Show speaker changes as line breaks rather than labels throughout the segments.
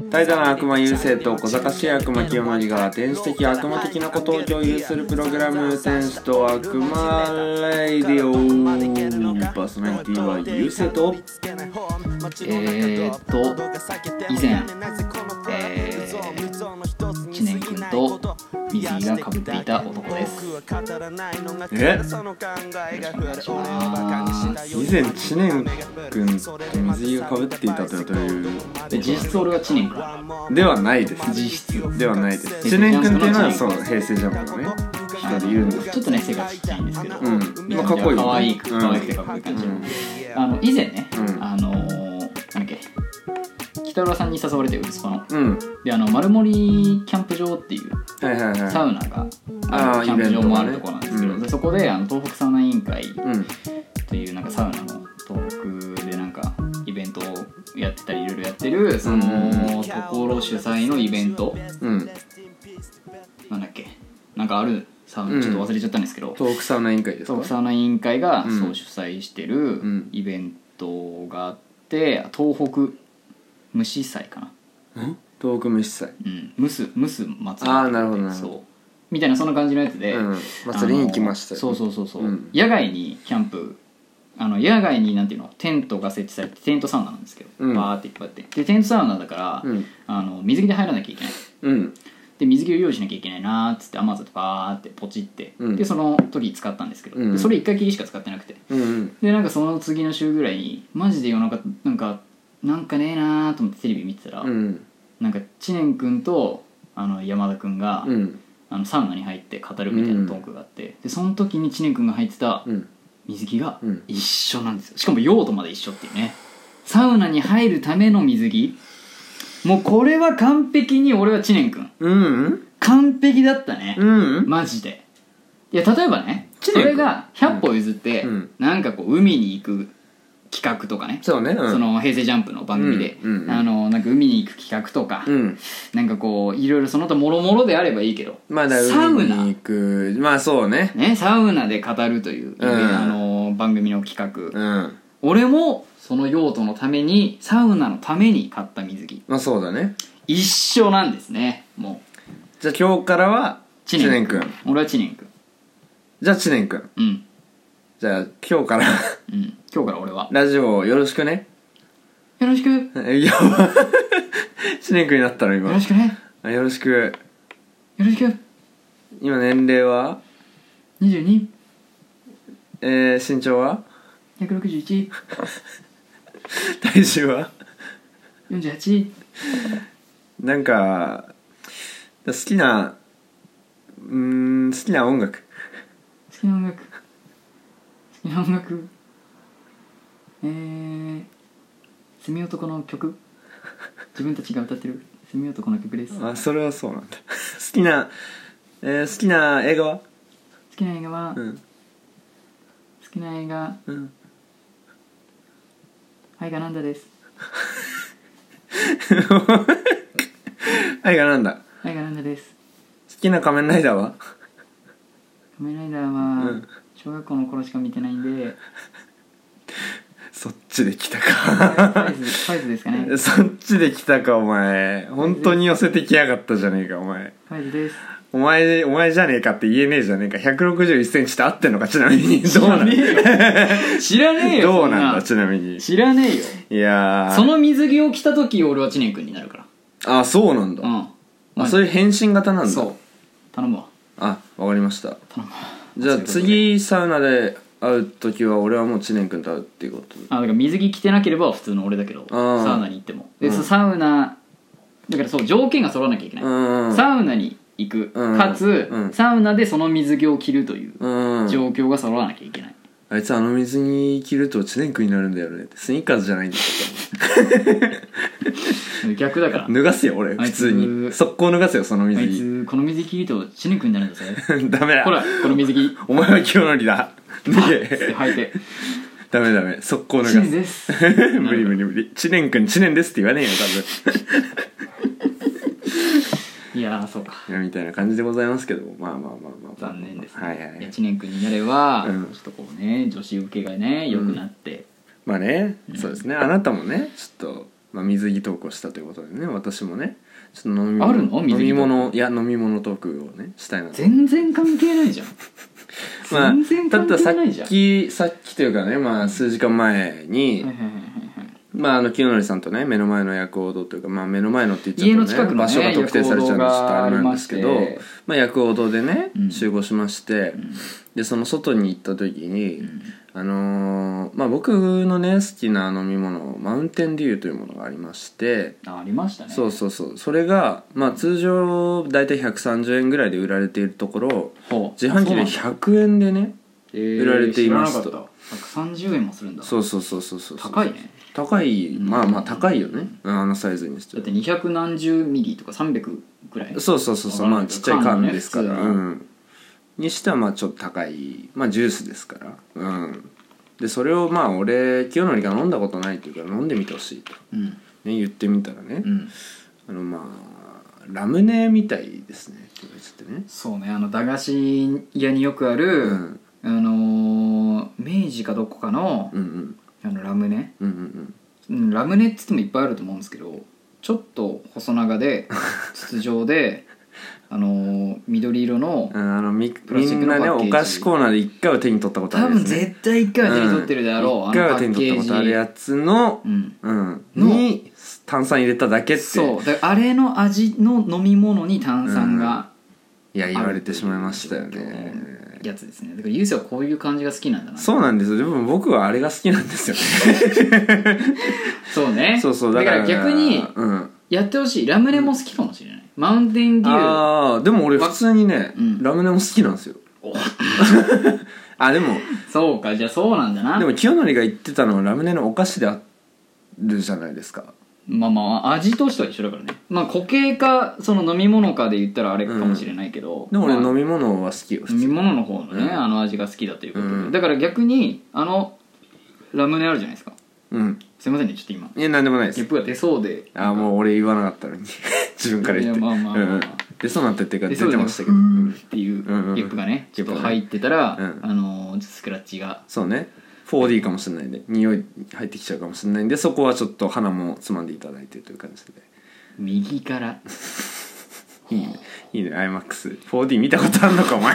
悪魔優勢と小賢しい悪魔清盛が天使的悪魔的なことを共有するプログラム天使と悪魔レイディオパーソナリティは優勢と
えー、っと以前、えー、知念君と水着がかぶっていた男です
え
ます
以前知念君と水着がかぶっていたという
で実質俺は知念君だ
ではないです
実質
ではないです知念君っていうのはそう平成ジャンプのね人で言うんです
ちょっとね背がちっちゃいんですけど、
うんまあかっこいいよね
可愛い
うん
可愛くてかっこいい感じ、
うん
あの以前ね、
うん
あのーなんだっけ北浦さんに誘われてウルスパの
うん
であの丸森キャンプ場っていう
はいはいはい
サウナが、
あー
キャンプ場もあ
イ
る
ベン
とこ
トがね
ろなんですけど、
うん
でそこであの東北サウナ委員会
うん
というなんかサウナの東北でなんかイベントをやってたりいろいろやってるそ
うん
のところ主催のイベント
うん
なんだっけなんかあるサウナちょっと忘れちゃったんですけど、
トークサウナ委員会です
東
か
北サウナ委員会が
うん
そう主催して
ん
るイベントがあって東北虫祭かな、
んトーク無視祭
うん、ムスムス祭り
あーなるほどなるほど
そうみたいなそんな感じのやつで、
うん祭りに行きました
あのそう
う
そうそうそう、
うん
野外にキャンプあの野外になんていうのテントが設置されてテントサウナなんですけど、
うん
バーっていっぱいあってでテントサウナだから、
うん
あの水着で入らなきゃいけない
うん
で水着を用意しなきゃいけないなーっつって雨ざとバーってポチって、
うん
でその時使ったんですけど、
うん
でそれ1回きりしか使ってなくて
うんうん
でなんかその次の週ぐらいにマジで夜中なんかなんかねえなーと思ってテレビ見てたら、
うん
なんか知念君とあの山田君が、
うん
あのサウナに入って語るみたいなトークがあって、でその時に知念君が入ってた
うん
水着が
うん
一緒なんですよしかも用途まで一緒っていうねサウナに入るための水着もうこれは完璧に俺は知念君
うん
完璧だったね、
うん
マジでいや例えばね
知
そ
念君
れが100歩譲って、
うん
なんかこう海に行く企画とかね、
そうねうん
その平成ジャンプの番組で、
うんうんうん
あのなんか海に行く企画とか、
うん
なんかこういろいろその他もろもろであればいいけど、
まあだ
サ
から
ウ
海
ナ
に行くまあそうね
ね、サウナで語るという、
うん
あの番組の企画、
うん
俺もその用途のためにサウナのために買った水着
まあそうだね
一緒なんですねも
じゃあ今日からは
う
知念君
君俺は知念君
じゃあ知念君
うん
じゃあ今日から
うん今日から俺は
ラジオをよろしくね
よろしくよ
えや ば知念君になったの今
ろしくね
あよろしく
よろしく
今年齢は
22
えー、身長は
161
体重は
48
なんか好きなうーん好きな音楽
好きな音楽好きな音楽えー、セミ男の曲自分たちが歌ってるセミ男の曲です好
あそれはそうなんだ 好きな、えー、好きな映画は
きな映画は、
う
好
ん
きな映画
うん
愛がなんだです
愛がなんだ
愛がなんだです
好きな仮面ライダーは
仮面ライ
う
ダー
ん
は小学校の頃しか見てないんで
そっちで来た
フ
か
ァイズファイズですかねフ
そっちで来たかお前本当に寄せてきやがったじゃねえかお前
ァイズです
お前お前じゃねえかって言えねえじゃねえか1 6 1ンチって合ってんのかちなみにどうなん
知らねえよ知らねえよ
どう
そ
なんだちなみに
知らねえ
い
よ
やー
その水着を着た時俺は知念君になるから
あそうなんだ、
うん
あそういう変身型なんだ
そう頼むわ
あわかりました
頼むわ
じゃあ
そういうことで
次サウナで会う時は俺はもう知念君と会うっていうこと
あだから水着着てなければ普通の俺だけどサ
あー
ウナに行ってもで、そうサウナだからそう条件が揃わなきゃいけない、
うん
サウナに行く、
うん
かつ、
うん
サウナでその水着を着るという
うん
状況が揃わなきゃいけない、
あいつあの水に着ると知念君になるんだよねってスニーカーズじゃないんだよ
逆だから
脱がすよ俺
あ
普
いつ
通に速攻脱がすよその
あい
水
つこの水着着ると知念君になるんだ ぜ
着ダメだ
ほらこの 水着
お前は清盛 だ脱げ
履いて
ダメダメ速攻脱
知
が
念
す
です
無理無理無理知念君知念ですって言わねえよ多分
いやーそうか
いや みたいな感じでございますけどまあまあまあまあまあ
残念ですね、
はいはい
や知念君になれば、
うん
ちょっとこうね女子受けがね良くなって、
まあね、そうですねあなたもねちょっとまあ、水着投稿したということでね私もねちょっと飲み
あるの
飲
水着
み物いや飲み物トークをねしたいなと
全然関係ないじゃん
まあ
全然関係ないじ
たださっ
ゃん、
きさっきというかね、まあ、数時間前に、
はいはいはいはい
まあ、あの清則さんとね目の前の夜行堂というか、まあ、目の前のって言っちゃうと、ね、
家の近くの、ね、
場所が特定されちゃうんでちょっとあれなんですけ
夜
ど
行動がありまして
まあ、夜行堂でね、
うん
集合しまして、でその外に行った時に、あのーまあ、僕のね好きな飲み物マウンテンデューというものがありまして、
あありましたね
そうそうそうそれが、まあ、通常大体130円ぐらいで売られているところ
ほう
自販機で100円でね売られていますと
えー知らなかった130円もするんだ
そうそうそうそうそうそう
高いね
高いまあまあ高いよね、あのサイズにして
だ
は
って200何十ミリとか300ぐらい
そうそうそうそう
わか
ま
ら
あ
ない
ちっ
け
ち
ど
ゃい
缶
缶
のね
ですから、
普
う
通の
んにしてはまあちょっと高いまあジュースですからうんでそれをまあ俺清則が飲んだことないっていうから飲んでみてほしいと、
うん
ね、言ってみたらね、
うん
あのまあラムネみたいですねって言われちゃってね
そうねあの駄菓子屋によくある、
うん
あのー明治かどこかの,、
うんうん
あのラムネ
うんうん
うんラムネっつってもいっぱいあると思うんですけどちょっと細 長で筒状であのー緑色の
うんあのみ
プラ
み
スチッ
ん
クの
なね
パッケー
お
ジ
菓子コーナーで一回は手に取ったことあ
多
るや
分
つ、ね、
絶対一回は手に取ってるであろう、
うん
あの
一回は
パ
手
ッ
に
ケ
取った
ー
こ
ジ
とあるやつの
うん
うん、
の
に炭酸入れただけって
そうだからあれの味の飲み物に炭酸が
いや
ある
言われてしまいましたよね
うんやつですねだからユースはこういう感じが好きなんだな
そうなんですよでも僕はあれが好きなんですよね
そうね
そうそうだから
逆に
うん、
やってほしいラムネも好きかもしれない、マウンテンデュー
ああでも俺普通にね、
うん
ラムネも好きなんですよ
お
あでも
そうかじゃあそうなんだな
でも清則が言ってたのはラムネのお菓子であるじゃないですか
まあまあ味としては一緒だからねまあ固形かその飲み物かで言ったらあれかもしれないけど、
でも俺
まあ
飲み物は好きよ普通
飲み物の方のね、
うん
あの味が好きだということで、
うん
だから逆にあのラムネあるじゃないですか
うん
すいませんねちょっと今
いや何でもないで
ゲ
す
ップが出そうで
あーもう俺言わなかったのに 自分から言って
いやまあまあまあまあ
うんうんでそうなってっていうか
出
出
そう
て
で
ま
ま
し
したた
け
け
ど
ど
う
うんんっていう
うんうん
ゲップがね
ゲ
ちょ
ッ
っ
プ
と
がね
入ってたら、
うん
あのースクラッチが
そうね 4D かもしれないんで匂い入ってきちゃうかもしれないんでそこはちょっと鼻もつまんでいただいてという感じで
右 から
いいねいいね iMAX4D 見たことあんのかお前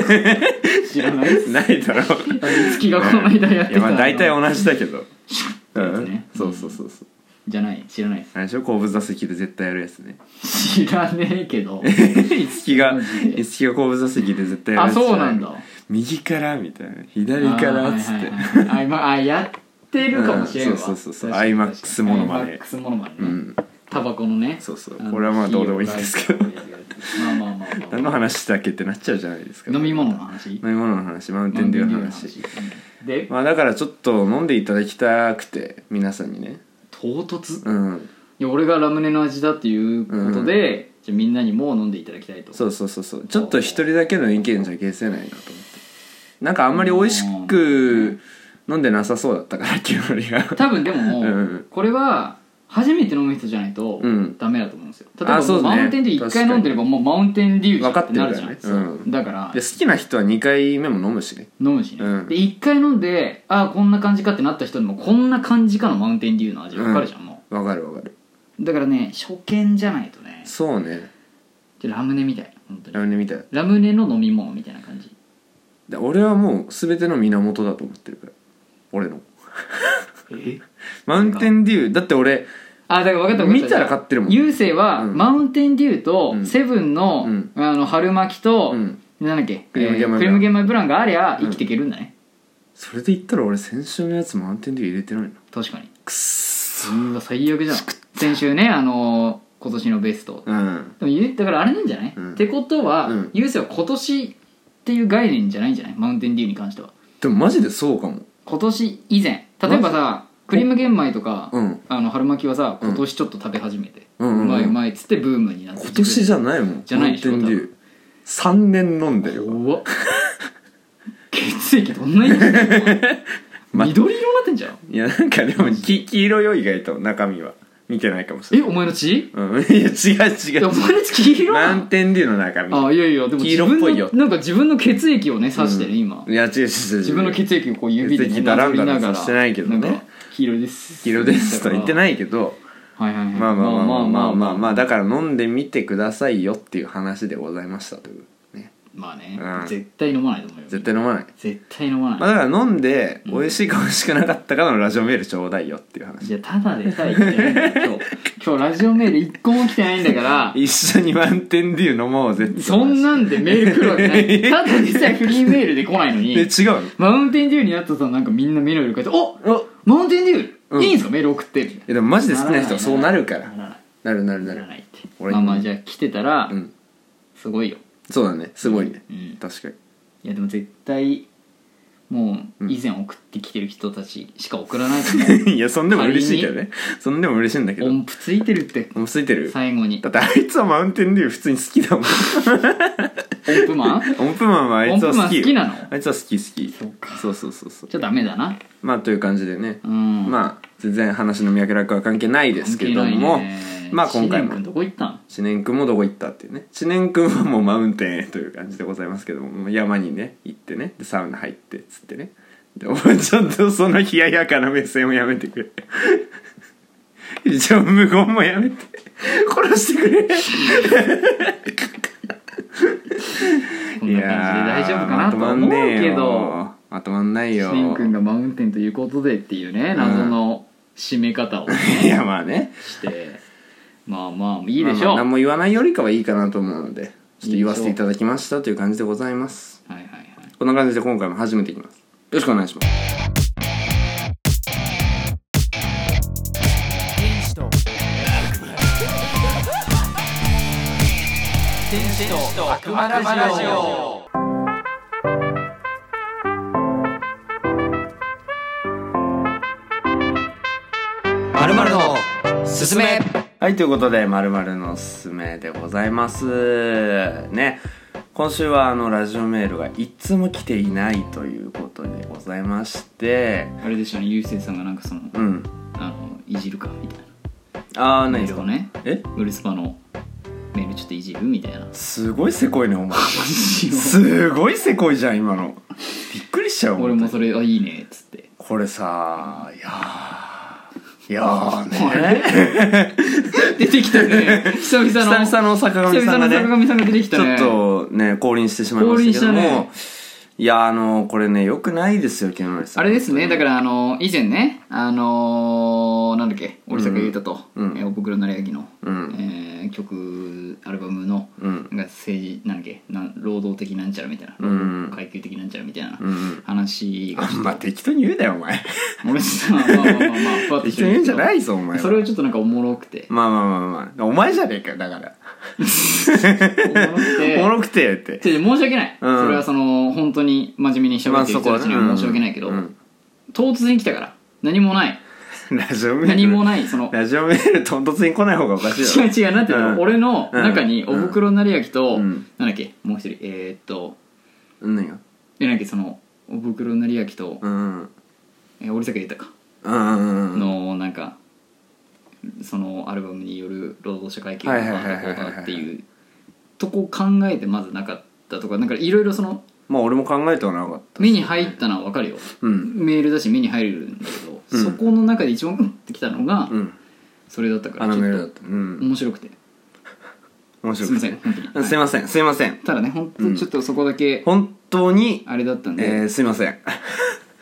知らない
ないだろ
月がこの間やって
い
た
やまあ大体同じだけど、う
やつ
ん
ね、
そうそうそうそう
じゃない知らないです
あれでしょ後部座席で絶対やるやつ ね
知らねえけ ど
五木が
マジで
五木が後部座席で絶対やる
あ
やつじゃい
そうなんだ
右からみたいな左からっつって、
あーはいはいはいあまああやってるかもしれんわ、
うんそうそうそうそう
確かに
IMAX モノマネ
IMAX モノマネね、
うん
タバコのね
そうそう
あの
これはまあどうでもいいんですけど
火を焚 いてまあまあまあまあ、
何の話したっけってなっちゃうじゃないですか
飲み物の話
飲み物の話マウンテンデューの話
うんで、
まあだからちょっと飲んでいただきたくて皆さんにね
唐突い
うん
や俺がラムネの味だっていうことで、じゃあみんなにも飲んでいただきたいと
そうそうそうそうちょっと一人だけの意見じゃ消せないなと思ってなんかあんまり美味しく飲んでなさそうだったから清盛が
多分でも、
うん
これは初めて飲む人じゃないと
うん
ダメだと思うんですよ、例え
あ
ば
そうね
マウンテンデュー1回飲んでればもうマウンテンデューじゃんってなるじゃな
分かってるから
い
ね
そう
うん
だから
で好きな人は2回目も飲むしね
飲むしね、
うん
で1回飲んでああこんな感じかってなった人でもこんな感じかのマウンテンデューの味わかるじゃん、も
わかるわかる
うだからね初見じゃないとね
そうね
ちょラムネみたい本当
ラ
に
ムネみたい
ラムネの飲み物みたいな感じ
で俺はもう全ての源だと思ってるから俺の
え
マウンテンデューだって俺
あだから分かった分かった
見たら買ってるもん
郵政は、
うん
マウンテンデューと、
うん
セブンの,、
うん
あの春巻きと、
うん
なんだっけ
クリーム玄米ブラウン
えクリーム玄米ブランがありゃ生きていけるんだね、
それで言ったら俺先週のやつマウンテンデュー入れてないの
確かに
くっそう
わ最悪じゃん先週ねあのー今年のベスト
うん
でもゆだからあれなんじゃない、
うん
ってことは、
うん
ユースは今年っていう概念じゃないんじゃないマウンテンデューに関しては
でもマジでそうかも
今年以前例えばさクリーム玄米とか、
うん
あの春巻きはさ
うん
今年ちょっと食べ始めて、
う
うん
うんうん
うまいうまいっつってブームになって
今年じゃないもん
じゃないでしょ
マウンテンデュー3年飲んでるよ
怖っ血液どんな色してんの
ま
緑色になってんじゃん
いやなんかでもき黄色よ意外と中身は見てないかもしれ
え
ない
お前の血
うん、 いや違う
い
違
や
う
お前の血黄色
マ
な
ウ
の
ンテンデューの中身
あいやいやでも
黄
自
色
分
っぽい
の
よ
なんか自分の血液をね刺してね、今
いや違う違う違う
自分の血液をこう指で、ね、
血液だらんだら
なぞりなが
させてないけどね
んか
黄色いです
黄色ですとは言って
い
ないけど
はいはいはい、
まあまあまあまあまあまあま
ま
あだから飲んでみてくださいよっていう話でございましたというね
まあね、
うん
絶対飲まないと思うよ
絶対飲まない、
絶対飲まない、
まあ、だから飲んで美味しいか美味しくなかったかのラジオメールちょうだいよっていう話
いやただでさえ言って ないんだよ今日今日ラジオメール一個も来てないんだから
一緒に満点デュー飲もうぜっていう話
そんなんでメール来るわけない ただでさえフリーメールで来ないの
え違
に
うの
マウンテンデューになったとなんかみんなメール書いて「お
お
マウンテンデュー、
うん
いいんですかメール送って」みたい
えでもマジで好きな人はそうなるから
な
な
ならない
るなるな
な
る
らないって
俺
まあまあじゃあ来てたら、
うん
すごいよ
そうだねすごいね、
うん
確かに
いやでも絶対もう以前送ってきてる人たちしか送らないと思 う
いやそんでも嬉しいけどね そんでも嬉しいんだけど
音符ついてるって
もうついてる
最後に
だってあいつはマウンテンデュー普通に好きだ もん
音符マン
オンプマンはあいつは好きよ
オンプマン好きなの
あいつは好き好き
そうか
そうそうそうそう
じゃダメだな
まあという感じでね、
うん
まあ全然話の脈絡は関係ないですけど
関係
も、
ないね
まあ今回
知念
も
君どこ行ったん
知念君もどこ行ったっていうね知念君はもうマウンテンへという感じでございますけどももう山にね行ってねでサウナ入ってっつってねでお前ちょっとその冷ややかな目線をやめてくれじゃあ無言もやめて殺してくれ
こんな感じで大丈夫かなと思うけど
まとまんないよ
知念君がマウンテンということでっていうね謎の締め方をね
いやまあね
してまあまあいいでし
まあま
ょう
あ何も言わないよりかはいいかなと思うのでちょっと言わせて
いいでし
いた
ょう
だきましたという感じでございます
はいはいはい
こんな感じで今回も始めていきますよろしくお願いします
天使と悪魔天使と悪魔ラジオまるまるのすすめ
はいということで「まるまるのおすすめ」でございますね今週はあのラジオメールがいつも来ていないということでございまして
あれでしょうねゆうせいさんがなんかその
うん
あのいじるかみたいな
ああ何で
メー
す
ル
か
をね
え
ウルスパのメールちょっといじるみたいな
すごいせこいね お前すごいせこいじゃん今のびっくりしちゃう
俺もそ
れ
れあいいねっつって
これさいやーいやーね
出てきたね 久々の
久々の坂上さんがね
久々の坂上さんが出て き
ち
た
ょ
ね
っとね降臨してしまいましたけども、
降臨
いやーあのこれねよくないですよ木森さん
あれですねだ
ら
からあの以前ねあのー、なんだっけ織坂優太と、
うん
えーおぼくろなれやぎの、
うん
えー曲アルバムの、
うん
なんか政治なんだっけなん労働的なんちゃらみたいな、
うん
階級的なんちゃらみたいな
うん
話が、
まあ適当に言うだよお 前
俺さまあまあまあまあふわっと
適
して
当に言う
る
ん
け
じ
ど
ゃないぞお前は
それはちょっとなんかおもろくて
まあまあまあまあお前じゃねえかだから
おもろくて
おもろくてって
違う違う申し訳ない、
うん
それはその本当に真面目に喋ってる人たちには申し訳ないけど、
うん
唐突に来たから何 もない
ラジオメール
何もな いその
ラジオメール唐突に来ない方がおかしいだ
違
ろ
う違うなんていうの、
うん
俺の中に
う
お
ん
ぶくろなりやきと、
うん
なんだっけもう一人えー、っと
何が
えなんだっけそのおぶくろなりやきと、
うん
えー、織坂豊か
うんうんうんうん
のなんかそのアルバムによる労働者階級が
はい
ど
は
う
いはいはいはい
だっていうとこ考えてまずなかったとかなんかいろいろその
まあ俺も考えてはなかった
目に入ったのは分かるよ、
うん
メールだし目に入るんだけど、
うん
そこの中で一番うんってきたのが、
うん
それだったか
あの
らち
メール
ょ
だ
っ
っ
と
たうん
面白くて、
面白
すいま
く
せ
て
ん本当に、
すい
はい
ませんすいません
ただね本
うん
当ちょっとそこだけ
本当に
あれだったんで、
えーすいません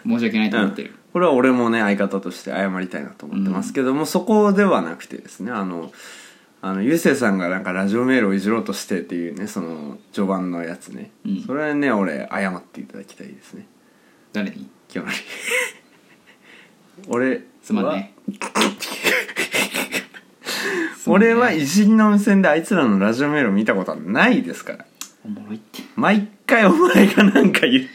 申し訳ないと
う
思
ん
ってる、
これは俺もね相方として謝りたいなと思ってますけども、そこではなくてですねあのあのゆうせいさんがなんかラジオメールをいじろうとしてっていうねその序盤のやつね、
うん
それはね俺謝っていただきたいですね
誰に
今日 俺
すまんね
は俺はいじりの無線であいつらのラジオメールを見たことはないですから
おもろいって
毎回お前がなんか言って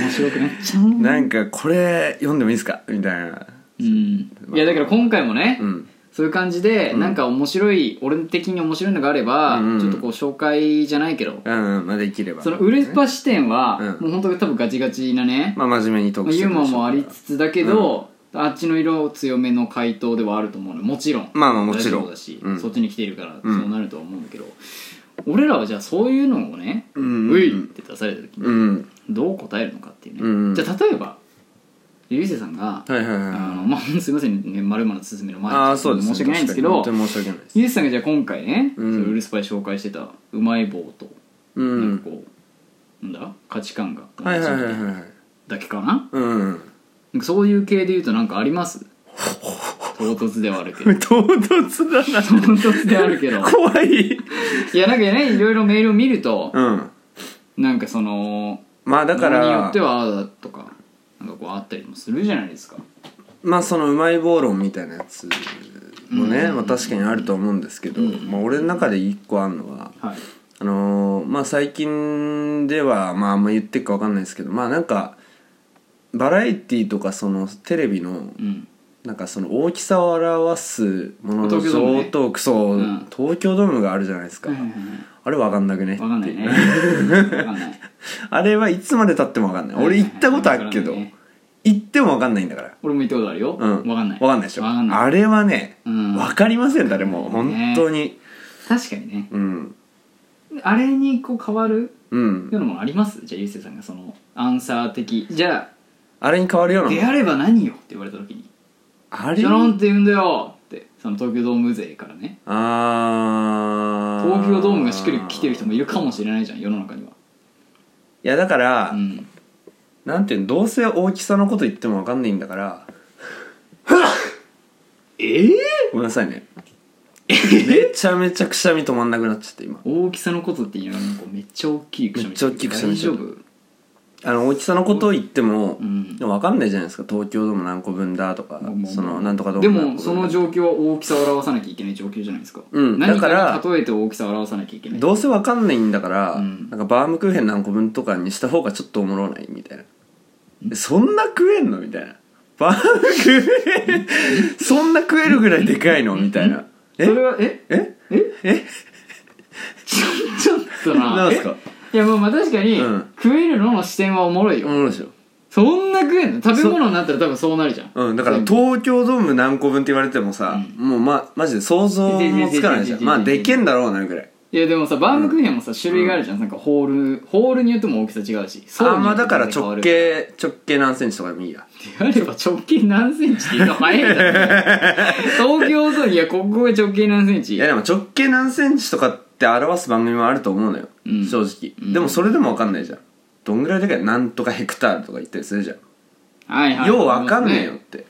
面白くなっちゃう
なんかこれ読んでもいいですかみたいな
うんいやだから今回もね、
うん
そういう感じで、なんか面白い俺的に面白いのがあれば、
うんうん
ちょっとこう紹介じゃないけど、
うんうんまあできれば
そのウレスパ視点は、
うん
もう本当多分ガチガチなね、
まあ真面目にトークして
ユー
くれま
モア
しょう
もありつつだけど、あっちの色強めの回答ではあると思うのもちろん
まあまあもちろん
ラジオだし、
うん
そっちに来ているから
うん
そうなるとは思うんだけど、俺らはじゃあそういうのをね「
うん
うい!」って出された時に
うん
どう答えるのかっていうね、
うん
じゃあ例えばゆうせいさんが、
はいはいはい
あのまあ、 すいませんね「まるまるのすめ」の前に
ああそうですね
申し訳ないんですけど
確かに本当に申し訳ないです
ゆうせいさんがじゃあ今回ね、
うん
そのウルスパイ紹介してたうまい棒と、
う
なんか
ん
こうなんだ価値観が
はいはいはいはい
だけかな
うん
なんかそういう系で言うとなんかあり ます唐突ではあるけ
唐
ど
突だな
唐突ではあるけど
怖い
いやなんかねいろいろメールを見ると、
うん
なんかその
まあだか
ものによ
ら
ってはああだとかなんかこうあったりもするじゃないですか
まあそのうまい棒論みたいなやつもね、まあ、確かにあると思うんですけど、まあ、俺の中で一個あるのは
はい
あのーまあ最近ではまああんま言ってっか分かんないですけどまあなんかバラエティーとかそのテレビの
うん
なんかその大きさを表すものの
東京ドームね
相当クソ、
うん
東京ドームがあるじゃないですか、
はいはいはい
あれ分かんなくね
わか んないねわかんない
あれはいつまでたっても分かんない俺行ったことあるけど
わからないね
行っても分かんないんだから
俺も言ったことあるよ、
うん
わかんない
分かんないでしょ
わかんない
あれはね、
うん
分かりません誰も本当に、
確かにね
うん
あれにこう変わる
うん
ようなものありますじゃあゆうせいさんがそのアンサー的じゃ
あれに変わるよ
あ
う
出
な
会えば何よって言われた時に
あ
「
れ
じゃらんって言うんだよ」ってその東京ドーム勢からね
あー
東京ドームがしっくりきてる人もいるかもしれないじゃん世の中には、
いやだから、
うん、
なんていうのどうせ大きさのこと言っても分かんないんだから
ええ
ごめんなさいねめちゃめちゃくしゃみ止まんなくなっちゃって今
大きさのことっていうのはなんかめっちゃ大きいくしゃみ
めっちゃ大きいくしゃみ
大
して
丈
る
夫
あの大きさのことを言っても、
うん
でも分かんないじゃないですか東京ドーム何個分だとか、
まあまあ
そのなんとかド
で
ーム何
も
個
そ
分だ
の状況は大きさを表さなきゃいけない状況じゃないですか、
うん
何
だから
かに例えて大きさを表さなきゃいけない
どうせ分かんないんだから、
うん
なんかバームクーヘン何個分とかにした方がちょっとおもろないみたいなでそんな食えんのみたいなバームクーヘンそんな食えるぐらいでかいのみたいなえ
それはえ
え
え
え
ちょちょっとな
なんすか
えいやもうまあ確かに、
うん
食えるのの視点はおもろい
お
よ、
もろいでしょ
そんな食えんの食べ物になったら多分そうなるじゃん
うん、だから東京ドーム何個分って言われてもさ、もうまマジで想像もつかないじゃん
でででででで
まあでけんだろうなぐらい
いやでもさバームクーヘンもさ、種類があるじゃんなんかホールホールによっても大きさ違うし
あ
層によ
ーまあ
って
だ
も
から
全然変わ
直
る
径直径何センチとかでもいいや
であれば直径何センチって言うの早いだろ東京都にいやここが直径何セン
い
チ
やでも直径何センチとかって表す番組もあると思うのよ、
うん
正直、
うん
でもそれでも分かんないじゃんどんぐらいでかいなんとかヘクタールとか言ったりするじゃん、
はいはい
よう分かんねえよって、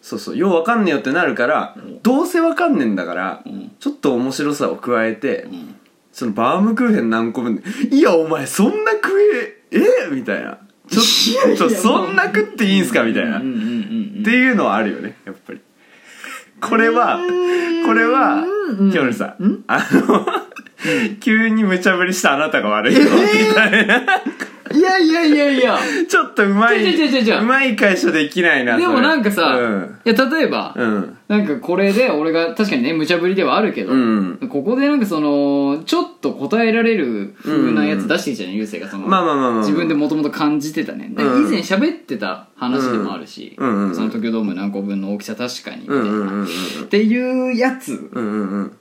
そうそうよう分かんねえよってなるから、どうせ分かんねえんだから、
うん
ちょっと面白さを加えて、
ん
そのバームクーヘン何個分で「いやお前そんな食ええみたいな「ちょっとそんな食っていいんすか?」みたいな、
うんうんうんうん
っていうのはあるよねやっぱりこれはこれはキョルさんあの急に無茶ぶりしたあなたが悪いよみたいない
やいやいやいや
ちょっとうまい
違う違う違う違う
うまい解消できないな
で
そ
も
れ
なんかさ、
うん
いや例えば、
うん
なんかこれで俺が確かにね無茶ぶりではあるけど、
うん
ここでなんかそのちょっと答えられる風なやつ出してきたじゃん流星がその、
まあまあまあまあ
自分でもともと感じてたね、で
うん
以前喋ってた話でもあるし、
うんうんうん
その東京ドーム何個分の大きさ確かにみた
う
い
ん
な、
うんうんうん
っていうやつ
うんうんうん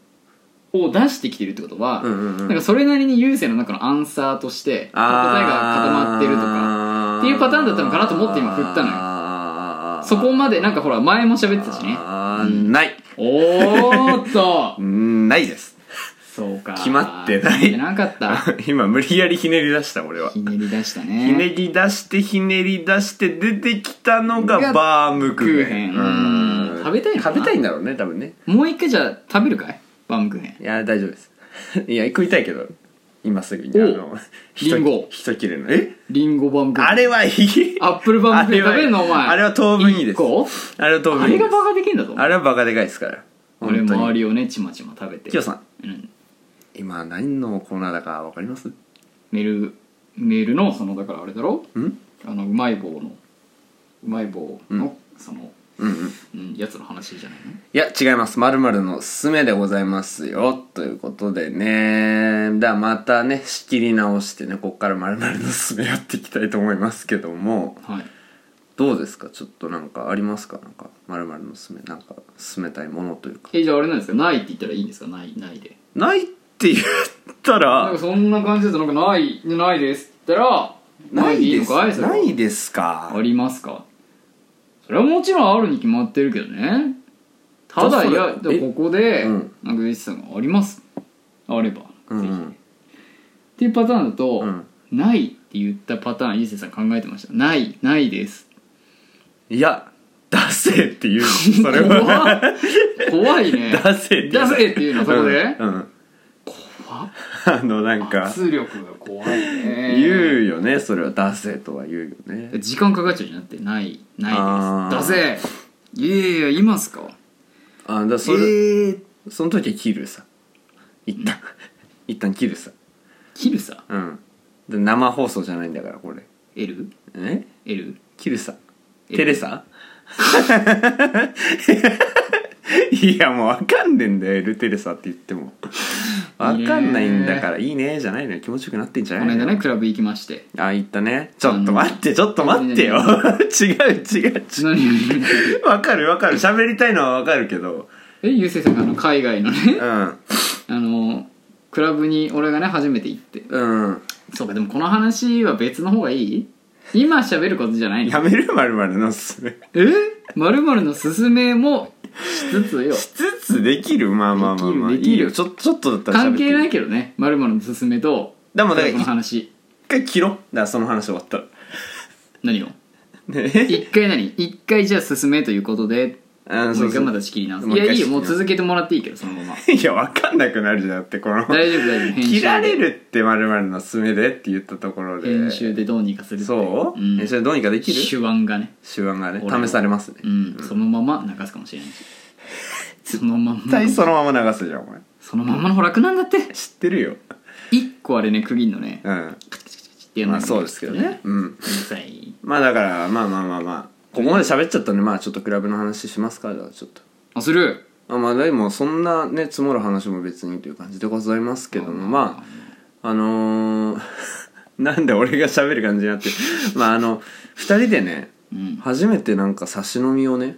を出してきてるってことは、
うんうんうん
なんかそれなりに優勢の中のアンサーとして答えが固まってるとか
か
っていうパターンだったのかなと思って今振ったのよ
よ
そこまでなんかほら前も喋ってたしね
あーない
おーっ と
ないです
そうか
決まってない
決まってなかった
今無理やりひねり出した俺は
ひねり出したね
ひねり出してひねり出して出てきたのが
が
バームクーヘン
クーヘン
うん
食べたいのかな
食べたいんだろうね多分ね
もう一回じゃあ食べるかいバームクーヘン
いや大丈夫です いや食いたいけど今すぐに
お
あ
う
のひと
リンゴ
ひと切れのえ
リンゴバームクーヘン
あれはいい
アップルバームクーヘン
あ
食べ
れは
るのお前
あれは当分いいです
一個
あれは当
あ
分い
れ
いで
が
す
バカできんだぞ
あれはバカでかいですから
俺
本当に
周りをねちまちま食べて
きよさん
うん
今何のコーナーだかわかります
メールメールのそのだからあれだろ
ん
あのうまい棒のうまい棒の、その、
うんうん
うん、やつの話じゃないの
いや、違います。まるまるのすすめでございますよ。ということでね。だまたね、仕切り直してね、こっからまるまるのすすめやっていきたいと思いますけども、
はい
どうですかちょっとなんかありますかなんか、まるまるのすすめ、なんか、進めたいものというか。
えじゃああれなんですかないって言ったらいいんですかないないで
ないって言った
なん
ら
か、そんな感じだとなんかないないですって言ったらないでいいのかいそれは
ないですか。
ありますかそれはもちろんあるに決まってるけどねただ
あそう
い
だ
やで
え
ここで
うん
なんかウエスさんが「あります」あれば
うんう
ぜひっ
ん
ていうパターンだと、
うん
ないって言ったパターンゆうせいさん考えてましたないないです
いや出せっていうそれ
怖
は
っ怖い ね
出せ
出せっていうのそこで
うんうん
怖っ
あのなんか
圧力が怖いね
言うよねそれは出せとは言うよね
時間かかっちゃうじゃなくてないな
あ
い
ー
です出せいやいやいますか
あだからそれ、その時は切るさ一旦一旦切るさ
キルさ
うんで生放送じゃないんだからこれ
L?
え
L?
キルサ
え
テレサ いやもう分かんねえんだよエルテレサって言っても分かんないんだから「いいね」じゃないのよ気持ちよくなってんじゃ
こ
ない
の
のよ
間ねクラブ行きまして
あ言ったねちょっと待ってちょっと待ってよ違う違う違
何
う分かる分かる喋りたいのは分かるけど
えゆうせいさんがあの海外のね
うん
あのクラブに俺がね初めて行って
うん
そうかでもこの話は別の方がいい今喋ることじゃないの
やめるまるまるのおすすめ
えまるまるの勧めもしつつよ
しつつできるまあまあまあまあ
できるできる
いいよちょちょっとだったら喋っ
関
て
係ないいけどねまるまるの勧めと
でも
ク
だから
ラブの話
一回切ろだからその話終わったら
何を
ね
一回何一回じゃあ進めということで
あ
も
そうう
一
そ
回
う
まだ仕切り直す
も
いう
一回
やいいよ
仕切り
も
直す
う続けてもらっていいけどそのまま
いや分かんなくなるじゃんだってこの
大丈夫大丈夫編集で
切られるってまるまるのすすめでって言ったところで
編集でどうにかするってい
そう、
ん、
編集でどうにかでき
手
る
腕がね
手腕がね
俺は
試されますね
うん、そのまま流すかもし れないしそのまん
絶
ま
対そのまま流すじゃんお前
そのまんまの方が楽なんだって
知ってるよ
一個あれね区切んのね
うん
っていうの
ま
が
あそうですけどねうん
うるさい
まあだからまあまあまあまあここまで喋っちゃったんでまあちょっとクラブの話しますかじゃあちょっと
あする
あまあでもそんなね積もる話も別にという感じでございますけどもまああのー なんで俺が喋る感じになってるまああの2人でね
うん
初めてなんか差し飲みをね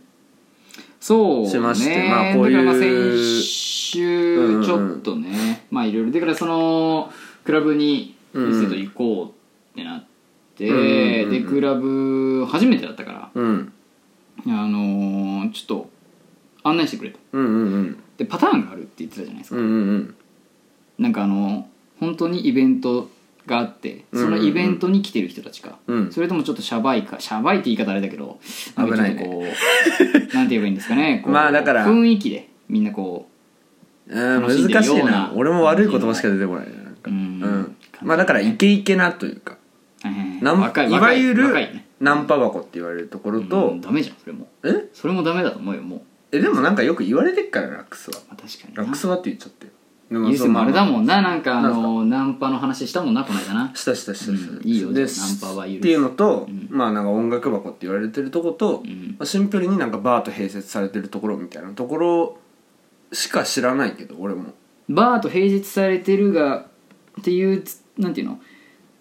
そうね
しましてまあこういう
だからまあ先週ちょっとね、まあいろいろだからそのクラブに
うん
店と行こうってなって、
うんうんうんうん
でクラブ初めてだったから
うん
あのーちょっと案内してくれと
うんうんうん
でパターンがあるって言ってたじゃないです
う
か、
んうん
なんかあの本当にイベントがあってそのイベントに来てる人たちか、
うん
それともちょっとシャバいかシャバいって言い方あれだけどんか
危ないね
ちょっとこうなんて言えばいいんですかねこ う
まあだから
雰囲気でみんなこ
うん
楽しんでる
難しい
よう
な
な
俺も悪い言葉しか出てこないねなんか
う
う
うん
んまあだからイケイケなというか
はいはいはい
なん
若い
いわゆ
若い
る
ね
ナンパ箱って言われるところ
う
と
んダメじゃんそれも
え
それもダメだと思うよもう、
えでもなんかよく言われてっからラックスは
まあ、確かに
ラッ
な
クスはって言っちゃってよでも
ユース
そう
もあれだ
ま
もんななんかあ
なんす
のナンパの話したもんなこの間な
したしたしたした、
うんいいよ
で
ナンパは許す
っていうのと、
うん
まあなんか音楽箱って言われてるとこと、
うん
まあシンプルになんかバーと併設されてるところみたいなところしか知らないけど俺も
バーと併設されてるがっていうつなんていうの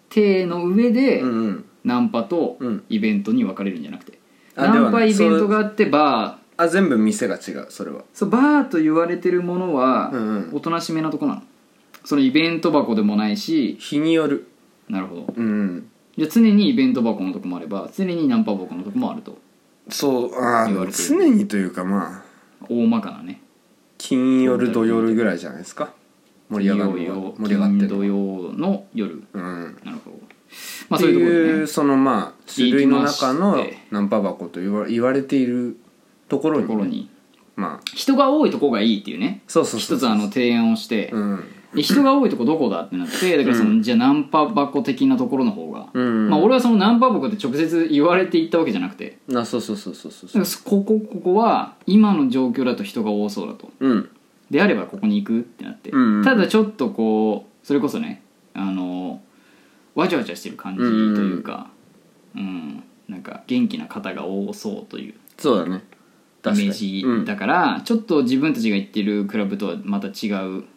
体の上で、
うんうん
ナンパと
うん
イベントに分かれるんじゃなくて、
あで
ナ
は
ンパ
ない
イベントがあってバー
あ全部店が違うそれは
そうバーと言われてるものは、
うんうん
おとなしめなとこなのそのイベント箱でもないし
日による
なるほど
うんうん
じゃあ常にイベント箱のとこもあれば常にナンパ箱のとこもあると
そうあ
言われ
あ
てる
常にというかまあ
大まかなね
金曜土曜ぐらいじゃないですか盛り上が
金
るの
曜曜
は盛り上がってる
金
の
土
は
曜の夜
うん
なるほどまあ
って
そういうところ
い
で
う
ね
そのまあ種類の中
行
の
きまして
ナンパ箱と言わ言われているところ
ところ
に
に
まあ
人が多いとこがいいっていうね
そうそうそ
一
う
つあの提案をして、
うん
で人が多いとこどこだってなってだからその、じゃあナンパ箱的なところの方が、
うん
まあ、俺はそのナンパ箱って直接言われて行ったわけじゃなくて
あそうそうそうそうそう
だ
そ
か
う
らそここここは今の状況だと人が多そうだと
うん
であればここに行くってなって、
うんうん
ただちょっとこうそれこそねあのわちゃわちゃしてる感じというかうん、なんか元気な方が多そうという
そうだね
イメージ
うん
だから、ちょっと自分たちが行ってるクラブとはまた違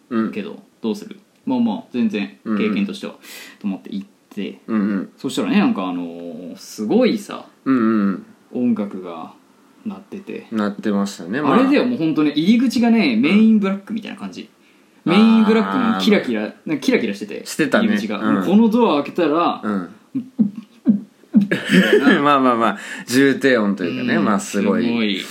うけど、どうするまあまあ全然
うん
経験としては、と思って行って
うんうん
そしたらねなんかあのーすごいさ
うんうん
音楽が鳴ってて、
なってましたね、
あれだよもう本当ね入り口がねメインブラックみたいな感じ、メインブラックのキラキラなんかキラキラしてて
してたね
入り口が、
うん
もうこのドア開けたら、
うんまあまあまあ重低音というかね、
うん
まあすごい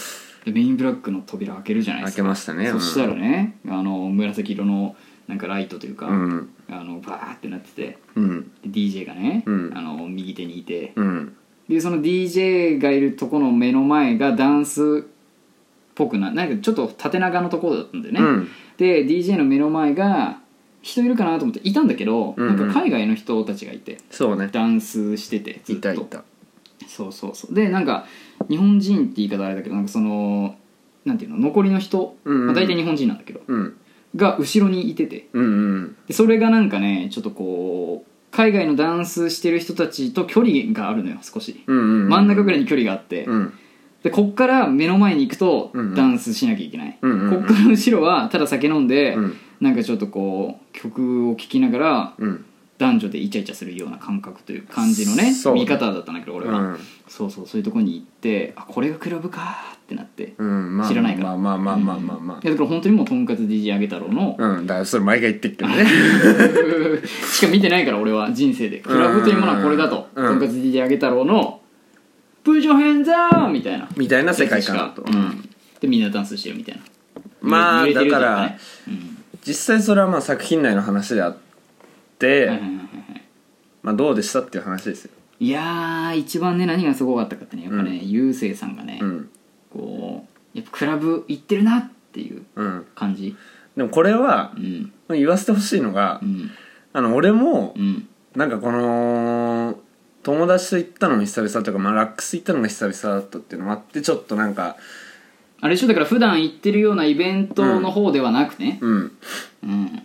でメインブラックの扉開けるじゃないで
開
すか
けましたね
そしたらねあの紫色のなんかライトというか、
うん
あのバーってなってて
うん
で DJ がね、
うん
あの右手にいて、
うん
でその DJ がいるとこの目の前がダンスっぽくななんかちょっと縦長のところだったんだよね、
うん
で DJ の目の前が人いるかなと思っていたんだけど、
うんうん
なんか海外の人たちがいて
そうね
ダンスしててずっ
い
と
たいた
そうそうそうでなんか日本人って言い方あれだけどなんかそのなんていうの残りの人、
うんうん
まあ、大体日本人なんだけど
うん
が後ろにいてて
うんうん
でそれがなんかねちょっとこう海外のダンスしてる人たちと距離があるのよ少し、
うんうん
真ん中ぐらいに距離があって、
うん
でこっから目の前に行くと
うんうん
ダンスしなきゃいけない、
うんうんうん
こっから後ろはただ酒飲んで、
うん
なんかちょっとこう曲を聴きながら
うん
男女でイチャイチャするような感覚という感じのね
そう
見方だったんだけど俺
う
は、
ん
そうそうそういうとこに行ってあこれがクラブかーってなって、
うんまあ
知らないから
まあまあまあまあまあまあ
いやだから本当にもうとんかつ DJ あげ太郎の、
うん、だからそれ毎回言ってっけどね
しか見てないから俺は人生でクラブというものはこれだと、
うん
とんかつ DJ あげ太郎の「プジョヘンザー!」みたいな
みたいな世界観だと、
うん、でみんなダンスしてるみたいな
まあ
揺れてる
だ
と
から
ねうん
実際それはまあ作品内の話であって、
はいはいはいはいはい
まあどうでしたっていう話ですよ
いやー一番ね何がすごかったかってねやっぱね、ゆうせいさんがね、
うん
こうやっぱクラブ行ってるなっていう
うん
感じ
でもこれは
うん
言わせてほしいのが、
うん
あの俺も
うん
なんかこの友達と行ったのも久々とか、まあ、ラックス行ったのが久々だったっていうのもあってちょっとなんか
あれでしょだから普段行ってるようなイベントの方ではなくね
うん
うん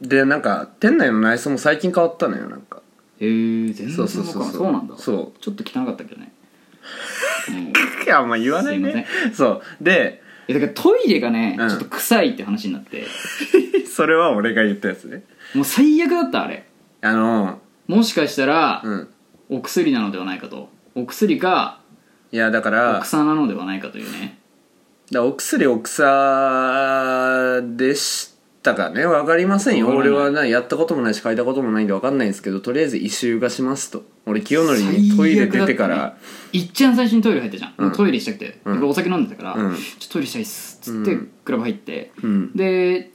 でなんか店内の内装も最近変わったのよなんか
へえ全然
そうそうそう
わ
そうん
かそうなんだ
そう
ちょっと汚かったけどね、うん、
い やあんま言わない
すい
ね
ま
そうで
えだからトイレがね、
うん
ちょっと臭いって話になって
それは俺が言ったやつね
もう最悪だったあれ
あの
もしかしたら、
うん
お薬なのではないかとお薬か
いやだか
お
ら
草なのではないかというね
だからお薬お草でしたかね分かりませんよ
わか
俺
らない
はなやったこともないし書いたこともないんで分かんないんですけどとりあえず異臭がしますと俺清則にトイレ出てか
最悪だ
ら
っ、いっちゃん最初にトイレ入ったじゃん、
うん
もうトイレしたくて、
うん
俺お酒飲んでたから、
うん
ちょっとトイレしたいっすっつって、
うん
クラブ入って、
うん
で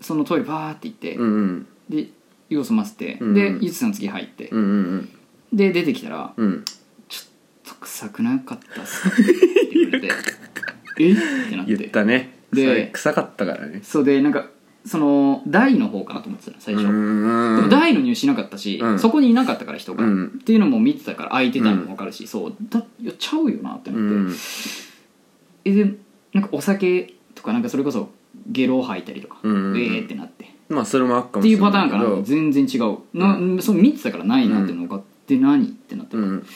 そのトイレバーって行って、
うんうん
で湯を澄ませて、
うん
でゆつさんの次入って、
うんうん
で出てきたら
うんうん
臭くなかった っすって言われてえってなっ
言
て
ったね
で
それ臭かったからね
そうでなんかその台の方かなと思ってたの最
う
初、
んう
でも
ん
台の入手しなかったし、
うん
そこにいなかったから人が、
うん
っていうのも見てたから空いてたのも分かるし、そうだいやちゃうよなってな
う
って、
ん
えでなんかお酒とかなんかそれこそゲロを吐いたりとか、
うんうんうん
えーってなってっ
まあそれもあっかも
て
し
い
れ
うパ
な
ター
い
ン
け
かな
ど
全然違うな、そう見てたからないなっていうのが、で何ってなって、
うん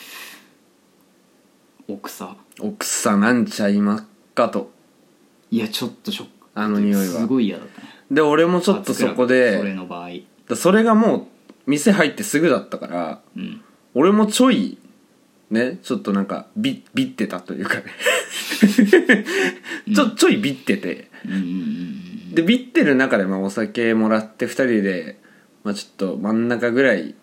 お草
お草なんちゃいまっかと
いやちょっとショック
あの匂いは
すごい嫌だったね
で俺もちょっとそこで
それの場合
だそれがもう店入ってすぐだったから
うん
俺もちょいねちょっとなんかビビってたというかねちょちょいビってて
うんうんうんうん
でビってる中でまあお酒もらって2人で、まあ、ちょっと真ん中ぐらい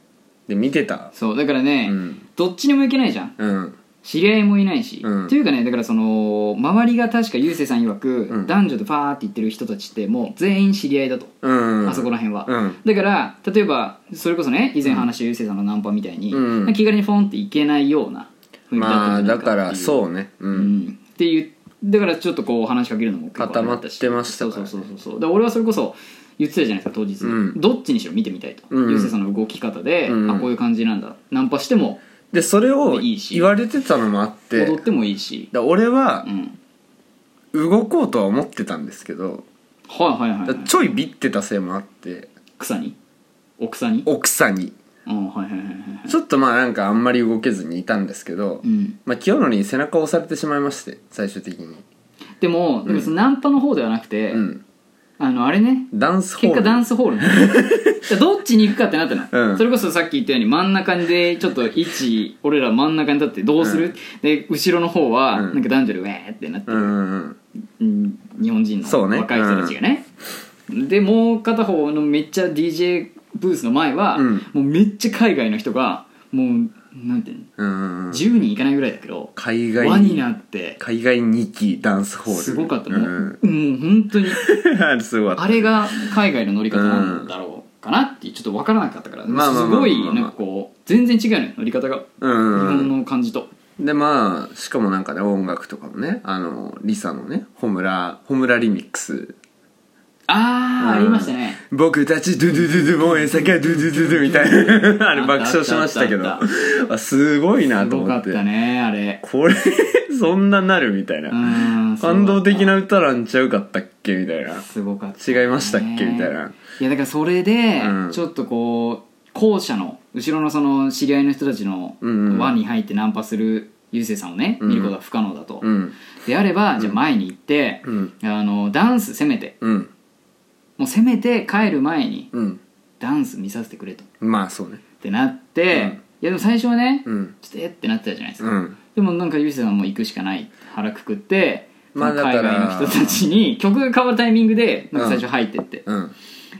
で見てた
そうだからね、
うん
どっちにも行けないじゃん
うん
知り合いもいないし、
うん
っていうかねだからその周りが確かゆうせいさん曰く、
うん
男女でファーって言ってる人たちってもう全員知り合いだと、
うん
あそこら辺は、
うん
だから例えばそれこそね以前話したゆうせいさんのナンパみたいに、
うん
なんか気軽にフォンって行けないような雰囲気だったん
ま
じゃ
あ
ない
だ
かってい、
からそううねう
うん
ん
っていうだからちょっとこう話しかけるのも結構
固まってましたからね
そうそうそうそうだから俺はそれこそ言ってたじゃないですか当日、
うん
どっちにしろ見てみたいと、
うんうん
ゆうせいさんの動き方で、
うん
あこういう感じなんだナンパしても
でそれを
いいし
言われてたのもあって
踊ってもいいし、
だ俺は
うん、
動こうとは思ってたんですけど
はいはいはい、は
だ
い、
ちょいビってたせいもあって
草に奥さんに
奥さんに
うんはいはいはいはいはい
ちょっとまあなんかあんまり動けずにいたんですけど、
うん
まあ、清野に背中を押されてしまいまして最終的に
でもでもそのナンパの方ではなくて、
うん
あのあれね
ダンスホー
結
ル
果ダンスホール ねじゃあどっちに行くかってなったの、
うん
それこそさっき言ったように真ん中でちょっと位置俺ら真ん中に立ってどうする、で後ろの方は
うん
なんか男女でウェーってなって
うん
る、
うん
うん日本人
そう
の
ね
若い人たちがねでもう片方のめっちゃ DJ ブースの前は、
うん
もうめっちゃ海外の人がもうなんていうの
うんうん
10人いかないぐらいだけど
海外
輪になって
海外2期ダンスホール
すごかったも
う
うんもう本当に
うん、すごかっ
あれが海外の乗り方なんだろうかなってちょっと分からなかったから
まあまあ
す
まあまあまあ
ごいなんかこう全然違うのよ乗り方が日
たうんうんうん
本の感じと
でまあしかもなんかね音楽とかもねあのリサのね「ホムラホムラリミックス」
あああ
うん
りましたね
「僕たちドゥドゥドゥドゥボンエサカドゥドゥドゥドゥ」みたいなあれ爆笑しましたけど
あったあった
あすごいな
す
と
ご
思
か
っ
ってたねあれ
これ そんななるみたいな、
うん
感動的な歌なんちゃうかったっけみたいな
すごかった
違いましたっけみたいない
やだからそれで
うん
ちょっとこう校舎の後ろのその知り合いの人たちの
うんうん
輪に入ってナンパするゆうせいさんをね
うん
見ることは不可能だと、
うん
であればじゃあ前に行って、
うん
あのダンスせめて
うん
もうせめて帰る前に
うん
ダンス見させてくれとっ
まあそうね
てなって、
うん
いやでも最初はね、
うん
ちょっとえってなってたじゃないですか、
うん
でもなんかゆうせいさんも行くしかない腹くくって、
まあ
その
だか
海
ら
外の人たちに曲が変わるタイミングでなんか最初入ってって、
うん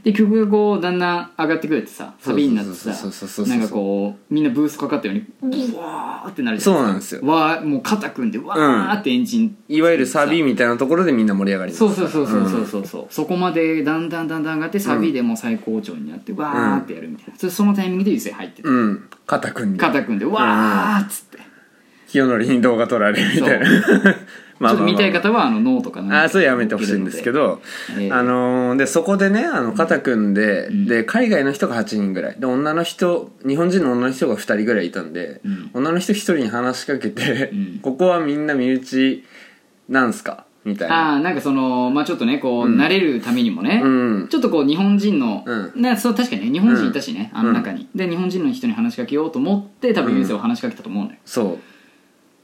で曲がこうだんだん上がってくれてさサビになってさ
そうそうそうそうそうそう
なんかこうみんなブースかかったようにうわーってなるじゃ
そうなんですよ
わーもう肩組んでわーってエンジン、
いわゆるサビみたいなところでみんな盛り上がります
そうそうそうそうそうそうそうそこまでだんだんだんだん上がってサビでもう最高潮になってわーってやるみたいな、そそのタイミングで優勢入ってて、
うん、うん、肩組んで
肩組んでわーっつって、
清則に動画撮られるみたいな まあまあまあ
ちょっと見たい方はあのノーとかなんか
あーそれやめてほしいんですけど、
ええ
あのーでそこでねあの肩組んで、で海外の人が8人ぐらいで女の人日本人の女の人が2人ぐらいいたんで、
ん
女の人1人に話しかけて、
ん
ここはみんな身内なんすかみたいな
ああなんかそのまあちょっとねこう、慣れるためにもね、
うん
ちょっとこう日本人の、
う
なそう確かにね日本人いたしね、あの中に、で日本人の人に話しかけようと思って多分ユーセイを話しかけたと思うのよ、
そう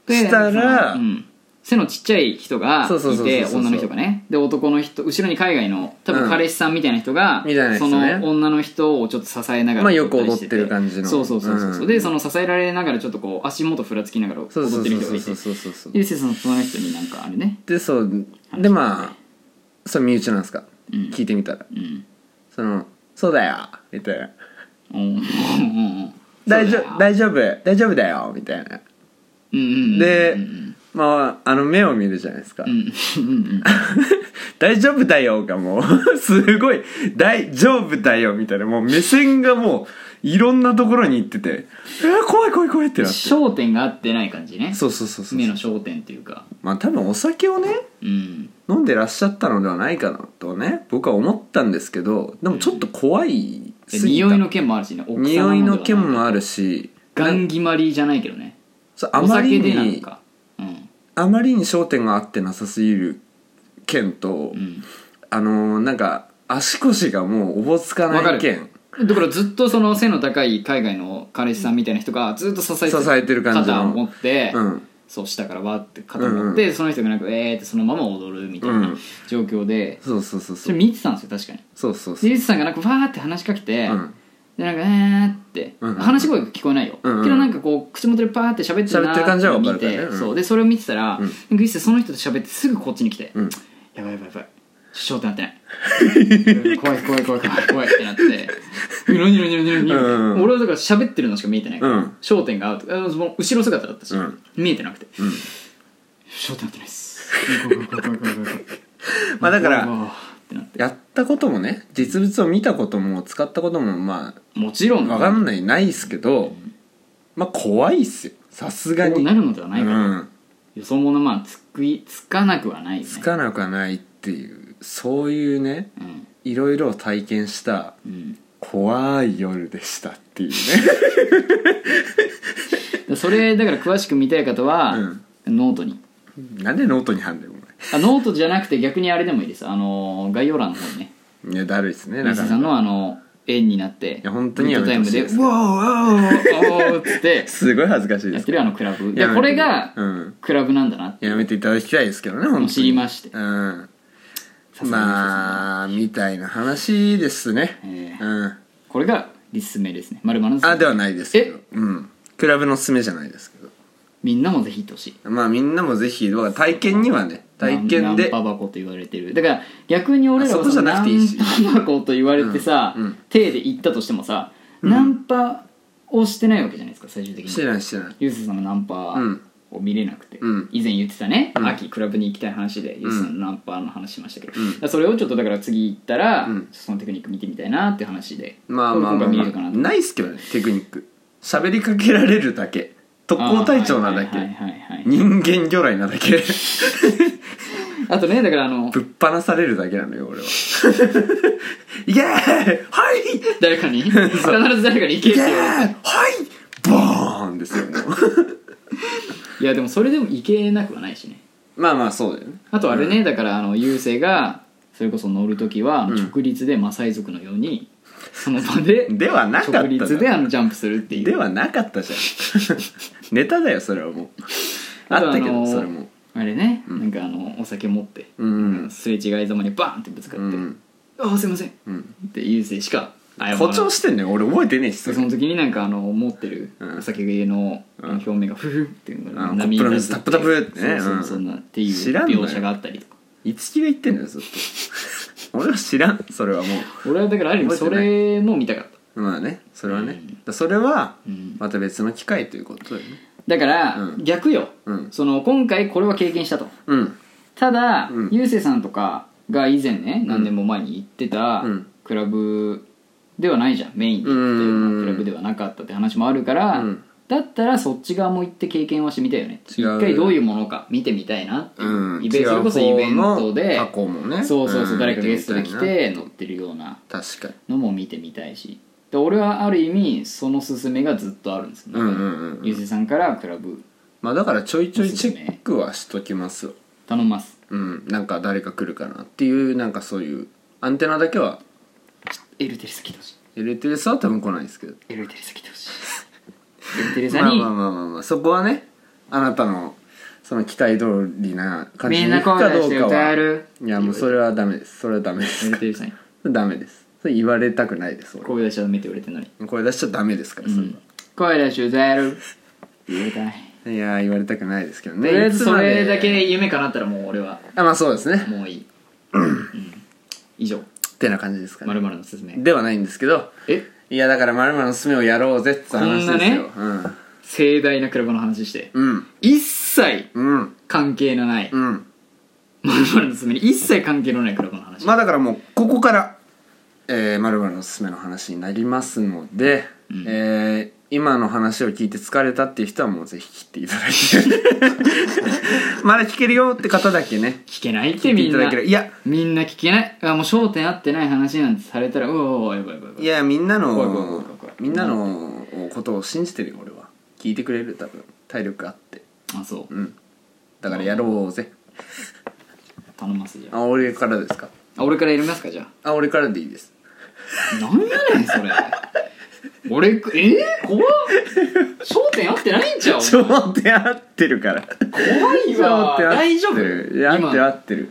で
したら、
そのうん背のちっちゃい人が
そうそう
い
そうそう
て
そう
女の人がねで男の人後ろに海外の多
う
分
ん
彼氏さんみたいな人が、
みたいな人
そ
ね
の女の人をちょっと支えながら
まあよく
踊たりし
踊
て
ってる感じの
そうそうそうそう、
うん
でその支えられながらちょっとこう足元ふらつきながら踊
そうそうそ
ってる
うそ
人が
う
いて
そうそうそうそう
ゆうせいさんはその人になんかあれね
でそうでまあそう身内なんすか、
うん
聞いてみたら
うん
その「そうだよ」みたいな
うんうんうんうん
「大丈
そう
夫
だよ
大丈夫大丈夫だよ」みたいな
うんうんうんうん
で、
うん
まああの目を見るじゃないですか「
うんうんうん
大丈夫だよ」がもう すごい「大丈夫だよ」みたいなもう目線がもういろんなところに行ってて「えー怖い怖い怖い」ってなって
焦点が合ってない感じね
そうそうそうそう
目の焦点っていうか
まあ多分お酒をね
うん
飲んでらっしゃったのではないかなとね僕は思ったんですけどでもちょっと怖い
です
ぎた
匂いの件もあるしね奥様では
匂
ない
の件もあるし
ガン
な
決まりじゃないけどね
そうあ
お
まり
酒でなの
に
かうん
あまりに焦点が合ってなさすぎる件と、
うん
あのーなんか足腰がもうおぼつか
わか
ない
る
件
だからずっとその背の高い海外の彼氏さんみたいな人がずっと支えて
支えてる感じの
肩を持って、
うん
そう下からわーって肩を持って、その人がなんかえーってそのまま踊るみたいな
うん
状況で、
そうそうそう
そ
そ
れ
う
見てたんですよ確かに
そうそうそ
で
う
ゆうさんがなんかわーって話しかけて、
うん
でなんか「えー」って、
うんうん
話し声が聞こえないよ、
うんうん
けどなんかこう口元でパーって喋ってる
喋
な
ってる感じは分かる
見て、
からねうん
そうでそれを見てたら、
うん
なんか一切その人と喋ってすぐこっちに来て「
うん
やばいやばいやばいちょっと焦点合ってない怖い怖い怖い怖い怖い」ってなって「うにょにょにょにょにょにょ」
うんうん
俺はだから喋ってるのしか見えてないから、
うん
焦点が合うとあのその後ろ姿だったし、
うん
見えてなくて
うん
「焦点合ってないっす」怖い怖い怖い怖い怖い怖い
まあだから
怖い怖いってなって
やったこともね実物を見たことも使ったこともま
もちろ
あ
ん
分かんないないっすけど、まあ怖いっすよさすが
こう
に
なるのではないかと
うん
よそ者まあつくいつかなくはないよね
つかなくはないっていうそういうね
うん
いろいろ体験した
うん
怖い夜でしたっていう ね
でそれだから詳しく見たい方は、
うん
ノートに
なんでノートに貼んだよ
あノートじゃなくて逆にあれでもいいですあのー概要欄の方にね
お前いやだるいっすねな
西
か
田
な
さん
か
のあの円になって
や本当にや
グッド
め
タ
て
イ
ほしいで
ムで「
す
うわーおーおー」っつって
すごい恥ずかしいで
やっ
す
てるあのクラブで
やめて
これが
うん
クラブなんだなって
やめていただきたいですけどね本当に
知りまして
うん
さすがに
まあみたいな話ですね、
ええ
うん
これがリスメですね丸々の
あで
は
はないですけど
え
うんクラブのおすすめじゃないですけど
みんなもぜひ行ってほしい
まあみんなもぜひだから体験にはね体験で
ナンパ箱と言われてるだから逆に俺
あ
ら
そ
は
こじゃなくていいし
ナンパ箱と言われてさ、
うんうん
手で行ったとしてもさ、ナンパをしてないわけじゃないですか最終的
して
に
ないしてない
ゆずさんのナンパ
うん
を見れなくて、
うん
以前言ってたね、
うん
秋クラブに行きたい話でゆずさんのナンパの話しましたけど、
うん
だからそれをちょっとだから次行ったら、
うん
そのテクニック見てみたいなっていう話で
まあまあまあ、
今回見れる
ま
か
あ、
なと
ないっすけどねテクニック喋りかけられるだけ特攻隊長なだ
あーはい
け
はいはいはい
人間魚雷なだけ
あとねだからあの
ぶっ放されるだけなのよ俺は イエーイはいイ
誰かに必ず誰かに行け
エーイ
って言われて
はいボーンですよもう
いやでもそれでも行けなくはないしね
まあまあそうだよね
あとあれね、だからあの優勢がそれこそ乗る時はあの
うん
直立でマサイ族のようにその場で
ではなかった
直立であ
な
のジャンプするっていう
ではなかったじゃんネタだよそれはもうあ
あと
った
あ
け
のー
どそれも
あれね、
うん
なんかあのお酒持って、
うんうん
すれ違いざまにバーンってぶつか
う
って「
ん
ああすいません」
うん
って優勢しか謝らない
誇張してんね俺覚えてねえしそ
そ
れ
の時になんかあの持ってる
うん
お酒の
うん
表面がフフっていうの
う
が
ん
波
コップの
立
水
つ
タプタプってね
そ
う
うそ
ん
うそんなっていう
知らんのよ
描写があったりとか
いつきが言ってんのよずっと俺は知らんそれはも
俺はだからある意味そ
覚えてない
れも見たかった
うまあねそれはね、
うん
だからそれは
うん
また別の機会ということだよね
だから、
うん
逆よ、
うん
その今回これは経験したと
うん
ただ、
うん
ゆうせいさんとかが以前ね
ん
何年も前に行ってた
うん
クラブではないじゃんメインで行ってたようなクラブではなかったって話もあるから、
うん
だったらそっち側も行って経験はしてみたいよね
違
一
う
回どういうものか見てみたいなっていう、
うん
イベそれこそイベントで
違う方の箱もね
そうそうそう、
うん
誰かゲストで来
見てみ
て乗ってるような
確かに
のも見てみたいしで俺はある意味その勧めがずっとあるんですよ、
うんうんうん
ゆうせいさんからクラブ
まあだからちょいちょいチェックはしときますわ
頼みます
うんなんか誰か来るかなっていうなんかそういうアンテナだけは
エルテレサ来てほしい
エレテレスは多分来ないですけど
エルテレサ来てほしいエルテレサ
まあ
に
まあまあまあ、まあ、そこはねあなたのその期待通りな
「
感じ
み
に
ん
い
な
く
声
か
出
ど
し
う
て
か
歌
は
える」
いやもうそれはダメですそれはダメで
エ
す
ル
か
テレサに
らダメですそれ言われたくないです俺
声出しちゃダメって言われてんのに
声出しちゃダメですからそれは、
「声出して歌える」言われたい
いやー言われたくないですけど
と
ね
りあえず
いつ
そ
まで
れだけ夢叶ったらもう俺は
あまあそうですね
もういい、うん以上
ってな感じです
「
か
ま
ね
るのすすめ
ではないんですけど」
え
いやだからまるまるのすすめをやろうぜって話ですよ
こんなね
うん
盛大なクラブの話して
うん
一切
うん
関係のない
うん
「まるのすすめ」に一切関係のないクラブの話
まあだからもうここから「えー、まるのおすすめ」の話になりますので、
ん
えー今の話を聞いて疲れたっていう人はもうぜひ切っていただいて まだ聞けるよって方だけね
聞けないっ
聞
て
いて
み
い
ん
ただ
な
けるいや
みんな聞けないあもう焦点合ってない話なんてされたらうおうおうやばいやばいやば
いやみんな
怖い怖い怖
の
い怖い怖い
みんなのことを信じてるよ俺は聞いてくれる多分体力あって
いあそう
うんだからやろうぜ
頼みますじゃあ
あ俺からですか
あ俺からやりますかじゃあ
あ俺からでいいです
なんやねんそれ俺えー、怖っ焦点合ってない んちゃう
ちょって合ってるから
怖い
ちょ
わ
って合っ
大丈夫
てるいや合ってる合
今
ってる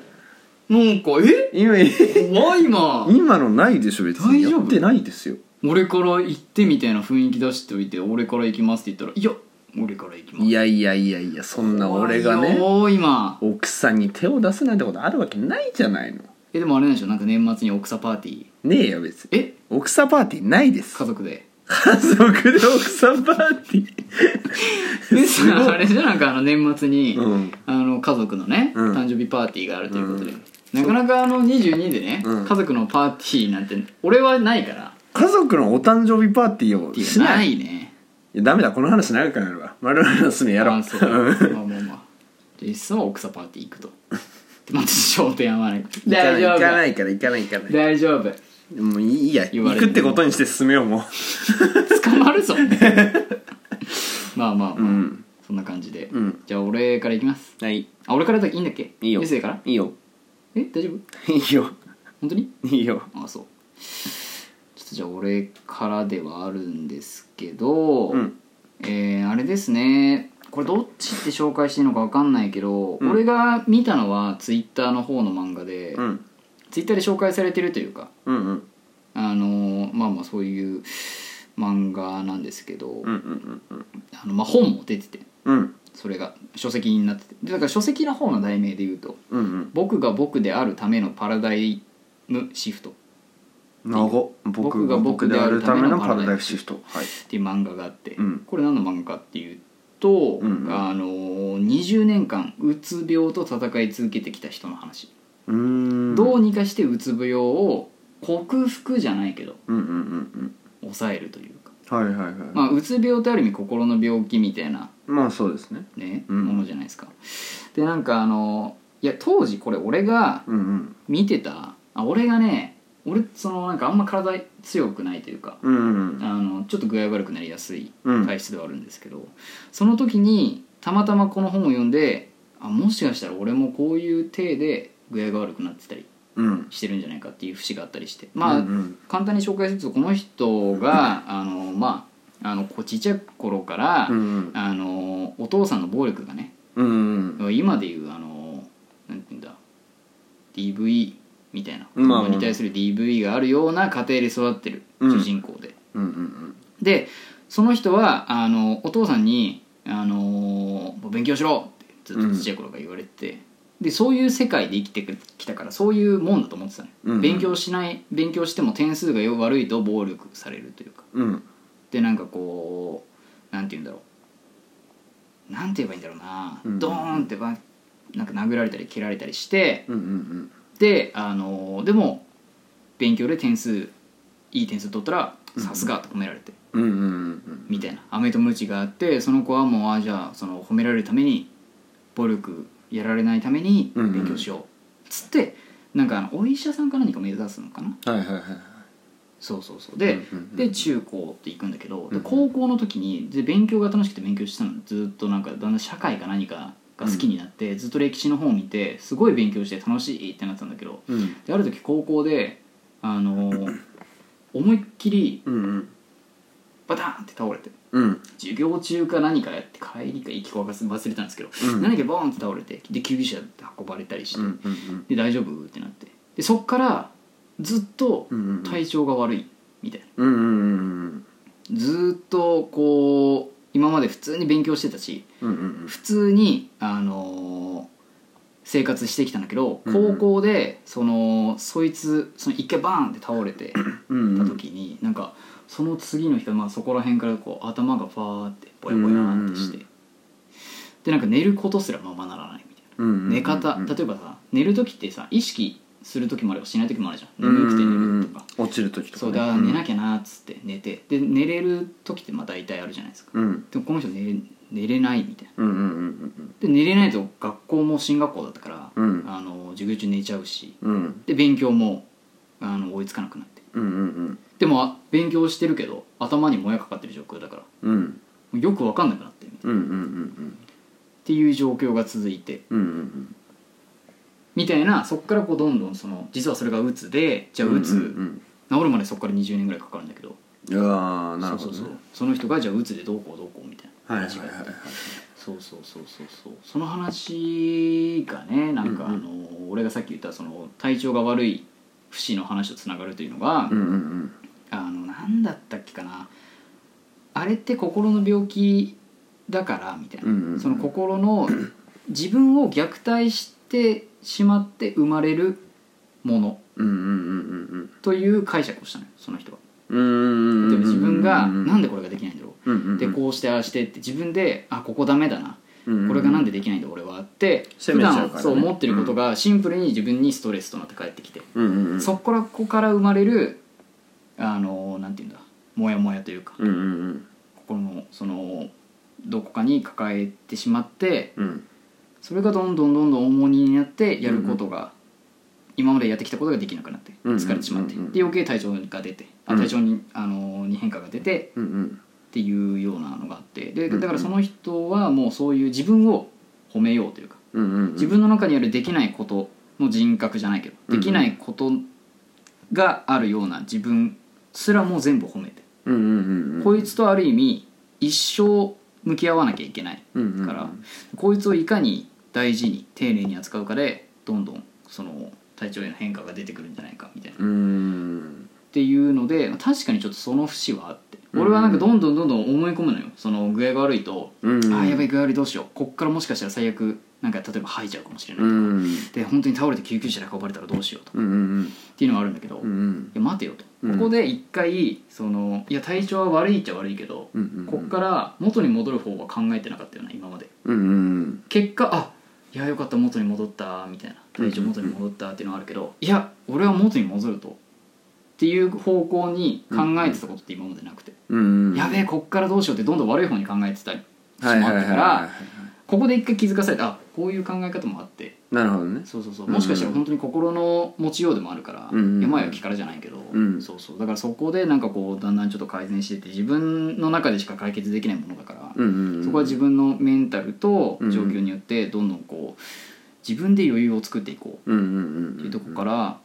なんかえ
今
怖い今
今のないでしょ別に
大丈夫
やってないですよ
俺から行ってみたいな雰囲気出しておいて俺から行きますって言ったらいや俺から行きます
いやいやいやいやそんな俺がね
怖いよ今
奥さんに手を出せないってことあるわけないじゃないの
えでもあれなんでしょなんか年末に奥さパーティー
ねえよ別に
え
奥さんパーティーないです
家族で
家族で奥さんパーティ
で
ーすご
あ
い
れじゃなんかあの年末に、
うん
あの家族のね、
うん
誕生日パーティーがあるということで、
うん
なかなかあの22でね、
うん
家族のパーティーなんて俺はないから
家族のお誕生日パーティーを
ってい
し
う
ない
ないいね
やダメだこの話長くなるわ丸々のすみやろ
あ
う
そう
うん
まあまあまあ実際は奥さんパーティー行く とでまた焦点合わない
行かない
大丈
行かな
夫
いから行かない行かない
大丈夫
もういいや
言わ
行く
れても
ってことにして進めようも
捕まるぞ まあまあまあ、
ううん
そんな感じで、
うん
じゃあ俺から行きます
はい
あ俺からだいいんだっけ
いいよ
ゆうせいから
いい よ
え大丈夫
いいよ
本当に
いいよ
あそうちょっとじゃあ俺からではあるんですけど、
うん
えーあれですねこれどっちって紹介していいのか分かんないけど、
うん
俺が見たのはツイッターの方の漫画で、
うん
ツイッターで紹介されてるというか
うんうん
あのーまあまあそういう漫画なんですけど、
うんうんうん
あのまあ、本も出てて
うん
それが書籍になっててでだから書籍の方の題名で言うと
うんうん
「僕が僕であるためのパラダイムシフト」っ
長僕が僕
僕
で
で
あ
あ
る
る
た
た
め
め
の
の
パ
パ
ラ
ラ
ダ
ダ
イ
イ
ス
ス
シ
シ
フトはい
っていう漫画があって、
うん
これ何の漫画かっていうと、
うんうん
あの20年間うつ病と戦い続けてきた人の話、
うーん
どう
に
にかしてうつ病を克服じゃないけど
うんうんうん
抑えるというか、
うんはいはいはい
まあ、うつ病ってある意味心の病気みたいな、
まあそうですね
ね
うん
ものじゃないですかでなんかあのいや当時これ俺が
うんうん
見てたあ俺がね俺そのなんかあんま体強くないというか
うんうん
あのちょっと具合悪くなりやすい
うん
体質ではあるんですけど、その時にたまたまこの本を読んであもしかしたら俺もこういう体で具合が悪くなってたり
うん
してるんじゃないかっていう節があったりしてまあ、
うんうん
簡単に紹介するとこの人があのまああのこうちっちゃい頃から、
うんうん
あのお父さんの暴力がね
うんうん
今でいうあのなんていうんだ DV みたいな、
まあ
子供に対する DV があるような家庭で育ってる、
うん
主人公で
うんうん
でその人はあのお父さんにあの「勉強しろ!」ってずっとちっちゃい頃から言われてて、でそういう世界で生きてきたからそういうもんだと思ってたの、
うんうん
勉強しない勉強しても点数がよ悪いと暴力されるというか
うん
でなんかこうなんて言うんだろうなんて言えばいいんだろうな、
うん
ドーンってばなんか殴られたり蹴られたりして
うんうん
であのでも勉強で点数いい点数取ったら
うん
さすがと褒められて、
うんうんうん
みたいな飴とムチがあってその子はもうあじゃあその褒められるために暴力やられないために
うんうん
勉強しよう、つってなんかあのお医者さんか何か目指すのかな
はいはいはいはい
そうそうそうで、
うんうんうん
で中高って行くんだけど、
うん
で高校の時にで勉強が楽しくて勉強してたのずっとなんかだんだん社会か何かが好きになって、ずっと歴史の本を見てすごい勉強して楽しいってなってたんだけど
うん
である時高校であのー思いっきり
うんうん
バタンって倒れて
うん
授業中か何かやって帰りか行きこ忘れたんですけど、
うん
何かボーンって倒れてで救急車で運ばれたりして、
うんうんうん
で大丈夫ってなってでそっからずっと
うんうん
体調が悪いみたいな。
うんうんうん
ずーっとこう今まで普通に勉強してたし
うんうん
普通に、あのー生活してきたんだけど
うんう
高
ん
校でそのそいつその一回バーンって倒れて
うんう
た
ん
時に、なんかその次の日から、まあ、そこら辺からこう頭がファーってぼやぼやーってして、
うんうんうん
でなんか寝ることすらままならないみたいな。
うんうん
寝方例えばさ寝る時ってさ意識する時もあればしない時もあるじゃん眠くて寝るとか、
うんうんうん落ちる時とか
そうだから寝な
き
きゃなーっつって寝てで寝れる時ってまあ大体あるじゃないですか
ゃうん
でもこの人寝れ寝れないみたいな
うんうんうん
で寝れないと学校も進学校だったから、
うんうん
あの授業中寝ちゃうし
うん
で勉強もあの追いつかなくなって
うんうん
でもあ勉強してるけど頭にもやかかってる状況だから
うんうん
もうよく分かんなくなってるみたいな
うんうんうん
っていう状況が続いて
うんうん
みたいなそっからこうどんどんその実はそれがうつでじゃあうつ、
うん
治るまでそっから20年ぐらいかかるんだけど
うんうわーなるほどね
そうそうそうその人がじゃあうつでどうこうどうこうみたいな
はいはい
話があ
は
っ
い
て
はい
そうそうそうそうそうその話がねなんか、
うんうん
あの俺がさっき言ったその体調が悪い節の話とつながるというのが、
うんうん
あのなんだったっけかなあれって心の病気だからみたいな、
うんうんうん
その心の自分を虐待してしまって生まれるもの
うんうんうんうんうん
という解釈をしたのよその人は。
うんうんうん
例えば自分が
うん
なんでこれができないんだろ
うんうんう
うんでこうしてああしてって自分であここダメだな
うんうん
これがなんでできないんだ俺はって
責めちゃうからね
普段そう思ってることがシンプルに自分にストレスとなって返ってきて、
うんうんうん
そこらこから生まれるあのなんていうんだモヤモヤというか、
うんうんうん
心のそのどこかに抱えてしまって
うん
それがどんどんどんどん重荷になってやることが、今までやってきたことができなくなって
うんうんうんうん
疲れてしまって、で余計体調が出てあ
うん
体調に,、あのに変化が出て
うんうん
っていうようなのがあってで
うんうん
だからその人はもうそういう自分を褒めようというか
うんうんうん
自分の中にあるできないことの人格じゃないけど
うんう
で
ん
きないことがあるような自分すらも全部褒めて
うんうんうんうん
こいつとある意味一生向き合わなきゃいけない
うんうんうん
からこいつをいかに大事に丁寧に扱うかでどんどんその体調への変化が出てくるんじゃないかみたいなっ
うん
ていうので確かにちょっとその節はあって
うん
俺はなんかどんどんどんどん思い込むのよその具合が悪いと
うん
あーやばい具合悪いどうしようこっからもしかしたら最悪なんか例えば吐いちゃうかもしれない、
うん
で本当に倒れて救急車で運ばれたらどうしようとか
うんうん
っていうのがあるんだけど、
うんう
い
ん
や待てよと、
うん
ここで一回そのいや体調は悪いっちゃ悪いけど、
うんうんうん
こっから元に戻る方は考えてなかったよな今まで
うんうん
結果あいやよかった元に戻ったみたいな体調元に戻ったっていうのはあるけど、いや俺は元に戻るとっていう方向に考えてたことって今までなくて、
うんうん
やべえこっからどうしようってどんどん悪い方に考えてたりしま
はい
っ
はいはい
た
は
か
いは
らここで一回気づかされたあこういう考え方もあって
いなるほどね
そうそうそう
うん
もしかしたら本当に心の持ちようでもあるから、
うん
病は気からじゃないけど、
うん
そうそうだからそこでなんかこうだんだんちょっと改善してって自分の中でしか解決できないものだから、
うんうんうん
そこは自分のメンタルと
うん
状況によってどんどんこう自分で余裕を作っていこ
うんうん
う
う
っ
ん
ていうとこから、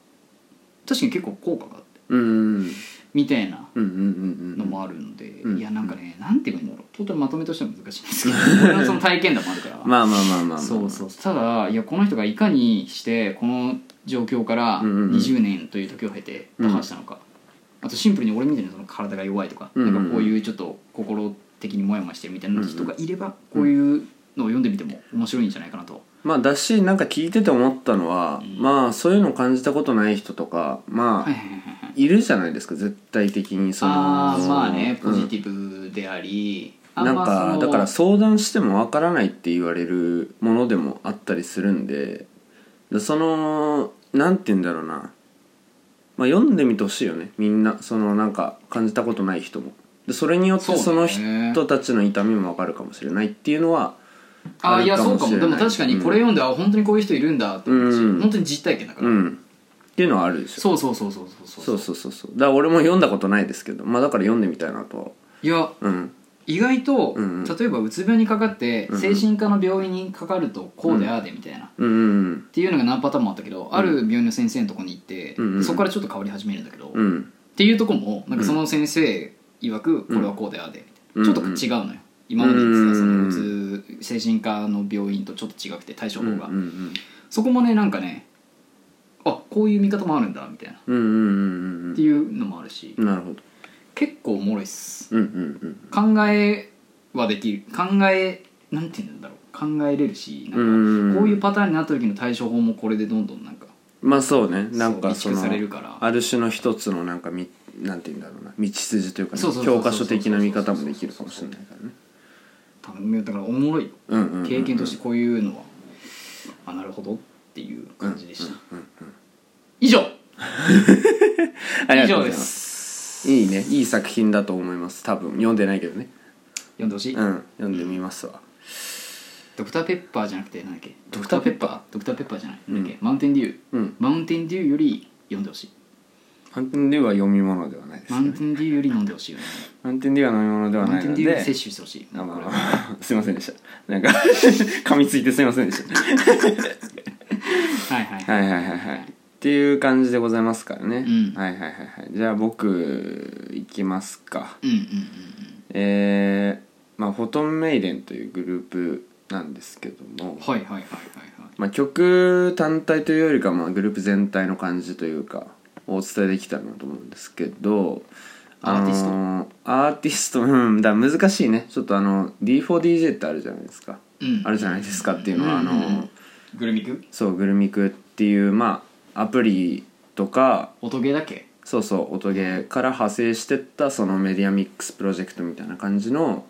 確かに結構効果があって
うんうん
みたいな
うんうんうん
のもあるので、
うん
いやなんかねなんて言えばいいんだろうトータルまとめとしては難しいんですけ ど俺のその体験談もあるから、
まあまあまあまあまあ
そうそうただいやこの人がいかにしてこの状況から
うんうんうん
20年という時を経て打破したのか、あとシンプルに俺みたいなその体が弱いとか,、
うんうんうん
なんかこういうちょっと心的にモヤモヤしてるみたいな人がいれば、こういうのを読んでみても面白いんじゃないかなと。
まあだしなんか聞いてて思ったのは、
うん
まあそういうの感じたことない人とかまあ、
はいはいはいはい
い、るじゃないですか絶対的にその
あーまあね
う
ポ
ん
ジティブであり、あ
なん
まあ
か
その
だから相談してもわからないって言われるものでもあったりするんでだそのなんて言うんだろうな、まあ、読んでみてほしいよねみんなそのなんか感じたことない人もでそれによってそ
そう
の
だね
人たちの痛みもわかるかもしれないっていうのは
あいや
あるかも
そう
しれな
か
い
もでも確かにこれ読んで、あ本当にこういう人いるんだと思うし、
うん
本当に実体験だから、
うんっていうのはあるでしょ
そうそうそうそうそう
そうそうそうそうだから俺も読んだことないですけどまあだから読んでみたいなとはい
や
うん
意外と、
うんうん
例えばうつ病にかかって、
うん
精神科の病院にかかるとこうでああでみたいな、っ
うんうん
ていうのが何パターンもあったけど、ある病院の先生のとこに行って、
うんうん
そこからちょっと変わり始めるんだけど、
う
っ
ん
ていうとこもなんかその先生曰くこれはこうでああで、
うん
ちょっと違うのよ今まで言ってたそのうつ精神科の病院とちょっと違くて対処
うんう
法
ん
が、そこもねなんかねあこういう見方もあるんだみたいなっ
うんうんうんうん
ていうのもあるし、
うんなるほど
結構おもろいっす
うんうんうん
考えはできる考えなんて言うんだろう考えれるしな
うんん
かこういうパターンになった時の対処法もこれでどんどんなんか
まあそうねなんか
そ
そうの
されるから
ある種の一つのなんかみなんて言うんだろうな道筋というか、ね
そうそう、そう
教
そう
科書的な見方もできるかもしれないからね
多分だからおもろいよ
うんうんうんうん
経験としてこういうのはあなるほどっていう感じでした以上
あり
以
がとうござい
上で
ます
す
いいねいい作品だと思います多分読んでないけどね
読んでほしい、
うん読んでみますわ
ドクターペッパーじゃなくてなんだっけ
ドクターペッパー
ドクターペッパーじゃないなんだっけ、マウンテンデュー、
うん
マウンテンデューより読んでほしい
「満点では読み物ではないです
マウンテンデューより飲んでほしいよ ね
満点では飲み物では
マ
な
ウンテ
い
ン
の
デューより
で
摂取してほしい
あ
こ
ま
れは
あ すいませんでしたなんか 噛みついてすいませんでした
はいはい
はいはいはいはいっていう感じでございますからね、
うん
はいはいはいはいじゃあ僕いきますか
うんうんうん
えーまあフォトンメイデンというグループなんですけども、
うんはいはいはいはいはい
まあ、曲単体というよりかまあグループ全体の感じというかをお伝えできたらなと思うんですけどあのアーティスト うんだから難しいねちょっとあの D4DJ ってあるじゃないですか、
うん
あるじゃないですかっていうのは、
うんう
あ
んう
の
んグルミク
そうグルミクっていうまあアプリとか
音ゲーだっけ
そうそう音ゲーから派生してったそのメディアミックスプロジェクトみたいな感じの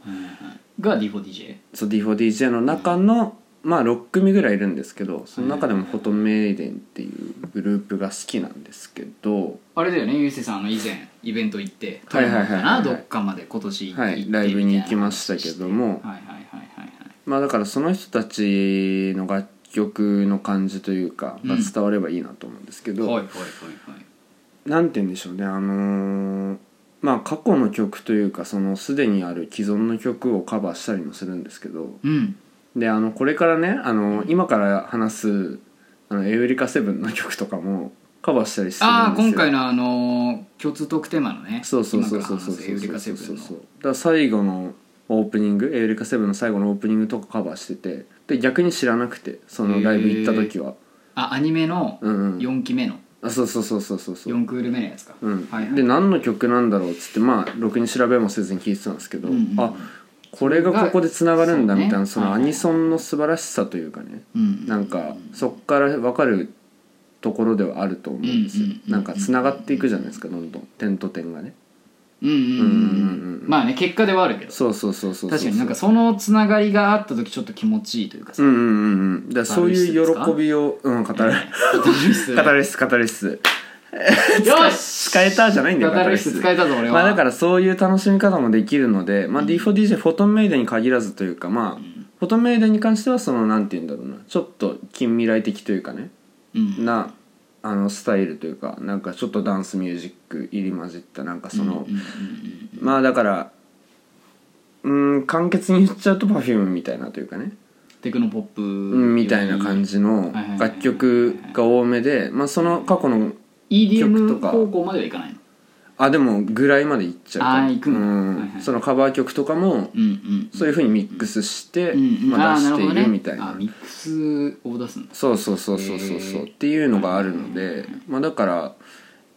が D4DJ
そう D4DJ の中の、まあ6組ぐらいいるんですけどその中でもフォトメイデンっていうグループが好きなんですけど
あれだよねゆうせいさんあの以前イベント行って
はいはいはいはい
富山かなどっかまで今年行って
はいライブに行きましたけども
はいはいはいはいはい
まあだからその人たちの楽曲の感じというかが伝わればいいなと思うんですけど、
はいはいはいはい
なんて言うんでしょうねあのーまあ過去の曲というかそのすでにある既存の曲をカバーしたりもするんですけど
うん
であのこれからねあの今から話すあのエウリカセブンの曲とかもカバーしたりしてる
ああ
んですよ
今回のあのー共通トークテーマのね
そうそうそうそうそう
今から
そう
話すエウレカセ
そう
ブ
そうそ
ンの
うだから最後のオープニングエウレカセブンの最後のオープニングとかカバーしててで逆に知らなくてそのライブ行った時は、
あアニメの
うんうん
4期目の
あそうそうそうそうそうそう
4クール目のやつか
うん
はいはい
で何の曲なんだろうっつってまあろくに調べもせずに聴いてたんですけど、
うんうんうん
あこれがここでつながるんだみたいなそ
そうね
のアニソンの素晴らしさというかね
うん
なんかそっから分かるところではあると思うんですよ
うんうんうんうん
なんかつながっていくじゃないですかどんどん点と点がね
うんうんうん
うんうん
うんまあね結果ではあるけど
そうそうそうそうそう
確かになんかそのつながりがあった時ちょっと気持ちいいというか
う
さ
んうんうんうんだからそういう喜びをうん語る
カタルシス
カタルシスカタルシス
よし
使えたじゃないんだよ
カタルシス使えたぞ俺は
まあだからそういう楽しみ方もできるので、まあ、D4DJ フォトンメイデンに限らずというかまあ、フォトンメイデンに関してはそのなんて言うんだろうなちょっと近未来的というかね
うん
なあのスタイルというかなんかちょっとダンスミュージック入り混じったなんかその、
うんうんうん
まあだからうん簡潔に言っちゃうと Perfume みたいなというかね
テクノポップ
うんみたいな感じの
はいはいはい
楽曲が多めで、まあ、その過去の
EDM
曲とか
方向まではいかないの
あでもぐらいまでいっちゃうかも
あー行くんだ
うん
はいはい
そのカバー曲とかも
うんうん
そういうふうにミックスして、
うんうん
まあ、
ー
出し
る
て
ほど
い
ね
るみたいな
あミックスを出すんだ
そうそうそうそうそうそう
へー
っていうのがあるので、まあ、だから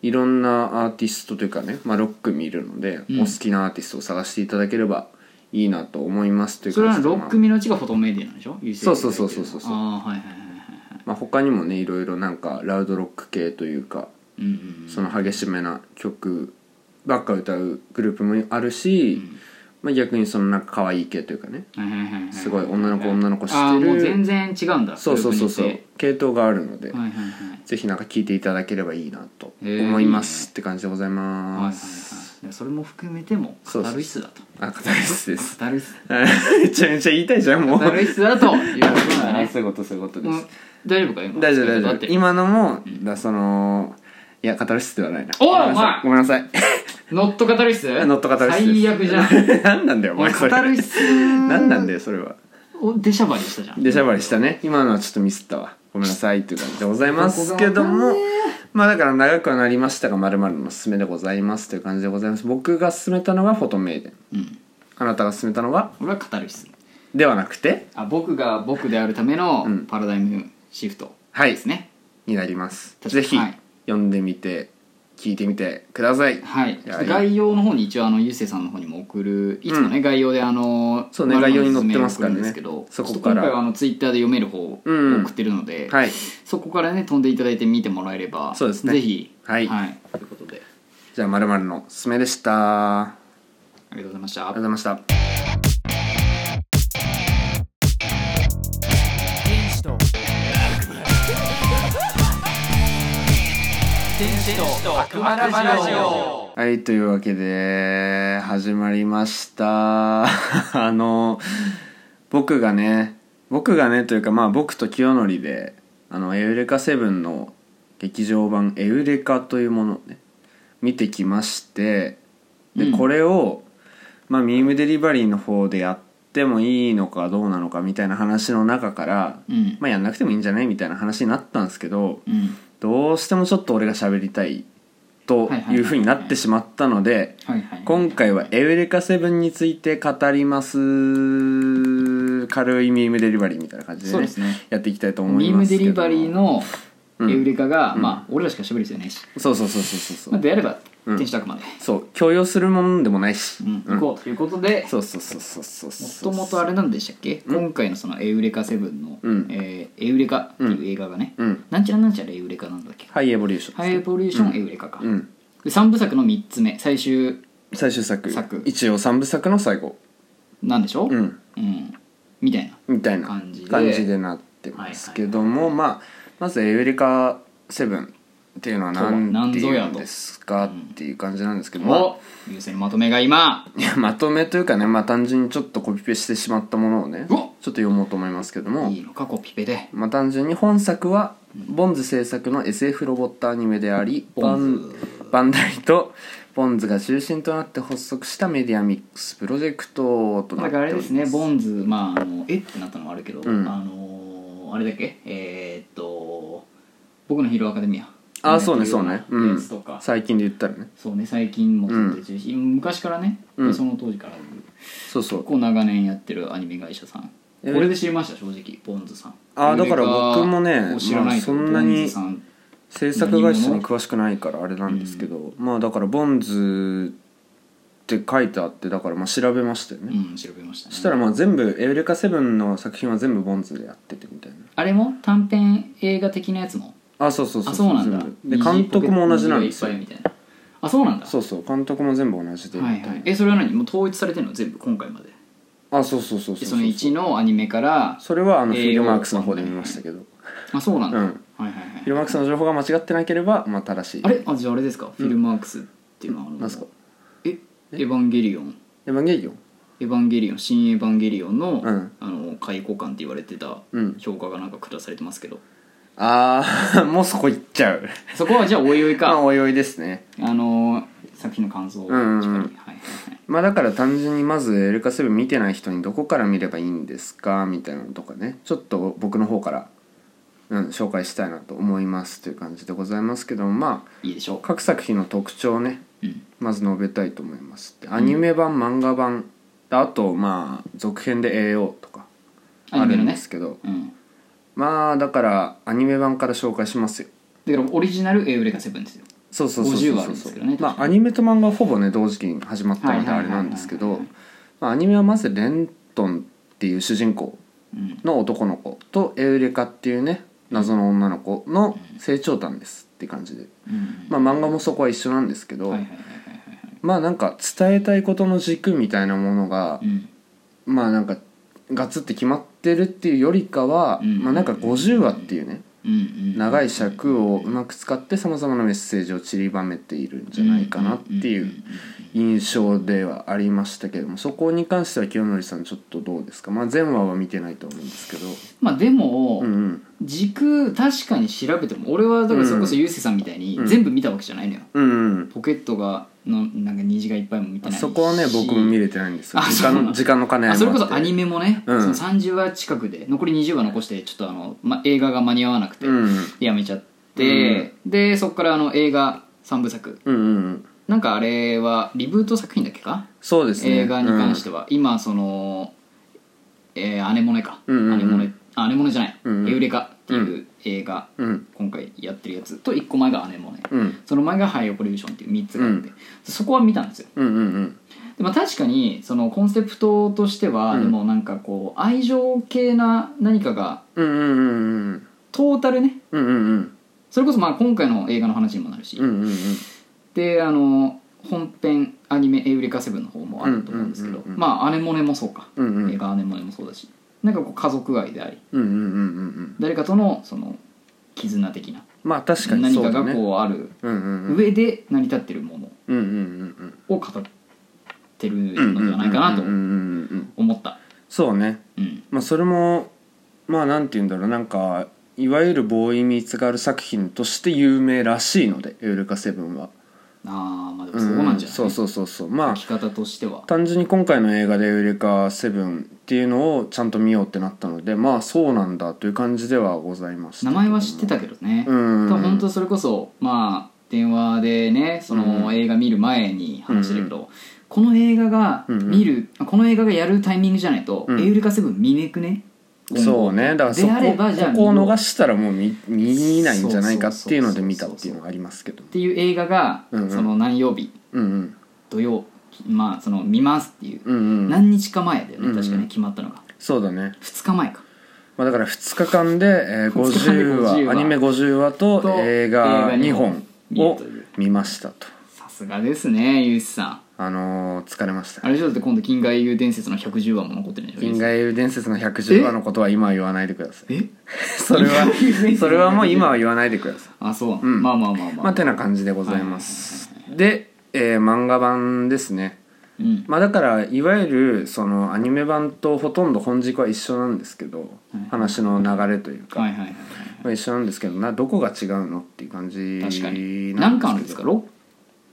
いろんなアーティストというかね、まあ、6組いるので、
うん
お好きなアーティストを探していただければいいなと思いますという
それ
感
は
じで
6組のうちがフォトメディアなんでしょ
そうそうそうそうそうそう
ああーはいはいはいはい
まあまあ、他にもねいろいろなんかラウドロック系というか
うんうん
その激しめな曲ばっか歌うグループもあるし、まあ、逆にそのなんか可愛い系というかね
はいはいはいはい
すごい女の子女の子してる
ああもう全然違うんだ
そうそうそうそう
グルー
系統があるので、
プによってはいはいはい
ぜひなんか聞いていただければいいなと
えー
思います、って感じでござい
はいはいは
ま
い
す。
でそれも含めてもカタルシスだと
あ、カタルシスで
カ
す。
タルシス
めちゃめちゃ言いたいじゃん もう。
カタルシスだということだ
あ
ね
ーそういうことそういうことで
うん
す。
大丈夫か今
大丈夫大丈
だっ
夫。
て
今のもだそのいやカタルシスではないな。
おい
ごめんなさい
お
ごめんなさい。
ノットカタルシス
ノットカタルシスです。
最悪じ ゃん
何なんだよお
もう
前そ
カ
れ。
タルシス
何なんだよそれは。
を出しゃばりしたじゃん
出しゃばりしたね今のはちょっとミスったわごめんなさいという感じでございますけどもまあだから長くはなりましたがまるのおすすめでございますという感じでございます僕が勧めたのがフォトメイデン
うん
あなたが勧めたのは
俺はカタルシス
ではなくて
あ僕が僕であるための
ん
パラダイムシフト
はい
ですね
になります
確か
ぜ
に
ひ
はい
読んでみて聞いてみてください
はい
い
ち
や
ょっと概要の方に一応あのゆうせいさんの方にも送るいつもね、概要であの
そうね
我々
概
の
要に載ってますからね
おすすめを送るんですけ
そ
ど
こ
ちょっと
から
今回はあのツイッターで読める方を
うん
送ってるので、
はい
そこからね飛んでいただいて見てもらえれば
そうですね
ぜひ
はい
ということで
じゃあまるのおすすめでしたあ
ありがとうございました
りがとうございました
ラジオ
はいというわけで始まりました あの僕がね僕がねというかまあ僕と清則であのエウレカセブンの劇場版「エウレカ」というものをね見てきましてで、
うん
これを、まあ、ミームデリバリーの方でやってもいいのかどうなのかみたいな話の中から、
うん
まあ、やんなくてもいいんじゃないみたいな話になったんですけど、
うん
どうしてもちょっと俺が喋りたいというふうになってしまったので
はいはい
今回は「エウレカセブン」について語ります軽いミームデリバリーみたいな感じで,、
そう
ね
ですね
やっていきたいと思
ミ
い
ー
ま
ム
すけ
デ
ど
リバリーの
うん
エウレカが、まあ俺らしか喋る必要ないし、
そうそうそうそうそうそ
まあ、
う
であれば
うん
天使と悪魔で、
そう強要するものでもないし、
うん
うん
行こうということで
そうそうそうそうそうそ
もと
う
もとあれなんでしたっけ、今回のその「エウレカセブンの」
うん
えーエウレカ」っていう映画がね、
うん
なんちゃらなんちゃらエウレカなんだっけ、
ハイエボリューション
ハイエボリューション、エウレカか、
うん
で3部作の3つ目最終
最終作
作
一応三部作の最後
なんでしょ
うん、
うんみたいな
みたいな
感じで
感じでなってますけども、まあまず「エウレカセブンっていうのは
とは
何
何
て
ぞ
い
や
う
と
んですかっていう感じなんですけど、まあ
お優勢のまとめが今
いやまとめというかね、まあ、単純にちょっとコピペしてしまったものをねち
う
ょ
わ
っと読もうと思いますけども
いいのかコピペで
まあ、単純に本作はボンズ制作の SF ロボットアニメであり
ボ
バ
ン
ンバンダイとボンズが中心となって発足したメディアミックスプロジェクトとな
だ
っ
か
て
らあ
おり
れで
ます
すねボンズまああのえってなったのはあるけど、
ん
あのーあれだっけえーっと僕のヒーローアカデミア
ああそうねそうねう
や
ん
つとか
最近で言ったらね
そうね最近もずっと中心、昔からね、
うん
その当時から結
そうそう
構長年やってるアニメ会社さん
え
これで知りました正直ボンズさん
あーだから僕もね
俺が知らないと
まあそんなに
ボンズさん
制作会社に詳しくないからあれなんですけど、まあだからボンズって書いてあってだからまあ調べましたよね、
うん調べましたね
そしたらまあ全部エウレカセブンの作品は全部ボンズでやっててみたいな
あれも短編映画的なやつも
あそうそうそう
あそうなんだ
全部で監督も同じなんです
よ
よ
いっぱいみたいなあそうなんだ
そうそう監督も全部同じで、
はいはいえそれは何もう統一されてるの全部今回まで
あそうそうそうそ
で
う
その1のアニメから
それはあの
え
フ
ー
ィルマークスの方で見ましたけど、
あそうなんだ、
うん
はいはいはい
フィルマークスの情報が間違ってなければまあ正しい
あれあじゃああれですか、フィルマークスっていうのはあの
なんすか
えエヴァンゲリオン
エヴァンゲリオン
エヴァンゲリオン新エヴァンゲリオンの,、
うん
あの解雇官って言われてた
うん
評価がなんか下されてますけど、
ああもうそこ行っちゃう
そこはじゃあおいおい
まあ
か
おいおいですね
あのー作品の感想をしっかり、
うんうんうん
はいはいはい
まあだから単純にまずエルカセブン見てない人にどこから見ればいいんですかみたいなのとかねちょっと僕の方から、うん、紹介したいなと思いますという感じでございますけどもまあ
いいでしょう
各作品の特徴をね
うん
まず述べたいと思いますでアニメ版漫画版あとまあ続編で AO とかあ
アニメ
る
の
ん
ね
ですけど、
うん
まあだからアニメ版から紹介しますよ
だからオリジナル「エウレカセブンですよ
そうそうそうそう
50はあ
そう
る
ん
です
そ
け
う
どね
ま
確
あ
か
アニメと漫画はほぼね同時期に始まったのであ
はいはい
れ
はいはい
なんですけ
はい
ど
はい
まあアニメはまずレントンっていう主人公
うん
の男の子とエウレカっていうね謎の女の子の成長譚ですって感じで
うん
まあ漫画もそこは一緒なんですけ
うん
ど、
はいはいはいはい
まあなんか伝えたいことの軸みたいなものが
はいうん
まあなんかガツって決まってるっていうよりかは、
うん
まあなんか50話っていうね
うんうん
長い尺をうまく使ってさまざまなメッセージを散りばめているんじゃないかなっていう印象ではありましたけどもそこに関しては清則さんちょっとどうですかまあ前話は見てないと思うんですけど
まあでも、
うんうん
軸確かに調べても俺はだからそれこそ
うん
ゆうせいさんみたいに
うん
全部見たわけじゃないのよ、
うんうん
ポケットがのなんか虹がいっぱいも見てないし
そこはね僕も見れてないんですよ
あ
時
そうな
間
の
時間の兼ね合いもあ
あ
って
それこそアニメもね、
うん
その30話近くで残り20話残してちょっとあの、ま、映画が間に合わなくて、
うん
やめちゃって、でそこからあの映画3部作
うんうんうん
なんかあれはリブート作品だっけか、
そうですね
映画に関しては、今その「えー、アネモネか」
うんうんうん
アネモネ」あアネモネじゃない「
うんうん
エウレカ」っていう映画、
うん
今回やってるやつと1個前が「アネモネ」
うんうん
その前が「ハイオポリューション」っていう3つがあって、そこは見たんですよ
うんうんうん
でも確かにそのコンセプトとしては、
うん
でもなんかこう愛情系な何かが
うんうんうん
トータルね
うんうんうん
それこそまあ今回の映画の話にもなるし、
うんうんうん
であの本編アニメ「エウレカセブン」の方もあると思うんですけど、
うんうんうんうん
まあ「アネモネ」もそうか、
うんうん
映画「アネモネ」もそうだしなんかこう家族愛であり
うんうんうんうん
誰かとのその絆的な
まあ確かに
何
そう
か
だ
が
ね
こうある
うんうんうん
上で成り立ってるもの
うんうんうん
を語ってる
うん
のではないかなと
うんうんうんうん
思った、
そうね
うん、
まあそれもまあなんて言うんだろうなんかいわゆるボーイミーツガール作品として有名らしいので「エウレカセブンは
ああまあでもそうなんじゃない、
そうそうそうそうまあ
書き方としては
単純に今回の映画で「エウレカセブンっていうのをちゃんと見ようってなったのでまあそうなんだという感じではございました
名前は知ってたけどね、
うん
多分本当それこそまあ電話でねそ
うん
の映画見る前に話してるけど、この映画が
うんうん
見る、あこの映画がやるタイミングじゃないと「
うん
エウレカセブン見ねくね
そうねだからそこ
であればじゃあ
ここを
見よう
逃したらもう見見ないんじゃないかっていうので見た
そう
って
そうそうそう
いうのがありますけど
っていう映画が、
うんうん
その何曜日
うんうん
土曜まあその見ますっていう、
うんうん
何日か前だよね確か
うんう
ね
ん
決まったのが
そうだね
2日前か
まあ、だから2日間で、えー
2日間で
50
50
話
話
アニメ50話と
と
映画
映
2
画
本
二本
を見ましたと
さすがですねゆうしさん
あのー疲れました
あれじゃだって今度「金河英雄伝説」の110話も残ってるんでしょ
銀河英雄伝説の110話のことは今は言わないでください
え
それは
銀河英雄伝説の110
それはもう今は言わないでくださ
あそう、
ん
まあまあまあま
い
あ、
まあてな感じでございますで、えー漫画版ですね
うん
まあだからいわゆるそのアニメ版とほとんど本軸は一緒なんですけど
はい
話の流れというか
はいはいはいはい
まあ一緒なんですけどなどこが違うのっていう感じなんです
確
け
かに
ど
何巻あるんですか6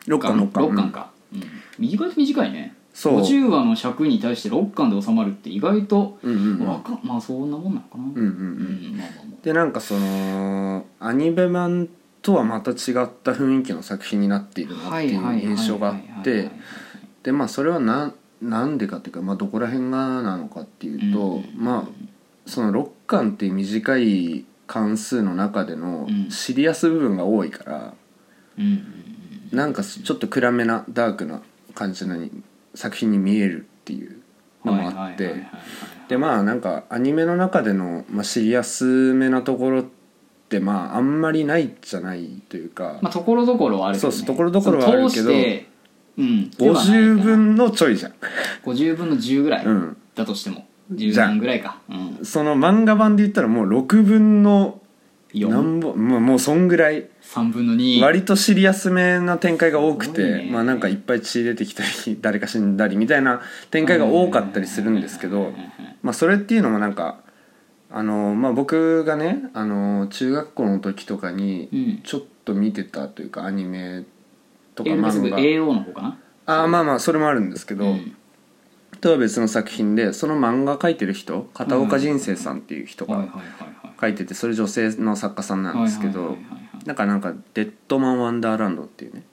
6
巻
巻6巻
六巻か、うん短いと短いね
そう
50話の尺に対して6巻で収まるって意外と、
うんうんうん
わかまあそんなもんなのかな、
うんうんう
うんんまあまあまあ
でなんかそのアニメ版とはまた違った雰囲気の作品になっているなっていう印象があっ
はいはいはいはい
て
はい
でまあそれはななんでかっていうか、まあ、どこら辺がなのかっていうと、
うん
まあその6巻っていう短い関数の中での
うん
シリアス部分が多いから、
うんうんうん
なんかちょっと暗めなダークな感じのに作品に見えるっていうのもあって、
はいはいはいはい
でまあなんかアニメの中での、まあ、シリアスめなところってまああんまりないじゃないというか、
まあところどころはあるけど、ね、
そうそうところどころはあるけど
その通してうん、
50
ではないかな
分のちょいじゃん
50分の10ぐらい
うん
だとしても、
じゃあ
10分ぐらいか、うん、
その漫画版で言ったらもう6分の
43
何本もうもうそんぐらい
分の2
割とシリアスめな展開が多く
すご
て、
いね
まあなんかいっぱい血出てきたり 誰か死んだりみたいな展開が多かったりするんですけど、まあ、それっていうのもなんかあの、まあ、僕がねあの中学校の時とか
う
に
ん
ちょっと見てたというかアニメとか
英語ですぐ
漫画
AO の方かな
あーまあまあそれもあるんですけど、
うん
とは別の作品でその漫画描いてる人片岡仁生さんっていう人
はいはい
が
はいはい
描いててそれ女性の作家さんなんですけ
はい
ど
はいはいはい
なんかなんか「デッドマン・ワンダーランド」っていうね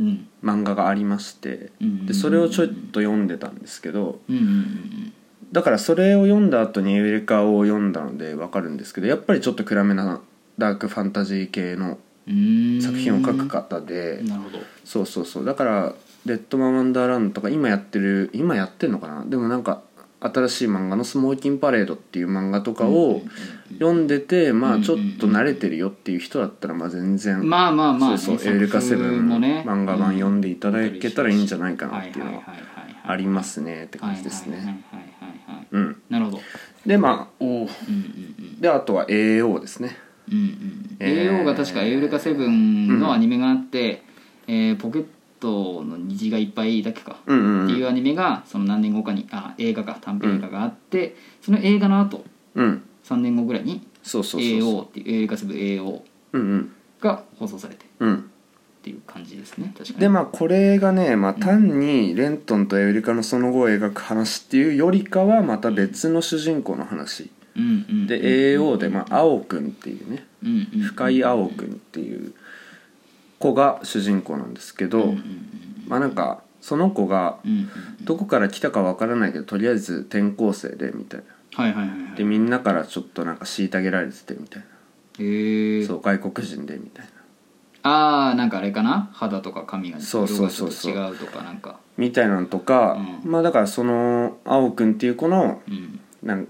うん
漫画がありまして
うん
でそれをちょっと読んでたんですけど
うんうんうん
だからそれを読んだ後に「エウレカ」を読んだのでわかるんですけどやっぱりちょっと暗めなダークファンタジー系の
うん
作品を書く方で
なるほど
そうそうそうだから「レッドマン・ワンダーランド」とか今やってる今やってんのかなでもなんか新しい漫画の「スモーキンパレード」っていう漫画とかを読んでてまあちょっと慣れてるよっていう人だったらまあ全然
まあまあまあ、ね、
そうそう「エウレカセブン」
のね
漫画版読んでいただけたらいいんじゃないか
うん
な
は
っ
い
てい
は
う
いはい
の
は
はい
はい
ありますねって
は
感
い
じです
はいはい
ね
はいはいはい
うん
なるほど
でまあ
うんうん
であとは AO ですね
うんうんうん
えー
AO が確か「エウレカセブン」のアニメがあって、えーポケットの虹がいっぱいだっけか、
うんう
っ
ん
て
う
いうんアニメがその何年後かにあ映画か短編映画があって、その映画の後
うん
3年後ぐらいに
そうそうそうそう
AO っていうエウレカセブン AO
うんうん
が放送されてっ
うん
ていう感じですね確かに
でまあこれがね、まあ、単にレントンとエウリカのその後を描く話っていうよりかはまた別の主人公の話
うんうん
で
うん
AO で、まあ、青くんっていうね
うんうん
深井青くんっていう子が主人公なんですけ
うん
ど
うんうん
まあなんかその子が
うんうん
どこから来たかわからないけどとりあえず転校生でみたいな
はいはいはいはい
でみんなからちょっとなんか虐げられててみたい
えー
なそう外国人でみたいな
ああんかあれかな肌とか髪が
そ
色
う
が
そう
ち
そ
ょ
う
っ
そ
と
う
違うとかなんか
みたいなのとか、
う
まあだからその青くんっていう子の
うん
なんう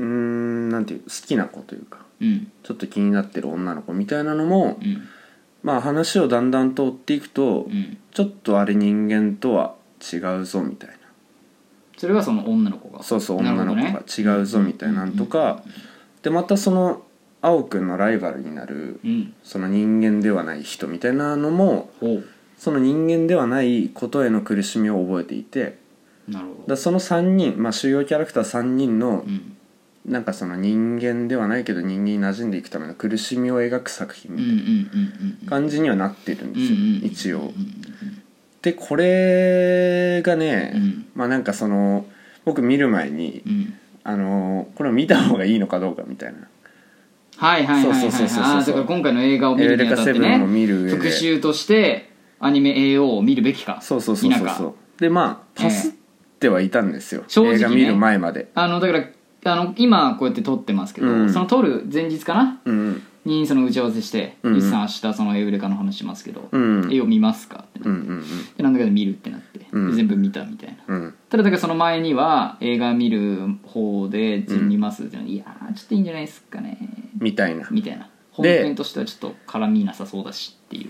ーんなんていう好きな子というか
うん
ちょっと気になってる女の子みたいなのも、
うん
まあ話をだんだんと追っていくと、
うん
ちょっとあれ人間とは違うぞみたい
それはその女の子が
なそうそう
なる
女の
ほど
子
ね
が違うぞみたいなんとか、でまたその青くんのライバルになる
うん
その人間ではない人みたいなのも
ほう
その人間ではないことへの苦しみを覚えていて
なるほ
だ
ど
その3人、まあ、主要キャラクター3人の、
うん
なんかその人間ではないけど人間に馴染んでいくための苦しみを描く作品
う
み
んう
た
ん
い
うん
な感じにはなってるん
うんう
ですよ、
んうん
一応
う。ん
でこれがね、
うん
まあなんかその僕見る前に、
うん
あのこれを見た方がいいのかどうかみたいな
はいはいはいはい
そうそうそうそうそう
ああだから今回の映
「
画を見
エウ
る
レ
に
カ
あたっ
セ
て
ブン」を
ね
見る上
復
で
習としてアニメ AO を見るべきか
そうそうそうそう
否
そ
か
うでまあパスってはいたんですよ、
正直ね
映画見る前まで
あのだからあの今こうやって撮ってますけど、
うん
その撮る前日かな
うん
にその打ち合わせして「
うん
リスさん明日そのエウレカの話しますけど、
うんうん
絵を見ますか?」ってなって、
うんうん
でなんだかで見るってなって、で
うん
全部見たみたいな
うんうん
ただだからその前には映画見る方で「見ます」ってなっていやーちょっといいんじゃないですかね」
みたいな、
みたいな本
で
編としてはちょっと絡みなさそうだしってい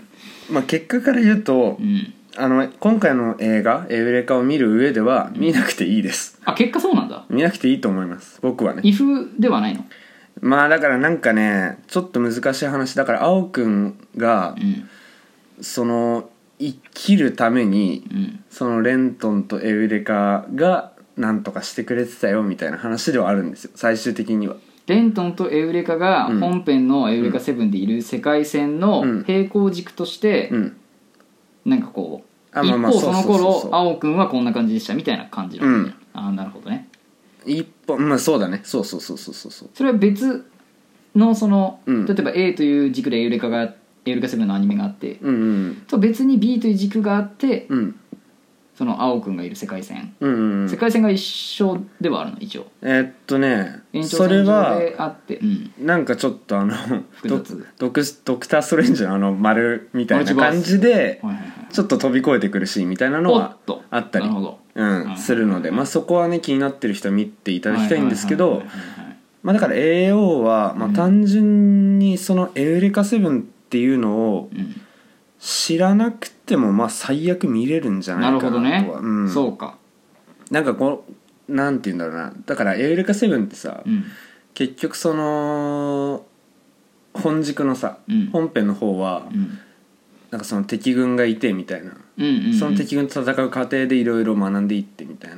う
まあ、結果から言うと、
うん
あの今回の映画「エウレカ」を見る上では見なくていいです
あ結果そうなんだ
見なくていいと思います僕はね
イフではないの
まあだからなんかねちょっと難しい話だから青くんが
うん
その生きるために
うん
そのレントンとエウレカがなんとかしてくれてたよみたいな話ではあるんですよ最終的には
レントンとエウレカが
うん
本編の「エウレカ7」でいる世界線
うん
の平行軸として
うん
なんかこう
あま
一
あまあ
方その
そうそうそうそ
頃
う
青くんはこんな感じでしたみたいな感じなんだよああなるほどね
一本まあそうだねそうそうそうそうそうそう
それは別のその
うん
例えば A という軸でエウレカがエウレカ7のアニメがあって
うん
と別に B という軸があって
うんうん
その青くんがいる世界線、
うんうん
世界線が一緒ではあるの一応
えーっとね
延長
そ
線
れ
上
は
であってうん
なんかちょっとあのド
複雑
ドクドクター・ストレンジのあの丸みたいな感じで
はいはいはい
ちょっと飛び越えてくるシーンみたいなの
お
は
っと
あったり
なるほど
う
うん
ん、するので、まあ、そこはね気になってる人は見ていただきたいんですけ
はい
ど
はいはいはいはい
まあだから AO は、まあ、単純にその「エウレカセブン」っていうのを
うん
知らなくてもまあ最悪見れるんじゃな
ないる
か
ほど
な
ね
とは、うん、
そうか
なんかこうなんて言うんだろうなだから「エウレカセブン」ってさ、
うん
結局その本軸のさ、
うん
本編の方は、
うん
なんかその敵軍がいてみたいな、
うんうん
その敵軍と戦う過程でいろいろ学んでいってみたいな。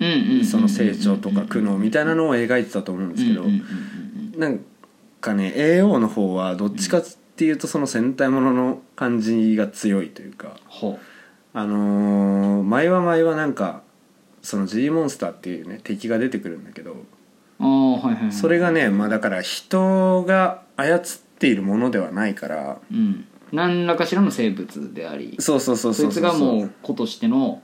うんうんうんうん
その成長とか苦悩みたいなのを描いてたと思うんですけど
うんうんうんうん
なんかね AO の方はどっちかっていうとその戦隊ものの感じが強いというか
ほ
あのー前は前はなんかその G モンスターっていうね敵が出てくるんだけど
うああはいはいはい
それがねまあだから人が操っているものではないから
うん何らかしらの生物であり
そうそうそう
そ
そ
いうつ
う
がもう子としての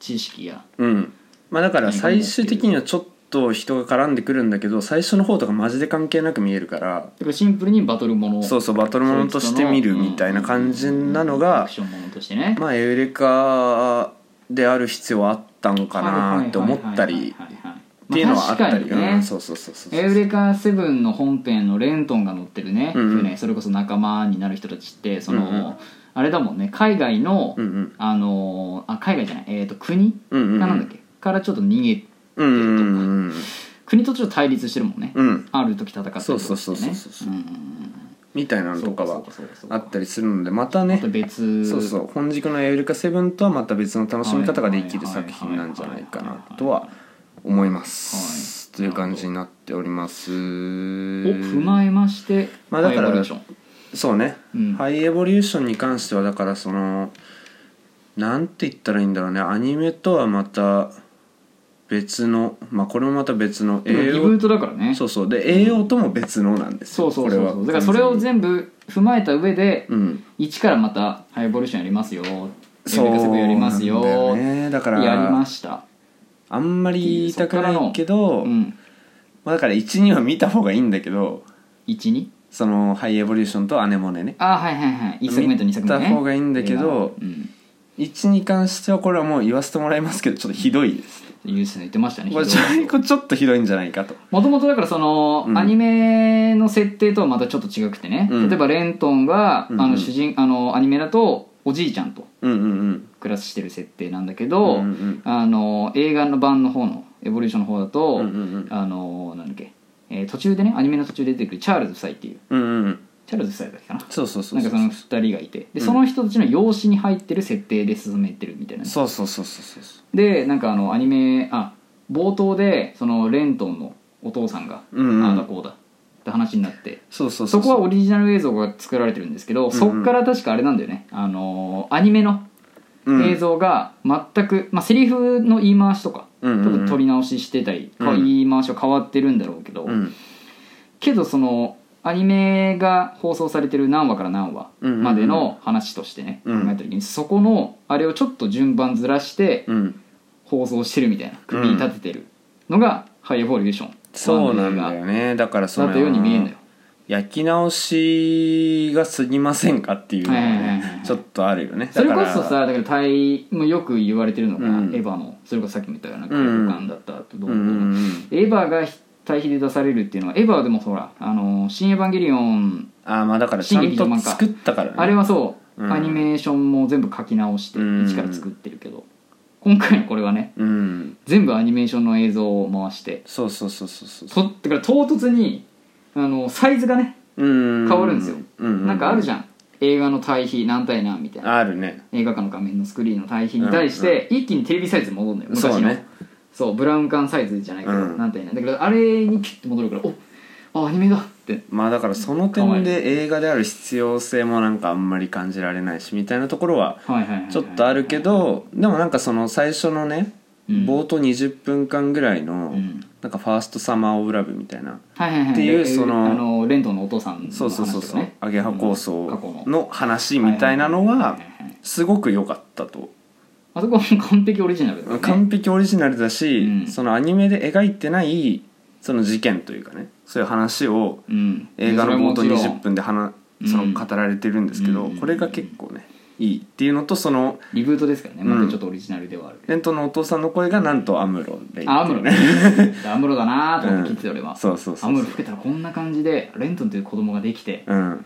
知識や
うんまあだから最終的にはちょっと人が絡んでくるんだけど最初の方とかマジで関係なく見えるから
だからシンプルにバトルもの
そうそうバトルものとして見るみたいな感じなの
うんア
が
クションものとしてね
まあエウレカである必要はあったのかなって思ったり
はいはいはいはいはい
っていうのはあった
まあ
り
確かにね
うんそうそうそうそう
エウレカセブンの本編のレントンが乗ってるね、
うんうん
船それこそ仲間になる人たちってその、
うんうん
あれだもんね海外の、
うんうん
あのーあ海外じゃない、えー、と国、
うんうんうん
なんだっけからちょっと逃げ
うんうんうん
国とちょっと対立してるもんね、
うんうん
ある時戦ったりとかしてね
そうそうそうそうそう
うんうん
みたいな
うん
のとかは
そうそうそうそう
あったりするのでまた
ま
ね
た別
そうそう本軸の「エウレカセブン」とはまた別の楽しみ方ができる
はいはい
作
はい
品なんじゃないかなとは思います、
はい
という感じになっておりますお
を踏まえまして、
まあだから
ハイエボリューション
そうね、
うん
ハイエボリューションに関してはだからそのなんて言ったらいいんだろうねアニメとはまた別のまあこれもまた別の
でもリブートだからね
そうそうで栄養とも別のなんです
そう
よ
そうそうそう
これ
だか
は
らそれを全部踏まえた上で、
うん
一からまたハイボリューションやりますよ
そう
エレカセブンやります
な
よ
んだよねだから
やりました
あんまり言いたくないけど、
うん
まあ、だから12は見た方がいいんだけど
12
そのハイエボリューションとアネモネね
あはいはいはい1作目と2作目ね
見た方がいいんだけど
うん
1に関してはこれはもう言わせてもらいますけどちょっとひどいです
ユースの言ってましたね
これちょこれちょっとひどいんじゃないかと
もともとだからその、
うん
アニメの設定とはまたちょっと違くてね、
うん
例えばレントンが、
うんうん
あの主人あのアニメだとおじいちゃんと
うんうんうん
暮らしてる設定なんだけど、
うんうん
あの映画の版の方のエボリューションの方だと、
うんうんうん
あのなんだっけ、えー途中でねアニメの途中で出てくるチャールズ夫妻っていう
うんうん
チャールズ夫妻だっけかな
そうそうそう
な
そ
ん
う
かその2人がいてで
うん
その人たちの養子に入ってる設定で進めてるみたいな、
そうそうそうそうそう
でなんかあのアニメあ冒頭でそのレントンのお父さんが、
うんうん
ああだこうだって話になって
そうそう
そこは
う
オリジナル映像が作られてるんですけど、そっから確かあれなんだよねあのーアニメの
うん
映像が全く、まあセリフの言い回しとか、
うんうんうん
ちょっと取り直ししてたり、か
うん
言い回しは変わってるんだろうけど、
うん
けどそのアニメが放送されてる何話から何話までの話としてね、
うん
考えた時にそこのあれをちょっと順番ずらして
うん
放送してるみたいな組み立ててるのが「ハイエボリューション」
そうなんだよねだからそ
だ
の
ったように見えるんだよ
焼き直しが過ぎませんかっていうのが
はいはいはいは
ね
い
ちょっとあるよね
それこ
だ
そ
から
さだから対もよく言われてるのが、
うん
エヴァのそれこそさっきも言ったよう
う
な
ん
空間だったとどう
うん
こう
う
の
んうん
エヴァが対比で出されるっていうのはエヴァはでもほら「あの新エヴァンゲリオン
ああまあだからちゃんと作ったから」ね
あれはそう、
うん
アニメーションも全部書き直して
うん
一から作ってるけど、今回のこれはね
うん
全部アニメーションの映像を回して
そうそうそうそうそう
とだから唐突にあのサイズがね
変
変わるんですよ、なんかあるじ
ゃ
ゃん映画の対比何対何みたいな
あるね
映画館の画面のスクリーンの対比に対して、一気にテレビサイズに戻るのよ昔の
そうね
そうブラウン管サイズじゃないけど、
うん
なんて言うのだけどあれにキュッと戻るからおあアニメだって
まあだからその点で映画である必要性もなんかあんまり感じられないしみたいなところは
はいはいはいはい
ちょっとあるけどでもなんかその最初のね
うん
冒頭20分間ぐらいの
うん
なんかファーストサマーオブラブみたいな
はいはいはい
っていう
で
その
あのレントンのお父さんの話とか、
そ
ね、
うそうそうそうアゲハ構想
過去の
の話みたいなの
はいは
はい
はいはい
すごく良かったと
あそこは完璧オリジナルだよね
完璧オリジナルだし、
うん
そのアニメで描いてないその事件というかねそういう話を
うん
映画の冒頭
それはもちろん
20分で話
うん
その語られてるんですけど、
うん
これが結構ねいいっていうのとその
リブートですからね
うん
またちょっとオリジナルではあるけど、
レントのお父さんの声がなんとアムロレイ
あアムロねアムロだなーと思って聞いてた俺は、
そうそうそう
アムロ老けたらこんな感じでレントンという子供ができて、
うん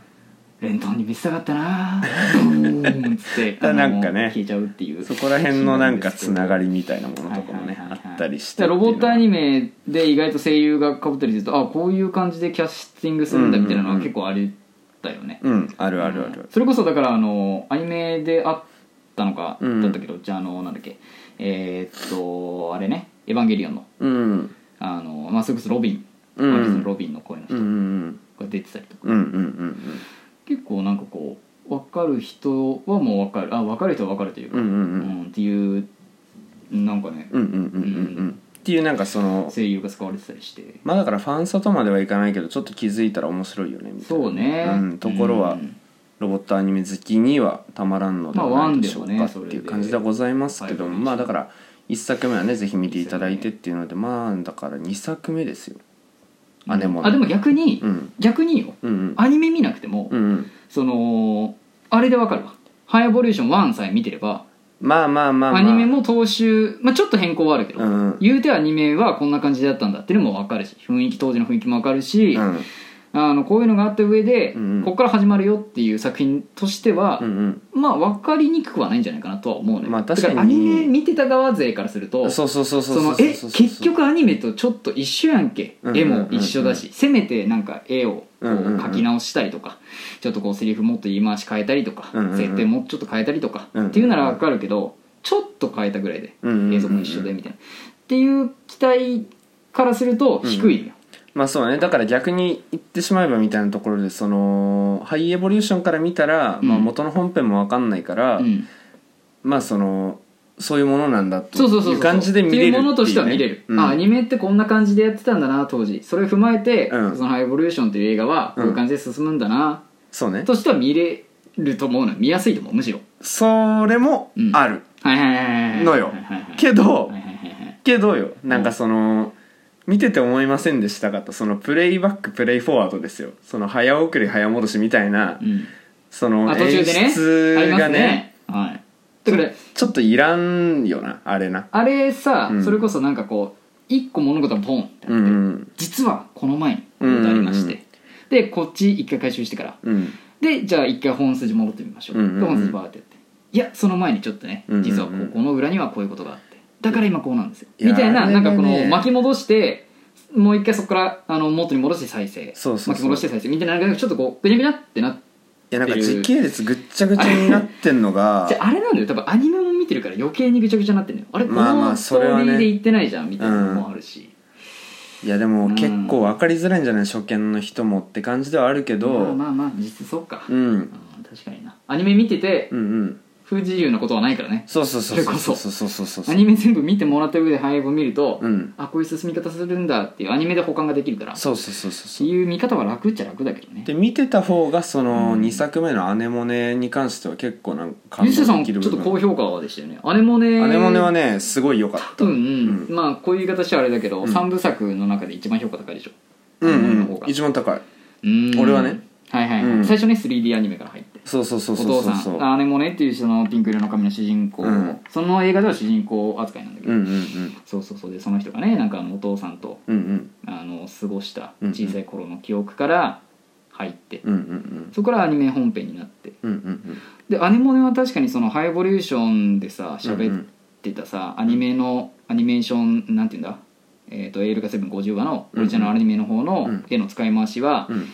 レントンに見せたかった なーブーンっつって
だからなんかね
あの消えちゃうっていう
そこら辺のなんかつなが
り
りみたいなものとかもねあったりして
ロボットアニ
メ
メで意外と声優がかぶったりするとあこういう感じでキャスティングするんだみたいなの
うん
は
うんうん
結構あれだよね、
うんあるあるある
それこそだからあのアニメであったのか
うん
だったけど、じゃああのなんだっけえーっとあれね「エヴァンゲリオンの」
うん
あのまあ、それこそロビン、
うん
ワンピースのロビンの声の
う
人
んう
が
ん
出てたりとか、
うんうんうん
結構なんかこう分かる人はもう分かるあ分かる人は分かるというか、
うんうんうんうん
うんっていうなんかね、
うんうんうんうんうんっていうなんかその
声優が使われてたりして
まあだからファンサとまではいかないけどちょっと気づいたら面白いよねみたいな
そうね、
うんところは
うん
ロボットアニメ好きにはたまらんので
まあ
はないでしょう
ワンで
かっ
もね
て
それ
い
で
う感じではございますけども
はい
まあだから1作目はねぜひ見ていただいてっていうのでまあだから2作目ですよあでも
あでも逆に、
うん
逆によ
うんうん
アニメ見なくても、
うんうん
そのあれで分かるわハイエボリューション1さえ見てれば
まあまあまあまあ
アニメも踏襲、まあ、ちょっと変更はあるけど、
うんうん
言うてアニメはこんな感じだったんだっていうのも分かるし雰囲気当時の雰囲気も分かるし、
うん
あのこういうのがあった上で、
うんうん
ここから始まるよっていう作品としては、
うん
まあ分かりにくくはないんじゃないかなとは思うね、
まあ確かに
だらアニメ見てた側勢からする
う
と
んそうそうそうそう
その
そう
え
そうそう
結局アニメとちょっと一緒やんけ、
うんうんうんうん
絵も一緒だしせめてなんか絵をこう
うんうんうん
描き直したりとか、ちょっとこうセリフもっと言い回し変えたりとか、
うんうんうん
設定もうちょっと変えたりとか、
うんうんうん
っていうなら分かるけどちょっと変えたぐらいで、
うんうんうんうん
映像も一緒でみたいなっていう期待からすると低いよ、
まあそうねだから逆に言ってしまえばみたいなところでそのハイエボリューションから見たら、
うん
まあ、元の本編も分かんないから、
うん
まあそのそういうものなんだって
そうそうそ
い
うそう
う感じで見れる
っていうものとしては見れる、
うん
あアニメってこんな感じでやってたんだな当時それを踏まえて、
うん
そのハイエボリューションという映画はこういう感じで進むんだな、
そうね
としては見れると思うの見やすいと思うむしろ
それもある
はいはいはいはいはい
のよ
はいはいはい
けど
はいはいはいはい
けどよなんかその見てて思いませんでしたかとそのプレイバックプレイフォワードですよその早送り早戻しみたいな
うん
その
あ途中
演
でね
出
あります
がね
ねはいだから
ちょっといらんよなあれな
あれさ、
うん
それこそなんかこう一個物事がボンってあって、
うんうん
実はこの前にこういうことありまして、
うんうんう
でこっち一回回収してから
うん
でじゃあ一回本筋戻ってみましょう,、
うんうんうん
で本筋バーってやっていやその前にちょっとね
うんうんうん
実はここの裏にはこういうことがあってだから今こうなんですよ
いや
みたい
あ
な
れ
な
が
ん
ね
かこの巻き戻してもう一回そこからあの元に戻して再生
そうそうそう
巻き戻して再生みたいななんかちょっとこうぐにゃぐにゃってなって
いやなんか
ってい
時
う
系列ぐっちゃぐちゃになってんのが
じゃああれなんだよ多分アニメも見てるから余計にぐちゃぐちゃになってんのよあれこ
まあまあ
のスト
それは
ー
ね
リーで言ってないじゃんみたいなのもあるし、
いやでも結構分かりづらいんじゃない初見の人もって感じではあるけ
まあ
ど
まあまあ実質そうか、
うんうん
うん確かになアニメ見てて
うん
不自由なことはないからね
そうそうそうそう
そ
そ
れこ
う
そ
そうそうそう
アニメ全部見てもらった上で配合を見ると、
うん
あこういう進み方するんだっていうアニメで保管ができるから
そうそうそうそう
そういう見方は楽っちゃ楽だけどね
で見てた方がその
うん
2作目の「アネモネ」に関しては結構なんか
西田さんち
部
ょっと高
分
評価でしたよねアネモネ
アネモネはねすごい良かっ
多
た
分、
う
まあこういう言い方してはあれだけど、
うん
三3部作の中で一番評価高いでしょ
うん
の
う
方
ん
が
一番高いう
ーん
俺はね
はいはい、
うん
最初ね 3D アニメから入って
そうそうそう
お
そう
父
そう
さ
そうん
アネモネっていう人のピンク色の髪の主人公、
うん
その映画では主人公扱いなんだけ
う
ど、
んうんうん
そうそうそうでその人がねなんかあのお父さんと
うんうん
あの過ごした
うんうん
小さい頃の記憶から入って、
うんうん
そこからアニメ本編になって
うんうんうん
でアネモネは確かにそのハイボリューションでさ
うんう
喋っ
ん
てたさ、アニメのアニメーションなんていうんだえー、とエールカセブン50話のオリジナルアニメの方の
うん
絵の使い回しは
うん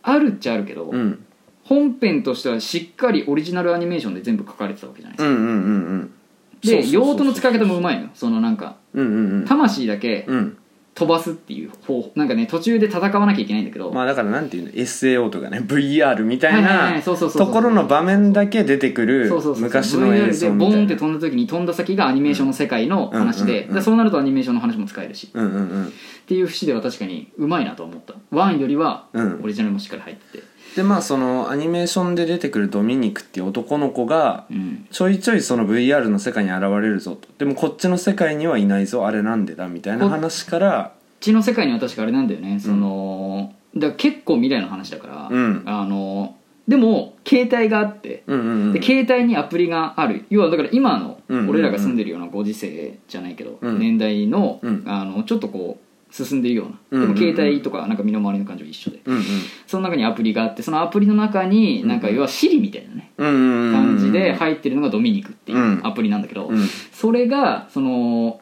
あるっちゃあるけど、
うんうん
本編としてはしっかりオリジナルアニメーションで全部書かれてたわけじゃないです
う
か、
んうんうんうんそうそうそうそ
で
う
用途の使い方もうまいのよそのなんか
うんうんうん
魂だけ
うん
飛ばすっていう方法なんかね途中で戦わなきゃいけないんだけど、
まあだからなんていうの SAO とかね VR みたい
はいはいは
ない
そうそうそうそう
ところの場面だけ出てくる
そうそうそう
昔の映像
VR で
み
ボ
た
ン
い
って
な
飛んだ時に飛んだ先がアニメーションの世界の話
うん
で,、
うんうんうん
でそうなるとアニメーションの話も使えるし
うんうんうん
っていう節では確かにうまいなと思ったワンよりは
うん
オリジナルもしっかり入ってて、
でまあそのアニメーションで出てくるドミニクっていう男の子が
うん
ちょいちょいその VR の世界に現れるぞとでもこっちの世界にはいないぞあれなんでだみたいな話から
うちの世界には確かあれなんだよねその、だから結構未来の話だから、
うん
あのでも携帯があって、
うんうんうん
で携帯にアプリがある要はだから今の
うんうんうん
俺らが住んでるようなご時世じゃないけど、
うん
年代の,、
うん
あのちょっとこう進んでいるよ
う
う
ん
な
う
で
んうん
も携帯とかなんか身の回りの感情一緒で
うん
その中にアプリがあってそのアプリの中になんか
うん
要は Siri みたいなね
うんうんうん
感じで入ってるのがドミニクっていうアプリなんだけど、
うん
それがその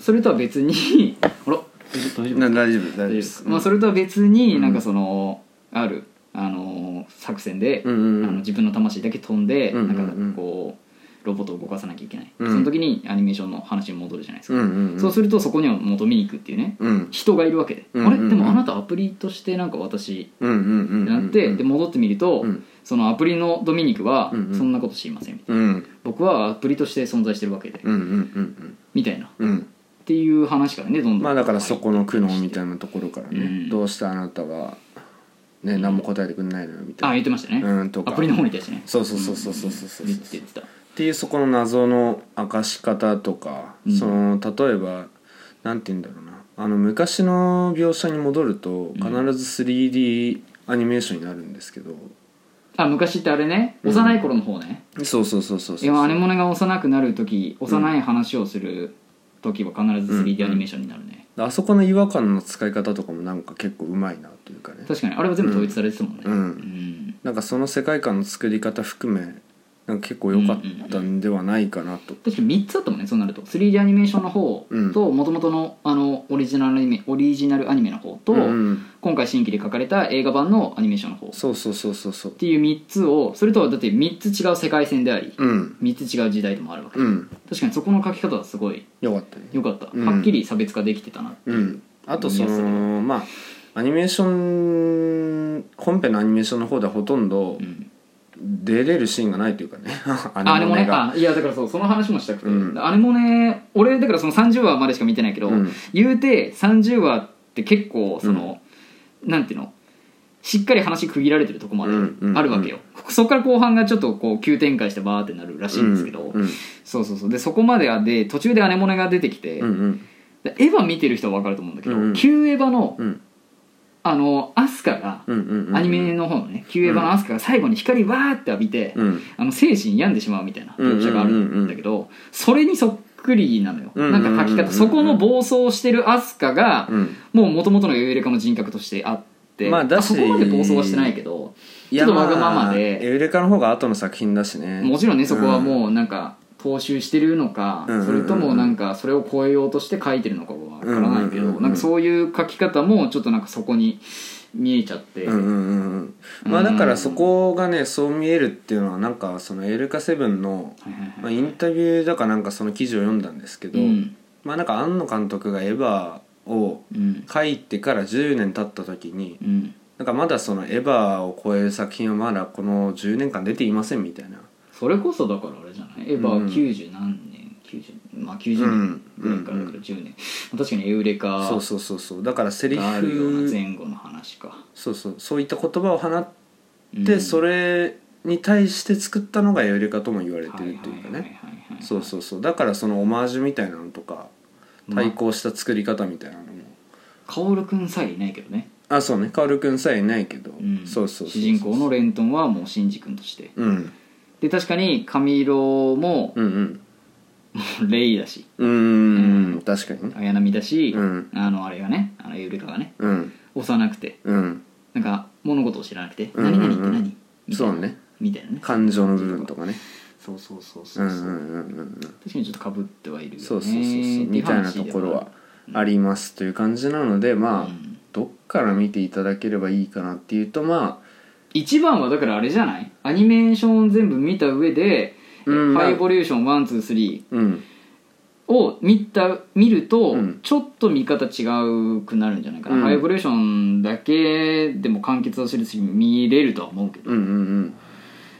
それとは別にあら大丈夫
な大丈夫大丈夫です
まあ、それとは別に、
うん
なんかそのある、あのー作戦で、
うんうんうん
あの自分の魂だけ飛んで、
うんうんうん
なんかこうロボットを動かさなきゃいけない、
うん
その時にアニメーションの話に戻るじゃないです
うん
か、
うんうん
そうするとそこにはもうドミニクっていうね
うん
人がいるわけで、
うんうんうん
あれでもあなたアプリとしてなんか私
うんうんうんうん
ってなって、で戻ってみると、
うん
そのアプリのドミニクは
うんうん
そんなこと知りませんみたいな、
うんうん
僕はアプリとして存在してるわけで、
うんうん
みたいなっ
うんうん
ていう話からねどんどん
まあだからそこの苦悩みたいなところからね、
うん
どうしてあなたはね何も答えてくんないのよみた
あ
い
言
な
ってましたね、
うんとか
アプリの方に対してね
そうそうそうそうそうそうそう
言って言ってた
っていうそこの謎の明かし方とか、
うん
その例えばなんて言うんだろうなあの昔の描写に戻ると必ず 3D アニメーションになるんですけど、
あ昔ってあれね幼い頃の方ね、
そうそうそうそうそう
いや姉もねが幼くなる時幼い話をする時は必ず
うん
3D アニメーションになるね、
あそこの違和感の使い方とかもなんか結構うまいなというかね
確かにあれは全部統一されてたもんね
うん
うん
なんかその世界観の作り方含めなんか結構良かったんではないかなと、
確かに3つあったもんねそうなると 3D アニメーションの方
うん
ともともとのあのオリジナルアニメオリジナルアニメの方と、
うん
今回新規で書かれた映画版のアニメーションの方っ
そうそうそうそうそう
ていう3つをそれとはだって3つ違う世界線であり、
うん
三3つ違う時代でもあるわけ、
うん
確かにそこの書き方はすごい
良かったね
良かった、
うん
はっきり差別化できてたなっていう、
うん、あとそ
見やすい
のまあアニメーション本編のアニメーションの方ではほとんど
うん
出れるシーンがないというか ねア
あアネモネ
が
あいやだからそうその話もしたくて、
うん
アネモネ俺だからその30話までしか見てないけど、
うん
言うて30話って結構その、なんていうのしっかり話区切られてるとこまで
うんうん
あるわけよ、そこから後半がちょっとこう急展開してバーってなるらしいんですけど、
うんうん
そうそうそうでそこまではで途中でアネモネが出てきて、
うんうん
でエヴァ見てる人は分かると思うんだけど、
うんうん
旧エヴァの
うん
あのアスカが、
うんうんうん
アニメの方のね旧エヴァのアスカが最後に光わーって浴びて、
うん
あの精神病んでしまうみたいな描写があるんだけどそれにそっくりなのよ
うんうんうん
な
うん
んか書き方そこの暴走してるアスカが
うん
もう元々のエウレカの人格としてあって
まあだし
そこまで暴走はしてないけどちょっとわがまま
いやあ
で
エウレカの方が後の作品だしね
もちろんねそこは
うん
もうなんか踏襲してるのか
うんうんうん
それともなんかそれを超えようとして書いてるのかはわからないけ
うんうんうんう
ど
ん
なんかそういう書き方もちょっとなんかそこに見えちゃって
うんうんうんうんまあだからそこがねそう見えるっていうのはなんかそのエウレカセブンの、
はいはいはい
まあ、インタビューだかなんかその記事を読んだんですけど、
うん
まあなんか庵野監督がエヴァを
うん
書いてから10年経った時に
うん
なんかまだそのエヴァを超える作品はまだこの10年間出ていませんみたいな
それこそだからあれじゃないエヴ
うん
ァ90何年、90まあ90年ぐらいからだから10年、まあ確かにエウレカが
そうそうそうそうだからセリ
あるような
フ
前後の話か
そうそうそういった言葉を放っ
うん
てそれに対して作ったのがエウレカとも言われてるというか
はいはいはい
ね
はいはい
そうそうそうだからそのオマージュみたいなのとか
まあ
対抗した作り方みたいなのも
カオルくんさえいないけどね、
あそうね薫君さえいないけど
うん
そうそうそう
主人公のレントンはもうシンジ君として
うん
で確かに髪色も
うんうん
レイだし
うーん確かにね
綾波だし、
うん
あのあれがねあのエウレカがね
うん
幼くて
うん
なんか物事を知らなくて「
うんうんうん
何々って何?」みたい
そう
な
ね
みたいなね
感情の部分とかね
そうそうそうそううんそ
うんう
う
んうんうん
確かにちょっとかぶってはいるよね
そうそうそうそう
ってう
みたいな
話で
と
は
ころはありますという感じなのでまあ、
うん
どっから見ていただければいいかなっていうとまあ
一番はだからあれじゃないアニメーション全部見た上で「フ
うん
ァイボリューション123
うん」
を見た見ると、
うん
ちょっと見方違うくなるんじゃないかな、
うん
ファイボリューションだけでも完結をするし見れるとは思うけど、
うんうん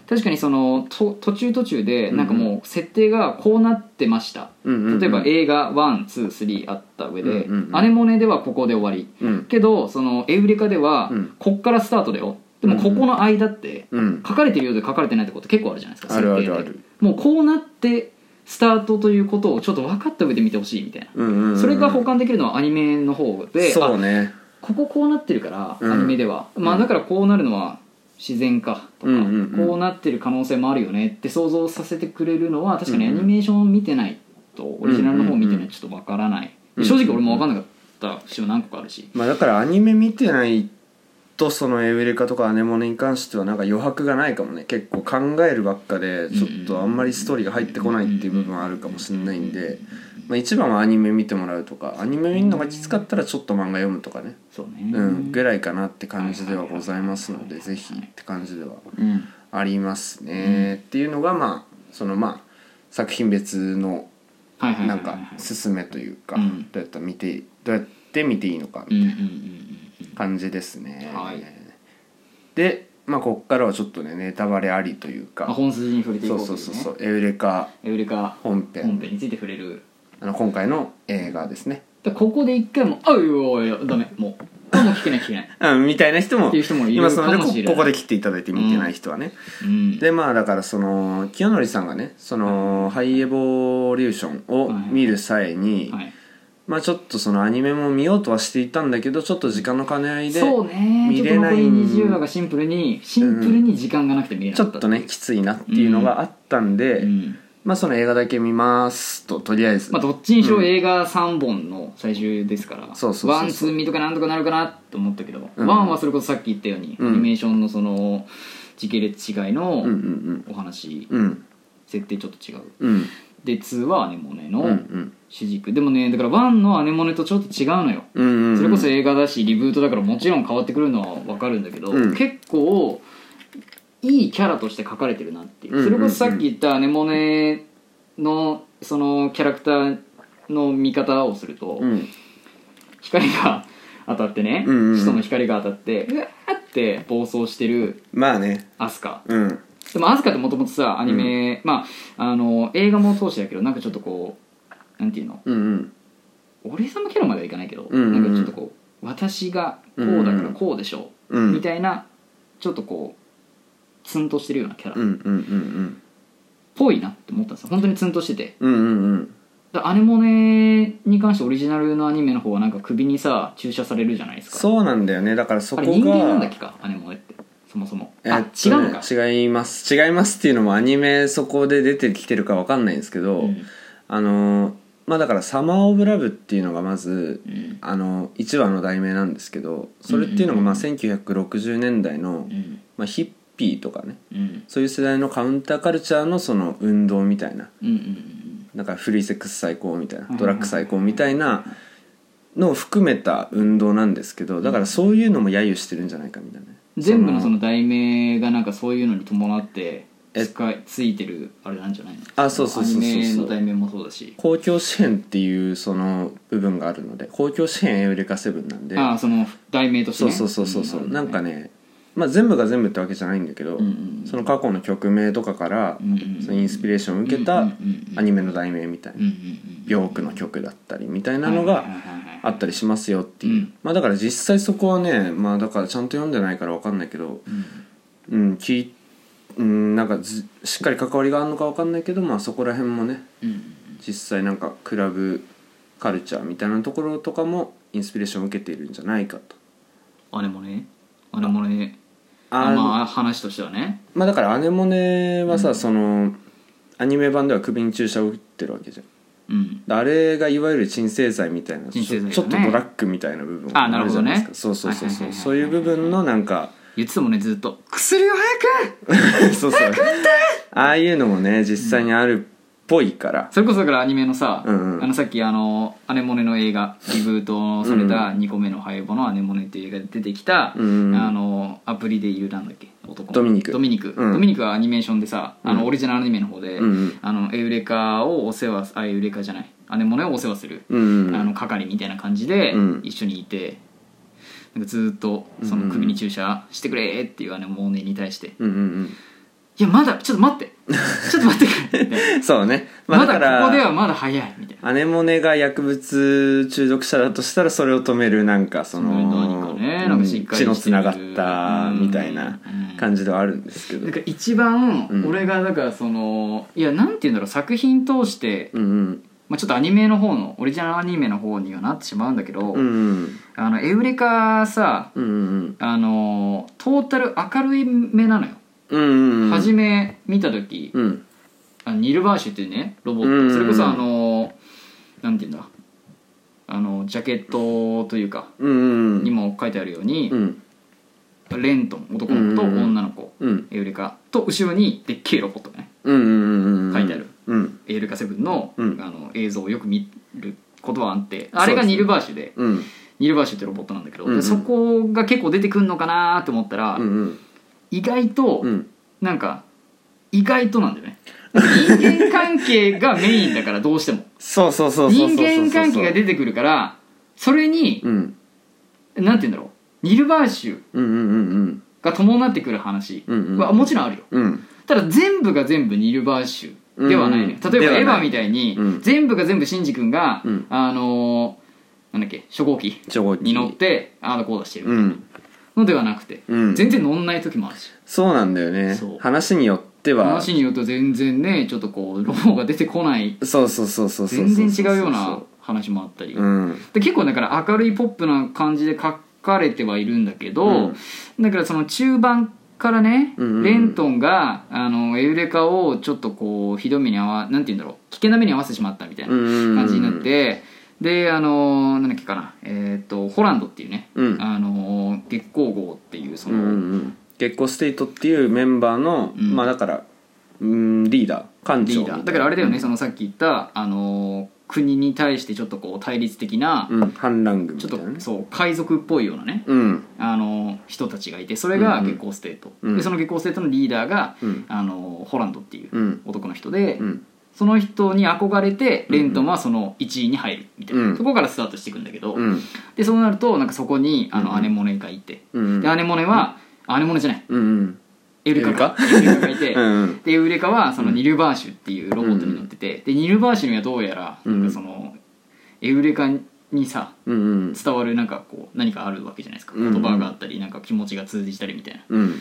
確かにそのと途中途中でなんかもう設定がこうなってました、
うんうんうん
例えば映画123あった上で、
うんうんうん
アネモネではここで終わり
うん
けどそのエウレカでは、
うん
こっからスタートだよでもここの間って
うん
書かれてるようで書かれてないってこと結構あるじゃないですか
あるある
設定で
ある
もうこうなってスタートということをちょっと分かった上で見てほしいみたいな、
うんうんうん
それが保管できるのはアニメの方で
そう
あ
ね
こここうなってるから、
うん
アニメでは、まあ、だからこうなるのは自然かとか、
うんうんうん
こうなってる可能性もあるよねって想像させてくれるのは確かにア
うんうん
ニメーションを見てないとオリジナルの方を見てないとちょっと分からない、
うん
正直俺も分かんなかった節も何個かあるし、
まあだからアニメ見てないとそのエウレカとかアネモネに関してはなんか余白がないかもね結構考えるばっかでちょっとあんまりストーリーが入ってこないっていう部分はあるかもしれないんで、まあ、一番はアニメ見てもらうとかアニメ見るのがきつかったらちょっと漫画読むとかね、
そうね、
うん、ぐらいかなって感じではございますのでぜひって感じでは
うん
ありますね、っていうのがまあそのまあ作品別の
はいはいは
な
いはい
んか勧めというか、
うん
どうやったら見てどうやって見ていいのかみたいな
うんうんうんうん
感じですね、
はい
でまあこっからはちょっとねネタバレありという
まあ
か
本筋に触れてい
そ
こ
う
うとい
そううそうそう
ね
エウレカ
エウレカ
本編
本編について触れる
あの今回の映画ですね、
でここで一回も「あいやいやダメもうこれもう聞けない聞けない
うん、みたいな人も
っていう人もいる
今そので
かもしれない
こここで切っていただいて見てない人はね、」
うん
でまあだからその清則さんがねその、ハイエボリューションを見る際に、
はい
まあちょっとそのアニメも見ようとはしていたんだけどちょっと時間の兼ね合いで
そうね
見れない
ちょっと残り20話がシンプルにシンプルに時間がなくて見れな
ち
か
ょ
っ
ったとねきついなっていうのがあったんで、
うん
まあその映画だけ見ますととりあえず、
まあどっちにしろ
うん
映画3本の最終ですから
そうそうそうそう
ワンツー見とかなんとかなるかなと思ったけど、
うん
ワンはそれこそさっき言ったように、
うん
アニメーションのその時系列違いの
うんうん
お話、
うんうん
設定ちょっと違う
うん
で2はアネモネ
うんう
の
ん
主軸、でもねだから1のアネモネとちょっと違うのよ、
うんうんうん
それこそ映画だしリブートだからもちろん変わってくるのは分かるんだけど、
うん
結構いいキャラとして書かれてるなっていう、
うんうんうん
それこそさっき言ったアネモネのそのキャラクターの見方をすると、
うん
光が当たってね、
うんうんうん
使徒の光が当たってうわーって暴走してる
まあね
アスカ
うん
でもアスカってもともとさアニメ、まああの映画も通してだけどなんかちょっとこうなんていうの
うんうん
俺様キャラまではいかないけど、
うんうんうん
なんかちょっとこう私がこうだからこうでしょう、
うん
みたいなちょっとこうツンとしてるようなキャ
う
ラっ
んうんうん
ぽいなって思ったんですよ本当にツンとしてて
うんうんうんうん
だアネモネに関してオリジナルのアニメの方はなんか首にさ注射されるじゃないですか
そうなんだよねだからそ
あ
こ
れ
が
人間なんだっけかアネモネってそもそも、
え
あ
っと
違うのか
ね違います違いますっていうのもアニメそこで出てきてるかわかんないんですけど、
うん
あのーまあだから「サマー・オブ・ラブ」っていうのがまず
うん
あの1話の題名なんですけどそれっていうのがまあ1960年代の
う、ん
まあ、ヒッピーとかね
うん
そういう世代のカウンターカルチャーのその運動みたいな
うんうんうん
なんかフリーセックス最高みたいな
うん
ドラッグ最高みたいなのを含めた運動なんですけどだからそういうのも揶揄してるんじゃないかみたいなね
全部のその題名がなんかそういうのに伴って
え
つかついてるあれなんじゃないの
あそうそうそうそうそう
アニメの題名もそうだし
公共支援っていうその部分があるので公共支援エウレカセブンなんで
ああその題名として、
そ
ね、
うそうそうそうそうなんか
ね
ねまあ全部が全部ってわけじゃないんだけど
うんうんうん
その過去の曲名とかから
うんうんうん
そのインスピレーションを受け
うん
た
うんうん
アニメの題名みたい
うんう
なんヨークの曲だったりみたい
うん
なのが、
はいはいはいはい
あったりしますよっていう、
うん
まあだから実際そこはねまあだからちゃんと読んでないから分かんないけどうん聞いうんなんかずしっかり関わりがあるのか分かんないけどまあそこら辺もね
うん
実際なんかクラブカルチャーみたいなところとかもインスピレーションを受けているんじゃないかと
あれもねあれもね
あ
まあ話としてはね
まあだからアネモネはさ、
うん
そのアニメ版では首に注射を打ってるわけじゃん
うん
あれがいわゆる鎮静剤みたいな、
鎮
ち
静剤だ
ょ
ね
ちょっとドラッグみたいな部分
あなるほどね
あじゃないですかそうそうそう
はいはいはい
そ
は
う
い
そういう部分のなんか
言ってたもんねずっと「薬を早く!
そうそうああいうのもね実際にあるっぽいから」、
それこそだからアニメのさ、
うんうん
あのさっきあのアネモネの映画リブートされた2個目の「ハイボのアネモネ」っていう映画で出てきた、
うんうんうん
あのアプリでいるなんだっけ男の
ドミニク
ドミニク、
うん
ドミニクはアニメーションでさあ
う
の
ん
オリジナルアニメの方で、
うんうん
あのエウレカをお世話あエウレカじゃないアネモネをお世話する、
うんうん
あの係みたいな感じで
うん
一緒にいて、なんかずっとその首に注射してくれっていうアネモネに対して「
うんうん
いやまだちょっと待 ってちょっと待ってくれ」みたいな
うんそうね、
ま
か
だ
ら
ここではまだ早いみたいな
アネモネが薬物中毒者だとしたらそれを止めるなんかその
何かねのがしっかり
血の
して
つ
る
ながったみたいな感じではあるんですけど
なんか一番
うん
俺がだからその、いやなんて言うんだろう作品通して、
うんうん
まあ、ちょっとアニメの方のオリジナルアニメの方にはなってしまうんだけど、
うんうん
あのエウレカさ
うんうん
あのトータル明るい目なのよ、
うんうんうん
初め見た時
うん
あのニルバーシュっていうねロボット、
うん
それこそあのなんて言うんだあのジャケットというか
うんうん
にも書いてあるように
う、ん
レントン男の子と
うんうんうん
女の子、
うん
エウレカと後ろにでっけえロボットね
うんうんうんうん
書いてある
うん
エウレカセブンの,、
うん
あの映像をよく見ることはあって
ね
あれがニルバーシュで
うん
ニルバーシュってロボットなんだけど、
うんうん
でそこが結構出てくんのかなと思ったら、
うんうん
意外と、
うん
なんか意外となんだよね人間関係がメインだからどうしても
そうそうそうそうそう
人間関係が出てくるからそれに、
うん
なんて言うんだろうニルバーシュ
うんうんうん
が伴ってくる話
うんうん
はもちろんあるよ
うんうん
ただ全部が全部ニルバーシュではないのよ、
うん
例えばエ
で
ヴ
はない
ァみたいに、
うん
全部が全部シンジ君が、
うん
あのーなんだっけ初号機
ちょこ
に乗ってああだこうだしてる
うん
のではなくて、
うん
全然乗んない時もあるし
そうなんだよね
そう
話によっては
話によると全然ねちょっとこうロボが出てこない
そうそうそうそうそうそう
全然違うような話もあったり、
うん
で結構だから明るいポップな感じで書かれてはいるんだけど、だからその中盤からね、
うんうんうん
レントンがあのエウレカをちょっとこうひどい目にあわなんて言うんだろう危険な目に遭わせてしまったみたいな
感
感じになって、であのなんだっけかなえっ、とホランドっていうね、
うん
あの月光号っていうそ
うん
の、
うんうん月光ステイトっていうメンバーの
うん
まあだからうんリーダー艦
リ
長
ーダーだからあれだよね、そのさっき言ったあの国に対してちょっとこう対立的な、
うん反乱軍み
ち
た
ょっ
いなね
とそう海賊っぽいようなね、
うん
あの人たちがいてそれ
う
が
んうん
月光ステート、
うん
でその月光ステートのリーダーが、
うん
あのホランドっていう
うん
男の人で、
うん
その人に憧れてレントンはその1位に入るみたいな、
うん
そこからスタートしていくんだけど、
うん
でそうなるとなんかそこにあ
うん
の
うん
姉モネがいて、
うんうん
で姉モネは、姉モネじゃない
うんうん
エルカかエルカがいて、
うんうん
でウレカはそのニルバーシュっていうロボットに乗ってて、でニルバーシュにはどうやら
うん
なんかその、エウレカにさ
うんうん
伝わるなんかこう何かあるわけじゃないですか
うんう
言
ん
葉があったりなんか気持ちが通じたりみたいな
うん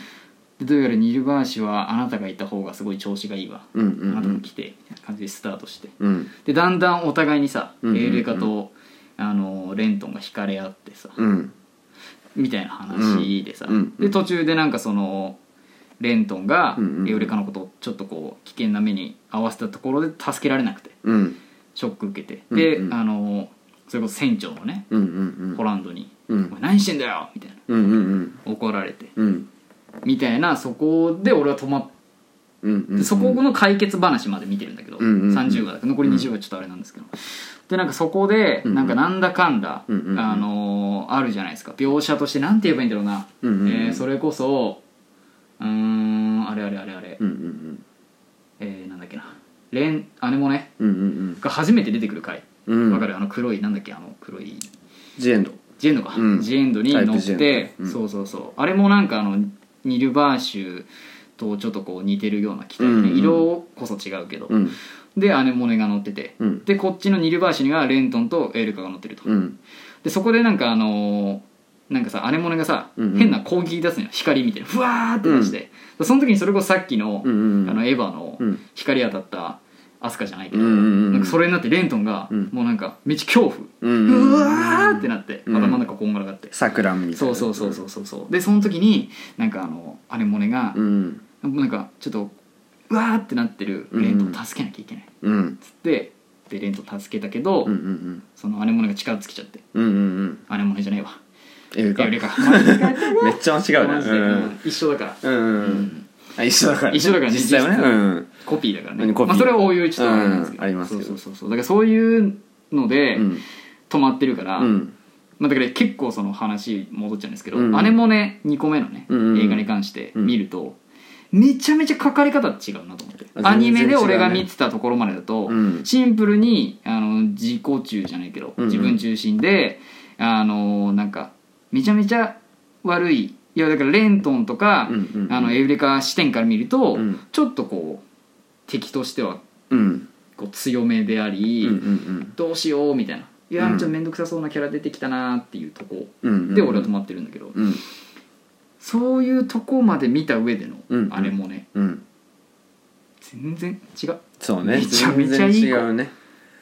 でどうやらニルバーシュはあなたがいた方がすごい調子がいいわ、
うんう
あなたも
ん
来てみたいな感じでスタートして
うん
でだんだんお互いにさ、
うんうんうん
エウレカとあのレントンが惹かれ合ってさ、
うん
みたいな話でさ、
うんうん
で途中でなんかそのレントンが
うんうんうん
エウレカのことをちょっとこう危険な目に合わせたところで助けられなくて
うん
ショック受けてで、
うんうん
あのそれこそ船長のね
うんうん
ホランドに
う
「お
ん
前何してんだよ!」みたいな
うんうんうん
怒られて
うん
みたいなそこで俺は止まっ
うんう
て
ん
そこの解決話まで見てるんだけど、
うんうんうん
30話だけど残り20話ちょっとあれなんですけど、でなんかそこで
うんうん
なんかなんだかんだ、
うんうんうん
あのーあるじゃないですか描写としてなんて言えばいいんだろうな
うんうんうん
えーそれこそうーんあれあれあれあれ、
うんうん
えーなんだっけなレン姉もね
うんうんうん
が初めて出てくる回
うんうん
わかるあの黒いなんだっけあの黒い
ジエンド
ジエンドか、
うん
ジエンドに
タイ
乗
プ
っ
ジエンド
て、
うん
そうそうそうあれもなんかあのニルバーシュとちょっとこう似てるような機体、ね
うんうん
色こそ違うけど、
うん
でアネモネが乗ってて、
うん
でこっちのニルバーシュにはレントンとエルカが乗ってると、
うん
でそこでなんかあのーなんかさアネモネがさ、
うんうん
変な攻撃出すのよ光みたいなふわーって出して、でその時にそれこそさっきの,、
うんうんうん
あのエヴァの
うん
光当たったアスカじゃないけど、
うんうんうん
なんかそれになってレントンが、
うん
もうなんかめっちゃ恐怖、
うん
う
うん
わーってなって、
うん
頭の中こんがらがって、
桜みたいな
そうそうそうそうそうそうでその時になんかあのアネモネが
う、ん
なんかちょっとうわーってなってるレントンを助けなきゃいけないっ
うん
つってでレントン助けたけど、
うんうん
そのアネモネが力尽きちゃって
うんうんうんうん
アネモネじゃねえわ
エウレカ
エウレカマジで
めっちゃ間違うね
マジでうん一緒だから
うんうんうんあ一緒だからね
一緒だからね
実際はね
実
う
際
ん
コピーだから
う
ね
んコピー
まあ、それは応用一応あるんですけど、
うんありますけど
そうそうそうだからそういうので
うん
止まってるから、
うん
まあ、だから結構その話戻っちゃうんですけど「
うん
アネモネ」2個目のね、
うんうんうん
映画に関して見ると、めちゃめちゃ書かれ方違うなと思って、
あ全然違うね
アニメで俺が見てたところまでだと、
うん
シンプルにあの自己中じゃないけど、
うんうん
自分中心であのなんかめちゃめちゃ悪いいやだからレントンとか、
うんうんうん
あのエウレカ視点から見ると、
うん
ちょっとこう敵としては
うん
こう強めであり、
うんうん
どうしようみたいないやーちょっと面倒くさそうなキャラ出てきたなーっていうとこ
うんうんうん
で俺は止まってるんだけど、
うん
そういうとこまで見た上での
うんうん
あれもね
うん
全然違う
そうね
めちゃめちゃい
全
い子
然違うね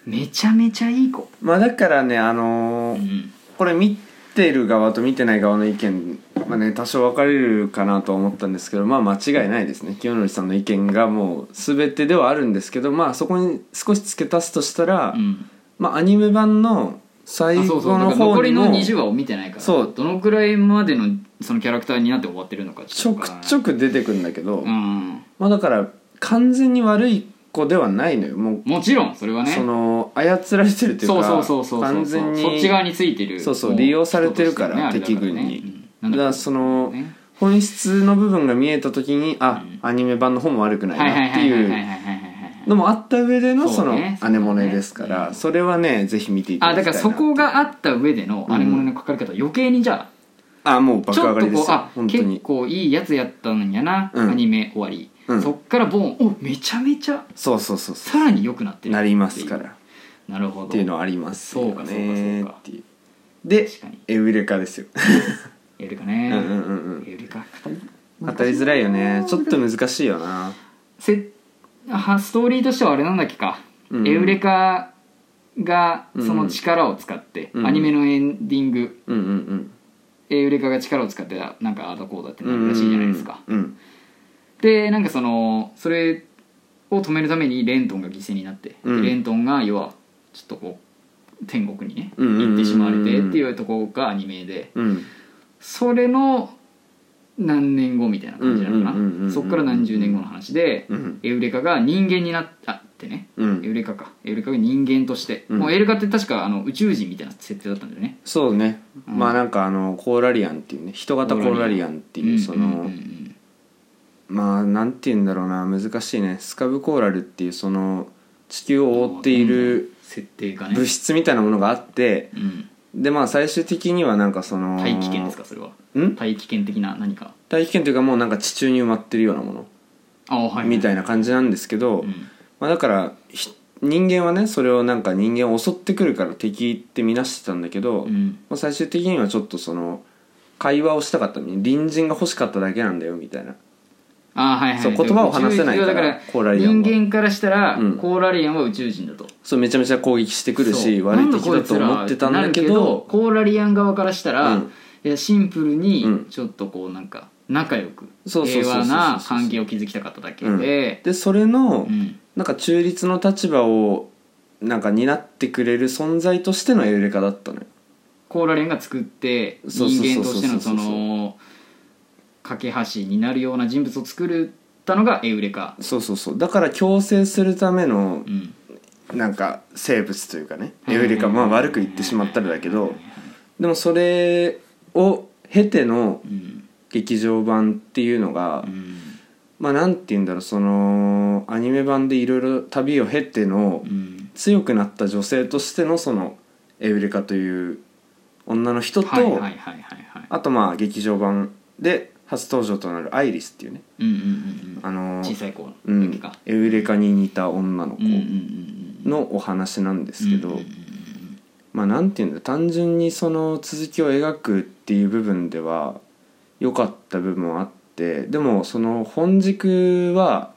めちゃめちゃいい子
まあだからねあのー
ん
これ見てる側と見てない側の意見まあね多少分かれるかなと思ったんですけどまあ間違いないですね清則さんの意見がもう全てではあるんですけどまあそこに少し付け足すとしたら、
うん
まあアニメ版の最
あ
後
そうそうだ
の
から
方
残り
に
の
も
20話を見てないから
そう
どのくらいまでのそのキャラクターになって終わってるのか
ちょくちょ
く
く出てくるんだけど、
うん
まあだから完全に悪い子ではないのよもう
もちろんそれはね
その操られてるという
そう
か
そうそうそうそ
完
うそ
全
う
に
そっち側についてる
そうそう
も
利用されてるから
人としてね
敵軍に
あれだからねうんなん
だか
だろう
らその
ね
本質の部分が見えた時にあ、
うん
アニメ版の方も悪くない
はいは
なって
いはいはいはいはい
いう
はいはい
のもあった上での
そ
そうの
ね
アネモネですか
う
ら
ん
それはねぜひ見ていた
あ
だ
だ
きた
か
い
ら
な
そこがあった上での
うん
あれもののかかり方、余計にじゃ
あもう
あ
爆
ちょ
上
っ
が
と
りで
こう
すよ
あ
本当
結
に
構いいやつやったのにやな、
うん
アニメ終わり、
うん
そっからボンおめちゃめちゃ
そうそうそうそ
さらに良くなって
う
る
なりますか
って
ら
いうなるほど
っていうのはありますよ
そうかそうかそう
ね
か
っていうで
確かに
エウレカですよ
エウレカね
うんうんうんうん
エウレカ
当たりづらいよねちょっと難しいよな
せはストーリーとしてはあれなんだっけか、
うん
エウレカがその力を使って、
うん
アニメのエンディング
うんうん
エウレカが力を使ってなんかアードコーダって
うんう
なんるらしいじゃないですか、
うん
でなんかそのそれを止めるためにレントンが犠牲になって、で
うん
レントンが要はちょっとこう天国にね
うんうんうんうん
行ってしまわれてっていうところがアニメで
うん
それの何年後みたいな感じなのか
うんうんうんうんうんう
なんそっから何十年後の話で、
うん
エウレカが人間になったってね
う
エ
ん
ウレカかエウレカが人間として、
うん
もうエウレカって確かあの宇宙人みたいな設定だったんだよね
そうね
うん
まあなんかあのコーラリアンっていうね人型コーラリアンっていうそ
うんうんう
の
ん
まあなんて言うんだろうな難しいねスカブコーラルっていうその地球を覆っている
設定がね、
物質みたいなものがあって
うん、
でまあ最終的にはなんかその
大気圏ですかそれは
ん
大気圏的な何か
大気圏というかもうなんか地中に埋まってるようなもの
あはいはい
みたいな感じなんですけど、
うん
まあ、だからひ人間はねそれをなんか人間を襲ってくるから敵って見なしてたんだけど、
うん
まあ、最終的にはちょっとその会話をしたかったのに隣人が欲しかっただけなんだよみたいな
あーはいはい
そう言葉を話せないから
宇宙人はだから
コーラリアンは
人間からしたら、
うん
コーラリアンは宇宙人だと
そうめちゃめちゃ攻撃してくるし
そう
悪い敵だと思ってたんだけ
なんだこ
ど
いつらはってなるけコーラリアン側からしたら、
うん
いやシンプル
う
に
ん
ちょっとこうなんか仲良く
そうそうそう
平
そうそう
和な関係を築きたかっただけで、
でそれの、
うん
なんか中立の立場をなんか担ってくれる存在としてのエウレカだったのよ
コーラリアンが作って人
そうそうそう
間
そう
としてのその架け橋になるような人物を作ったのがエウレカ、
そうそうそうだから強制するための
うん、
なんか生物というかね
うん
エウレカまあ悪く言ってしまったらだけどでもそれを経ての
うん
劇場版っていうのが、
うん
まあなんて言うんだろうそのアニメ版でいろいろ旅を経ての
うん
強くなった女性としてのそのエウレカという女の人と、
はいはいはいはいはい
あとまあ劇場版で初登場となるアイリスっていうね
うんうんうん
あ
う
の
ん
ー
小さい子の
う
時
ん
か、、
エウレカに似た女の子
うんうんうんうんうん
のお話なんですけど、
うんうんうん
まあなんていうんだ単純にその続きを描くっていう部分では良かった部分はあってでもその本軸は、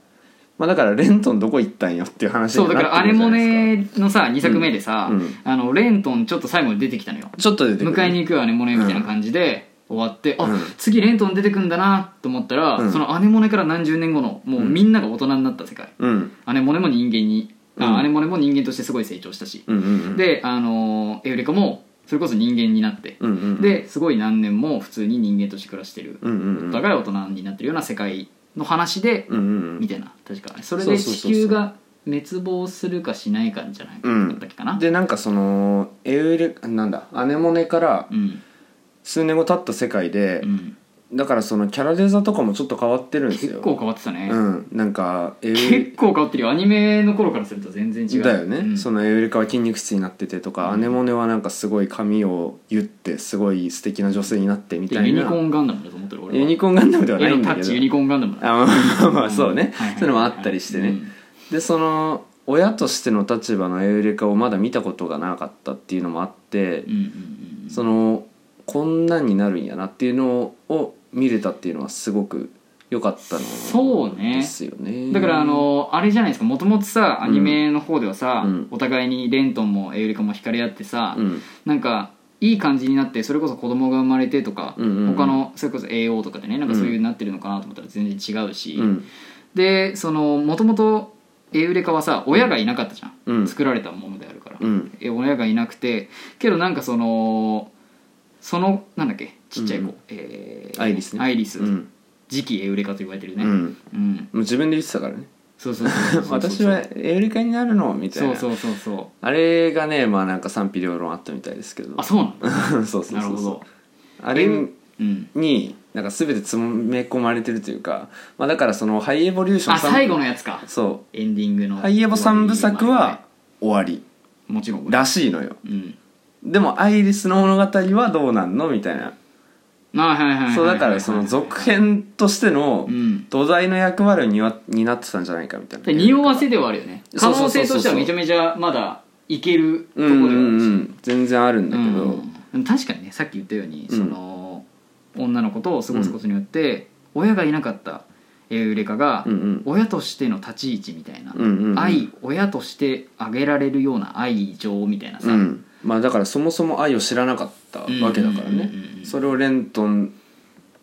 まあ、だからレントンどこ行ったんよっていう話
そう
に
だ
な
から「
っ
ア
て
ネ
くるじゃ
モ
ないですか
ネ」のさ2作目でさ、
うん
あのレントンちょっと最後に出てきたのよ
ちょっと出てくる
迎えに行くよアネモネみたいな感じで終わって、
うん
あ次レントン出てくんだなと思ったら、
うん
そのアネモネから何十年後のもうみんなが大人になった世界、
うん
アネモネも人間に、
うん
あアネモネも人間としてすごい成長したし、
うんうんうん
であのーエウレカもそれこそ人間になって、
うんうんうん
ですごい何年も普通に人間として暮らしてる、
うんうんう
お
ん
互い大人になってるような世界の話で、
うんうん
みたいな確かそれ
そう
で
そう
地
そうそう
球が滅亡するかしないかんじゃないか
うん
だったっけかな、うん、
でなんかそのエウレなんだアネモネから
うん
数年後経った世界で、だからそのキャラデザとかもちょっと変わってるんですよ
結構変わってたね、
うんなんかエウ
結構変わってるよアニメの頃からすると全然違う
だよね、
うん
そのエウレカは筋肉質になっててとか、
うん
アネモネはなんかすごい髪を結ってすごい素敵な女性になってみ
で
たいな
ユニコーンガンダムだと思ってる俺は
ユニコーンガンダムではない
エ
ん
ロタ
だ
ッ
け
チユニ
ど
コーンガンダムだ
あまあまあまあ
ん
そうね、
はいはいはい
そういうのもあったりしてね、
うん
でその親としての立場のエウレカをまだ見たことがなかったっていうのもあって
うん、うんうん
そのこんなんになるんやなっていうのを見れたっていうのはすごく良かったの
そうね
ですよね。
だからあのあれじゃないですかもともとさアニメの方ではさ、
うん
お互いにレントンもエウレカも惹かれ合ってさ、
うん
なんかいい感じになってそれこそ子供が生まれてとか、
うんうんうん
他のそれこそ AO とかでねなんかそういうなってるのかなと思ったら全然違うし、
うん
でそのもともとエウレカはさ親がいなかったじゃん、
うん
作られたものであるから、
うん
え親がいなくてけどなんかそのそのなんだっけちっちゃい子、
うんうん
えー
アイリスね。
アイリス、
うん
次期エウレカと言われてる
う
ね、
ん、
うん
もう自分で言ってたからね。
そうそうそうそうそう
私はエウレカになるのみたい
そう
な。
そうそうそう
あれがねまあなんか賛否両論あったみたいですけど。
あそうなん だ
そうそうそう
なるほど
あれに。
うん
になんか全て詰め込まれてるというか、まあ、だからその「ハイエボリューション
あ
さん」
最後のやつか
そ
エンディング
う「
の
ハイエボ三部作は終わり
もちろん
らしいのよ
うん
でも「アイリスの物語」はどうなんのみたいな
あはいはいはいはい
そうだからその続編としての
うん
土台の役割をにわ担ってたんじゃないかみたいな
で匂わせではあるよね可
そうそ
能
うそうそう
性としてはめちゃめちゃまだいけるとこ
う
ろ
ん
で
う
はあ
ん
るし
うん全然あるんだけど、
うん確かにねさっき言ったように、
うん
その女の子と過ごすことによって、親がいなかったエウレカが、
うんうん
親としての立ち位置みたいな、
うんうんうん
愛親としてあげられるような愛情みたいなさ、
うんまあだからそもそも愛を知らなかったわけだからね
うんうんうんうん
それをレントン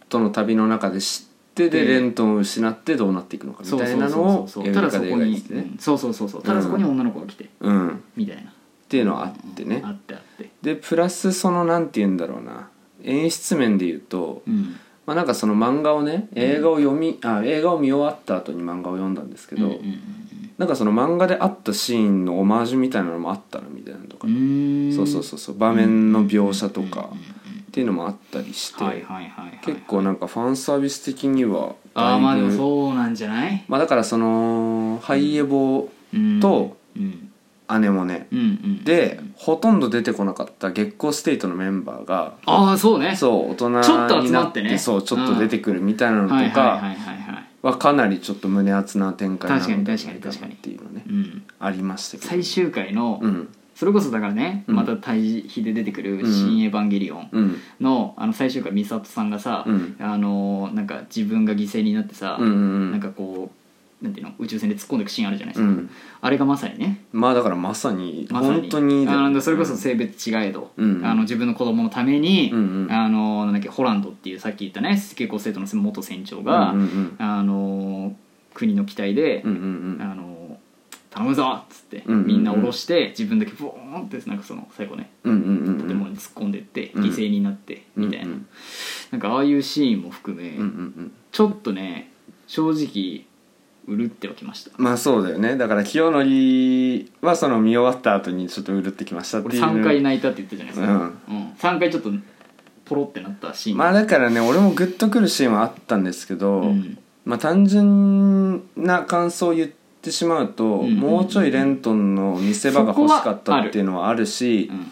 との旅の中で知ってで
で
レントンを失ってどうなっていくのかみ
そう
た
そ
いうなのを
そう
映
ただ
画
そこ
で
に、
描いててね
うんそうそうそうそうただそこに女の子が来て、
うんっ
みたいなって
いうのはあってね
あってあって
でプラスそのなんて言うんだろうな演出面で言うと
うん
まあなんかその漫画をね映画を読みあ映画を見終わった後に漫画を読んだんですけ
うん
どなんかその漫画であったシーンのオマージュみたいなのもあったなみたいなのとか
うんうん
そうそうそうそう場面の描写とか
うんうん
っていうのもあったりして
はいはいはいはい
結構なんかファンサービス的には
ああまあ
だい
で
ぶ
もそうなんじゃない
まあだからそのハイエボ
うん
と
うん
アネモネ
うんうん
でほとんど出てこなかった月光ステイトのメンバーが
ああそうね
そう大人になって
ちょっと集まってね
そうちょっと出てくるみたいなの
はい
と
はい
か
はいはいはい
はかなりちょっと胸熱な展開なの
確かに確かに
ではない
確かに
っていうのね
うん
ありましたけど
最終回の
うん
それこそだからね
うん
また対比で出てくる
うん
「新エヴァンゲリオン
うん
の」あの最終回ミサトさんがさ
うん
あのーなんか自分が犠牲になってさ
うんうん
なんかこうなんていうの宇宙船で突っ込んでいくシーンあるじゃないで
う
すか、
ん
あれがまさにね
まあだからまさに
まさに
本当に
あのそれこそ性別違えど、
うん
あの自分の子供のために、
うんうん
あのなんだっけホランドっていうさっき言ったね結構生徒の元船長が、
うんうん
あの国の機体で、
うんうんうん
あの頼むぞっつって、
うんうんうん
みんな下ろして自分だけボーンってなんかその最後ね
うんうんうんうん
建物に突っ込んでって、
うん
犠牲になって、みたいな、
うんうん
なんかああいうシーンも含め、
うんうんうん
ちょっとね正直うるってはきました
まあそうだよねだから清則はその見終わった後にちょっとうるってきましたって
俺
いう
3回泣いたって言ったじゃないですか、
うん
3回ちょっとポロってなったシーン
まあだからね俺もグッとくるシーンはあったんですけど、
うん
まあ単純な感想を言ってしまうと、
んうん
もうちょいレントンの見せ場が欲しかったっていうのはあるし
うん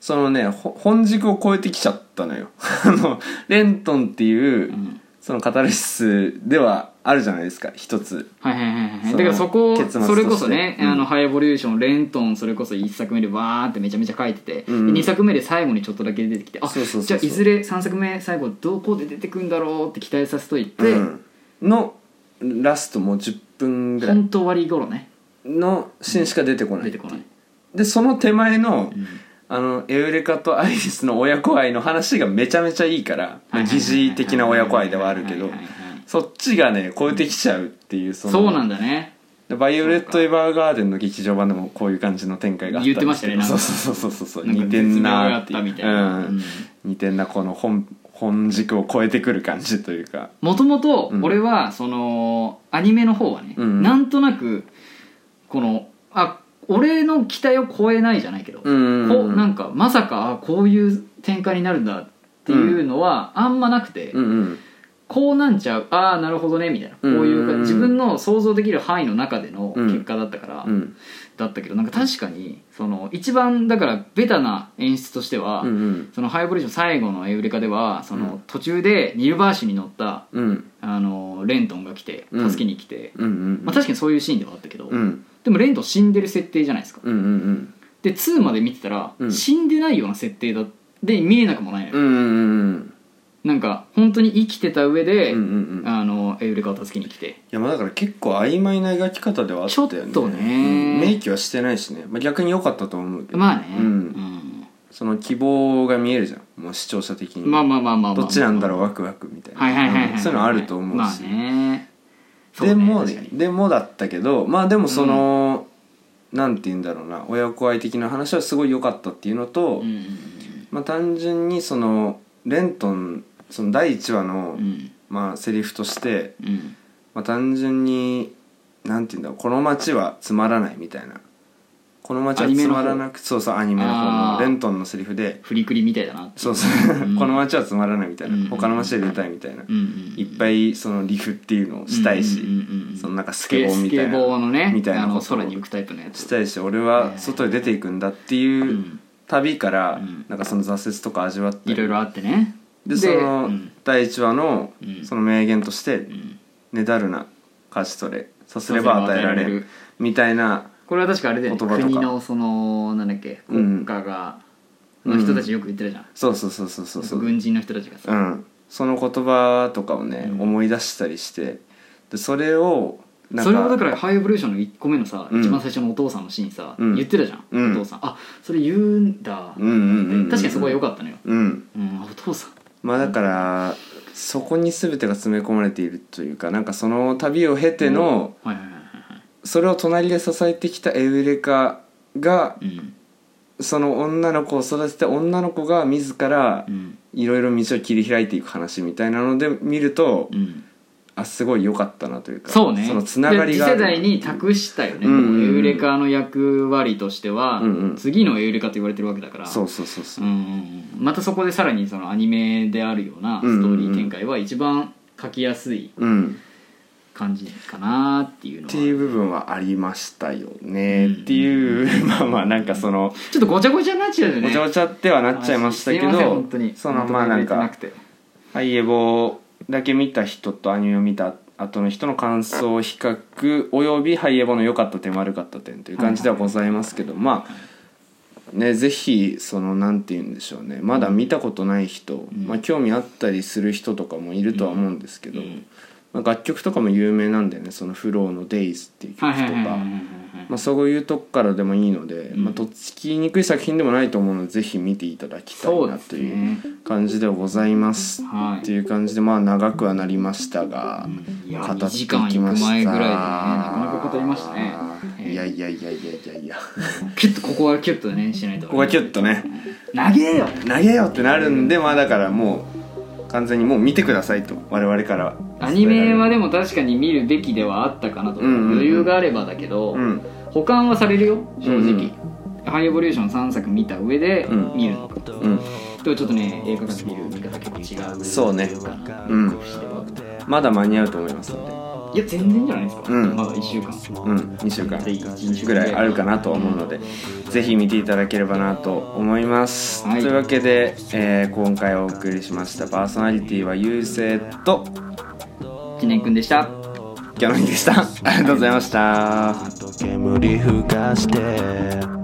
そのねほ本軸を超えてきちゃったのよ あのレントンっていう、
うん
そのカタルシスではあるじゃないですか一つ
はいはいはいは
そ
い
の
だからそこ
結末として
それこそね、
うん
あのハイエボリューションレントンそれこそ1作目でわーってめちゃめちゃ書いてて、
うんうん
2作目で最後にちょっとだけ出てきてあ
そうそうそうそう
じゃあいずれ3作目最後どこで出てくんだろうって期待させといて、
うんのラストもう10分ぐらい
本当終わり頃ね
のシーンしか出てこない
出てこない、
でその手前の,、あのエウレカとアイリスの親子愛の話がめちゃめちゃいいからまあ疑似的な親子愛ではあるけど
はいはいはいはい
そっちがね超えてきちゃうっていうその
そうなんだね
でバイオレット・エヴァーガーデンの劇場版でもこういう感じの展開があったんですけど
言ってましたねなん
そう
か
そうそうそうそう
なんか
似てんなーって
絶妙やったみたいな
うん
うん
似てんなこの本本軸を超えてくる感じというか
もともと
うん
俺はそのアニメの方はね、
うんうん
なんとなくこのあ俺の期待を超えないじゃないけど、
うん
こうなんかまさかあこういう展開になるんだっていうのはあんまなくて、
うんうん
こうなんちゃうああなるほどねみたいなこういう
うんうんうん
か自分の想像できる範囲の中での結果だったから、
うん
だったけどなんか確かにその一番だからベタな演出としては、
うんうん
そのハイブリッジの最後のエウレカではそうの途中でニルバーシュに乗った
うん
あのレントンが来て
うん
助けに来て、
うんうん
まあ、確かにそういうシーンではあったけど、
うん
でもレントン死んでる設定じゃないですか
うんうん
で2まで見てたら、
うん
死んでないような設定だで見えなくもないのよ
うんうんうん
なんか本当に生きてた上で、
うんうんうんうんい
あのエウレカを助けに来て
やまあだから結構曖昧な描き方ではあったよね
ちょっとね
うん明記はしてないしね、まあ、逆に良かったと思うけど
まあね、
うん
うん
その希望が見えるじゃんもう視聴者的に
まあまあまあまあまあ
どっちなんだろ
う
うワクワクみたいな、
はいはいはいはい、
うんそういうのあると思うし、
まあねそう
で
ね
も
確かに
でもだったけどまあでもその、なんて言うんだろうな親子愛的な話はすごい良かったっていうのと、
うんうん
まあ単純にそのレントンその第1話の、
うん
まあセリフとして、
うんうん
まあ、単純になんて言うんだろうこの街はつまらないみたいなこの街はつまらなくそうそうアニメの方
あ
の
ー
レントンのセリフで
フリクリみたいだなって
そうそう、
うん
この街はつまらないみたいな、
うん
他の街で出たいみたいな、
うんうん
いっぱいそのリフっていうのをしたいし、
うんうんうんうん
そのなんかスケボーみたい
ス
な
ケボーのね
みたいな
あ
ことを
の空に浮くタイプのやつ
したいし俺は外へ出ていくんだっていううん旅から、
うん
なんかその挫折とか味わって
いろいろあってね
でその、
うん
第1話の
うん
その名言として
うん
「ねだるな貸し取れさすれば与えられる」みたいな
これは確かあれだよね
言葉とか
国のそのなんだっけ
うん
国家がの人たちよく言ってるじゃん、
そうそうそうそうそうそう、
軍人の人たちが
う
さ、
ん、その言葉とかをね、
うん
思い出したりしてでそれをなん
それはだからハイエブリューションの1個目のさ、
うん
一番最初のお父さんのシーンさ、
うん
言ってたじゃん、
うん
お父さんあそれ言うんだ、
うんうんうんうん、
確かにそこは良
かっ
かったのよ、
たうん
うん、あお父さん
まあだからそこに全てが詰め込まれているというかなんかその旅を経ての
はいはいはいは
それを隣で支えてきたエウレカが
いうん
その女の子を育てて女の子が自ら
うん
いろいろ道を切り開いていく話みたいなので見ると
うん
あすごい良かったなというか
そうね
のつながりがあ
で
る
次世代に託したよね、
うんうんうん
もうエウレカの役割としては、
うんうん
次のエウレカと言われてるわけだから
そうそうそうそう
うんうんうんまたそこでさらにそのアニメであるようなストーリー展開は一番書きやすい
うん
感じかなっていうの
っ
は
ていう部分はありましたよねっていうまあまあなんかその
ちょっとごちゃごちゃになっちゃうよね
ごちゃごちゃってはなっちゃいましたけ
すいません
ど
本当に
そのまあなん
ま
か
とめてく
ハイエボだけ見た人とアニメを見た後の人の感想比較およびハイエボの良かった点悪かった点という感じではございますけど、まあねぜひそのなんて言うんでしょうねまだ見たことない人、
ん
まあ、興味あったりする人とかもいるとは思うんですけど、
うん
まあ、楽曲とかも有名なんだよねその「フローの Days」っていう曲と
れ
か。
てなくてはいはいはいはいはい
まあ、そういうとこからでもいいので、まあ、とっつきにくい作品でもないと思うのでぜひ見ていただきたい
そう
な
です
と
ね
いう感じではございます。
はい
っていう感じでまあ長くはなりましたが、
いや
語ってい
2時
き
間
ま
いく
した
前ぐらいでねなかなか語りましたね
いやいやいやいやいやいや
キュッとここはキュッとねしないと
ここがキュッとね
投げよ
投げようってなるんでまあだからもう完全にもう見てくださいと我々から
アニメはでも確かに見るべきではあったかなと、
うんうんうん
余裕があればだけど、
うん
保管はされるよ正直、
うんうん
ハイエボリューション3作見た上で
うん
見るのか、
うん
でもちょっとね映画館で見る見方結構違う
そうね
かな
うん
しては
まだ間に合うと思いますので
いや全然じゃないですか、
うん
まだ1週間
うん、2週間
ぜひ1週間
ぐらいあるかなと思うので、ぜひ見ていただければなと思います、
はい
というわけで、えー今回お送りしましたパーソナリティはゆうせいと
知念くんでした
ギャノンでしたありがとうございました、
と煙ふかして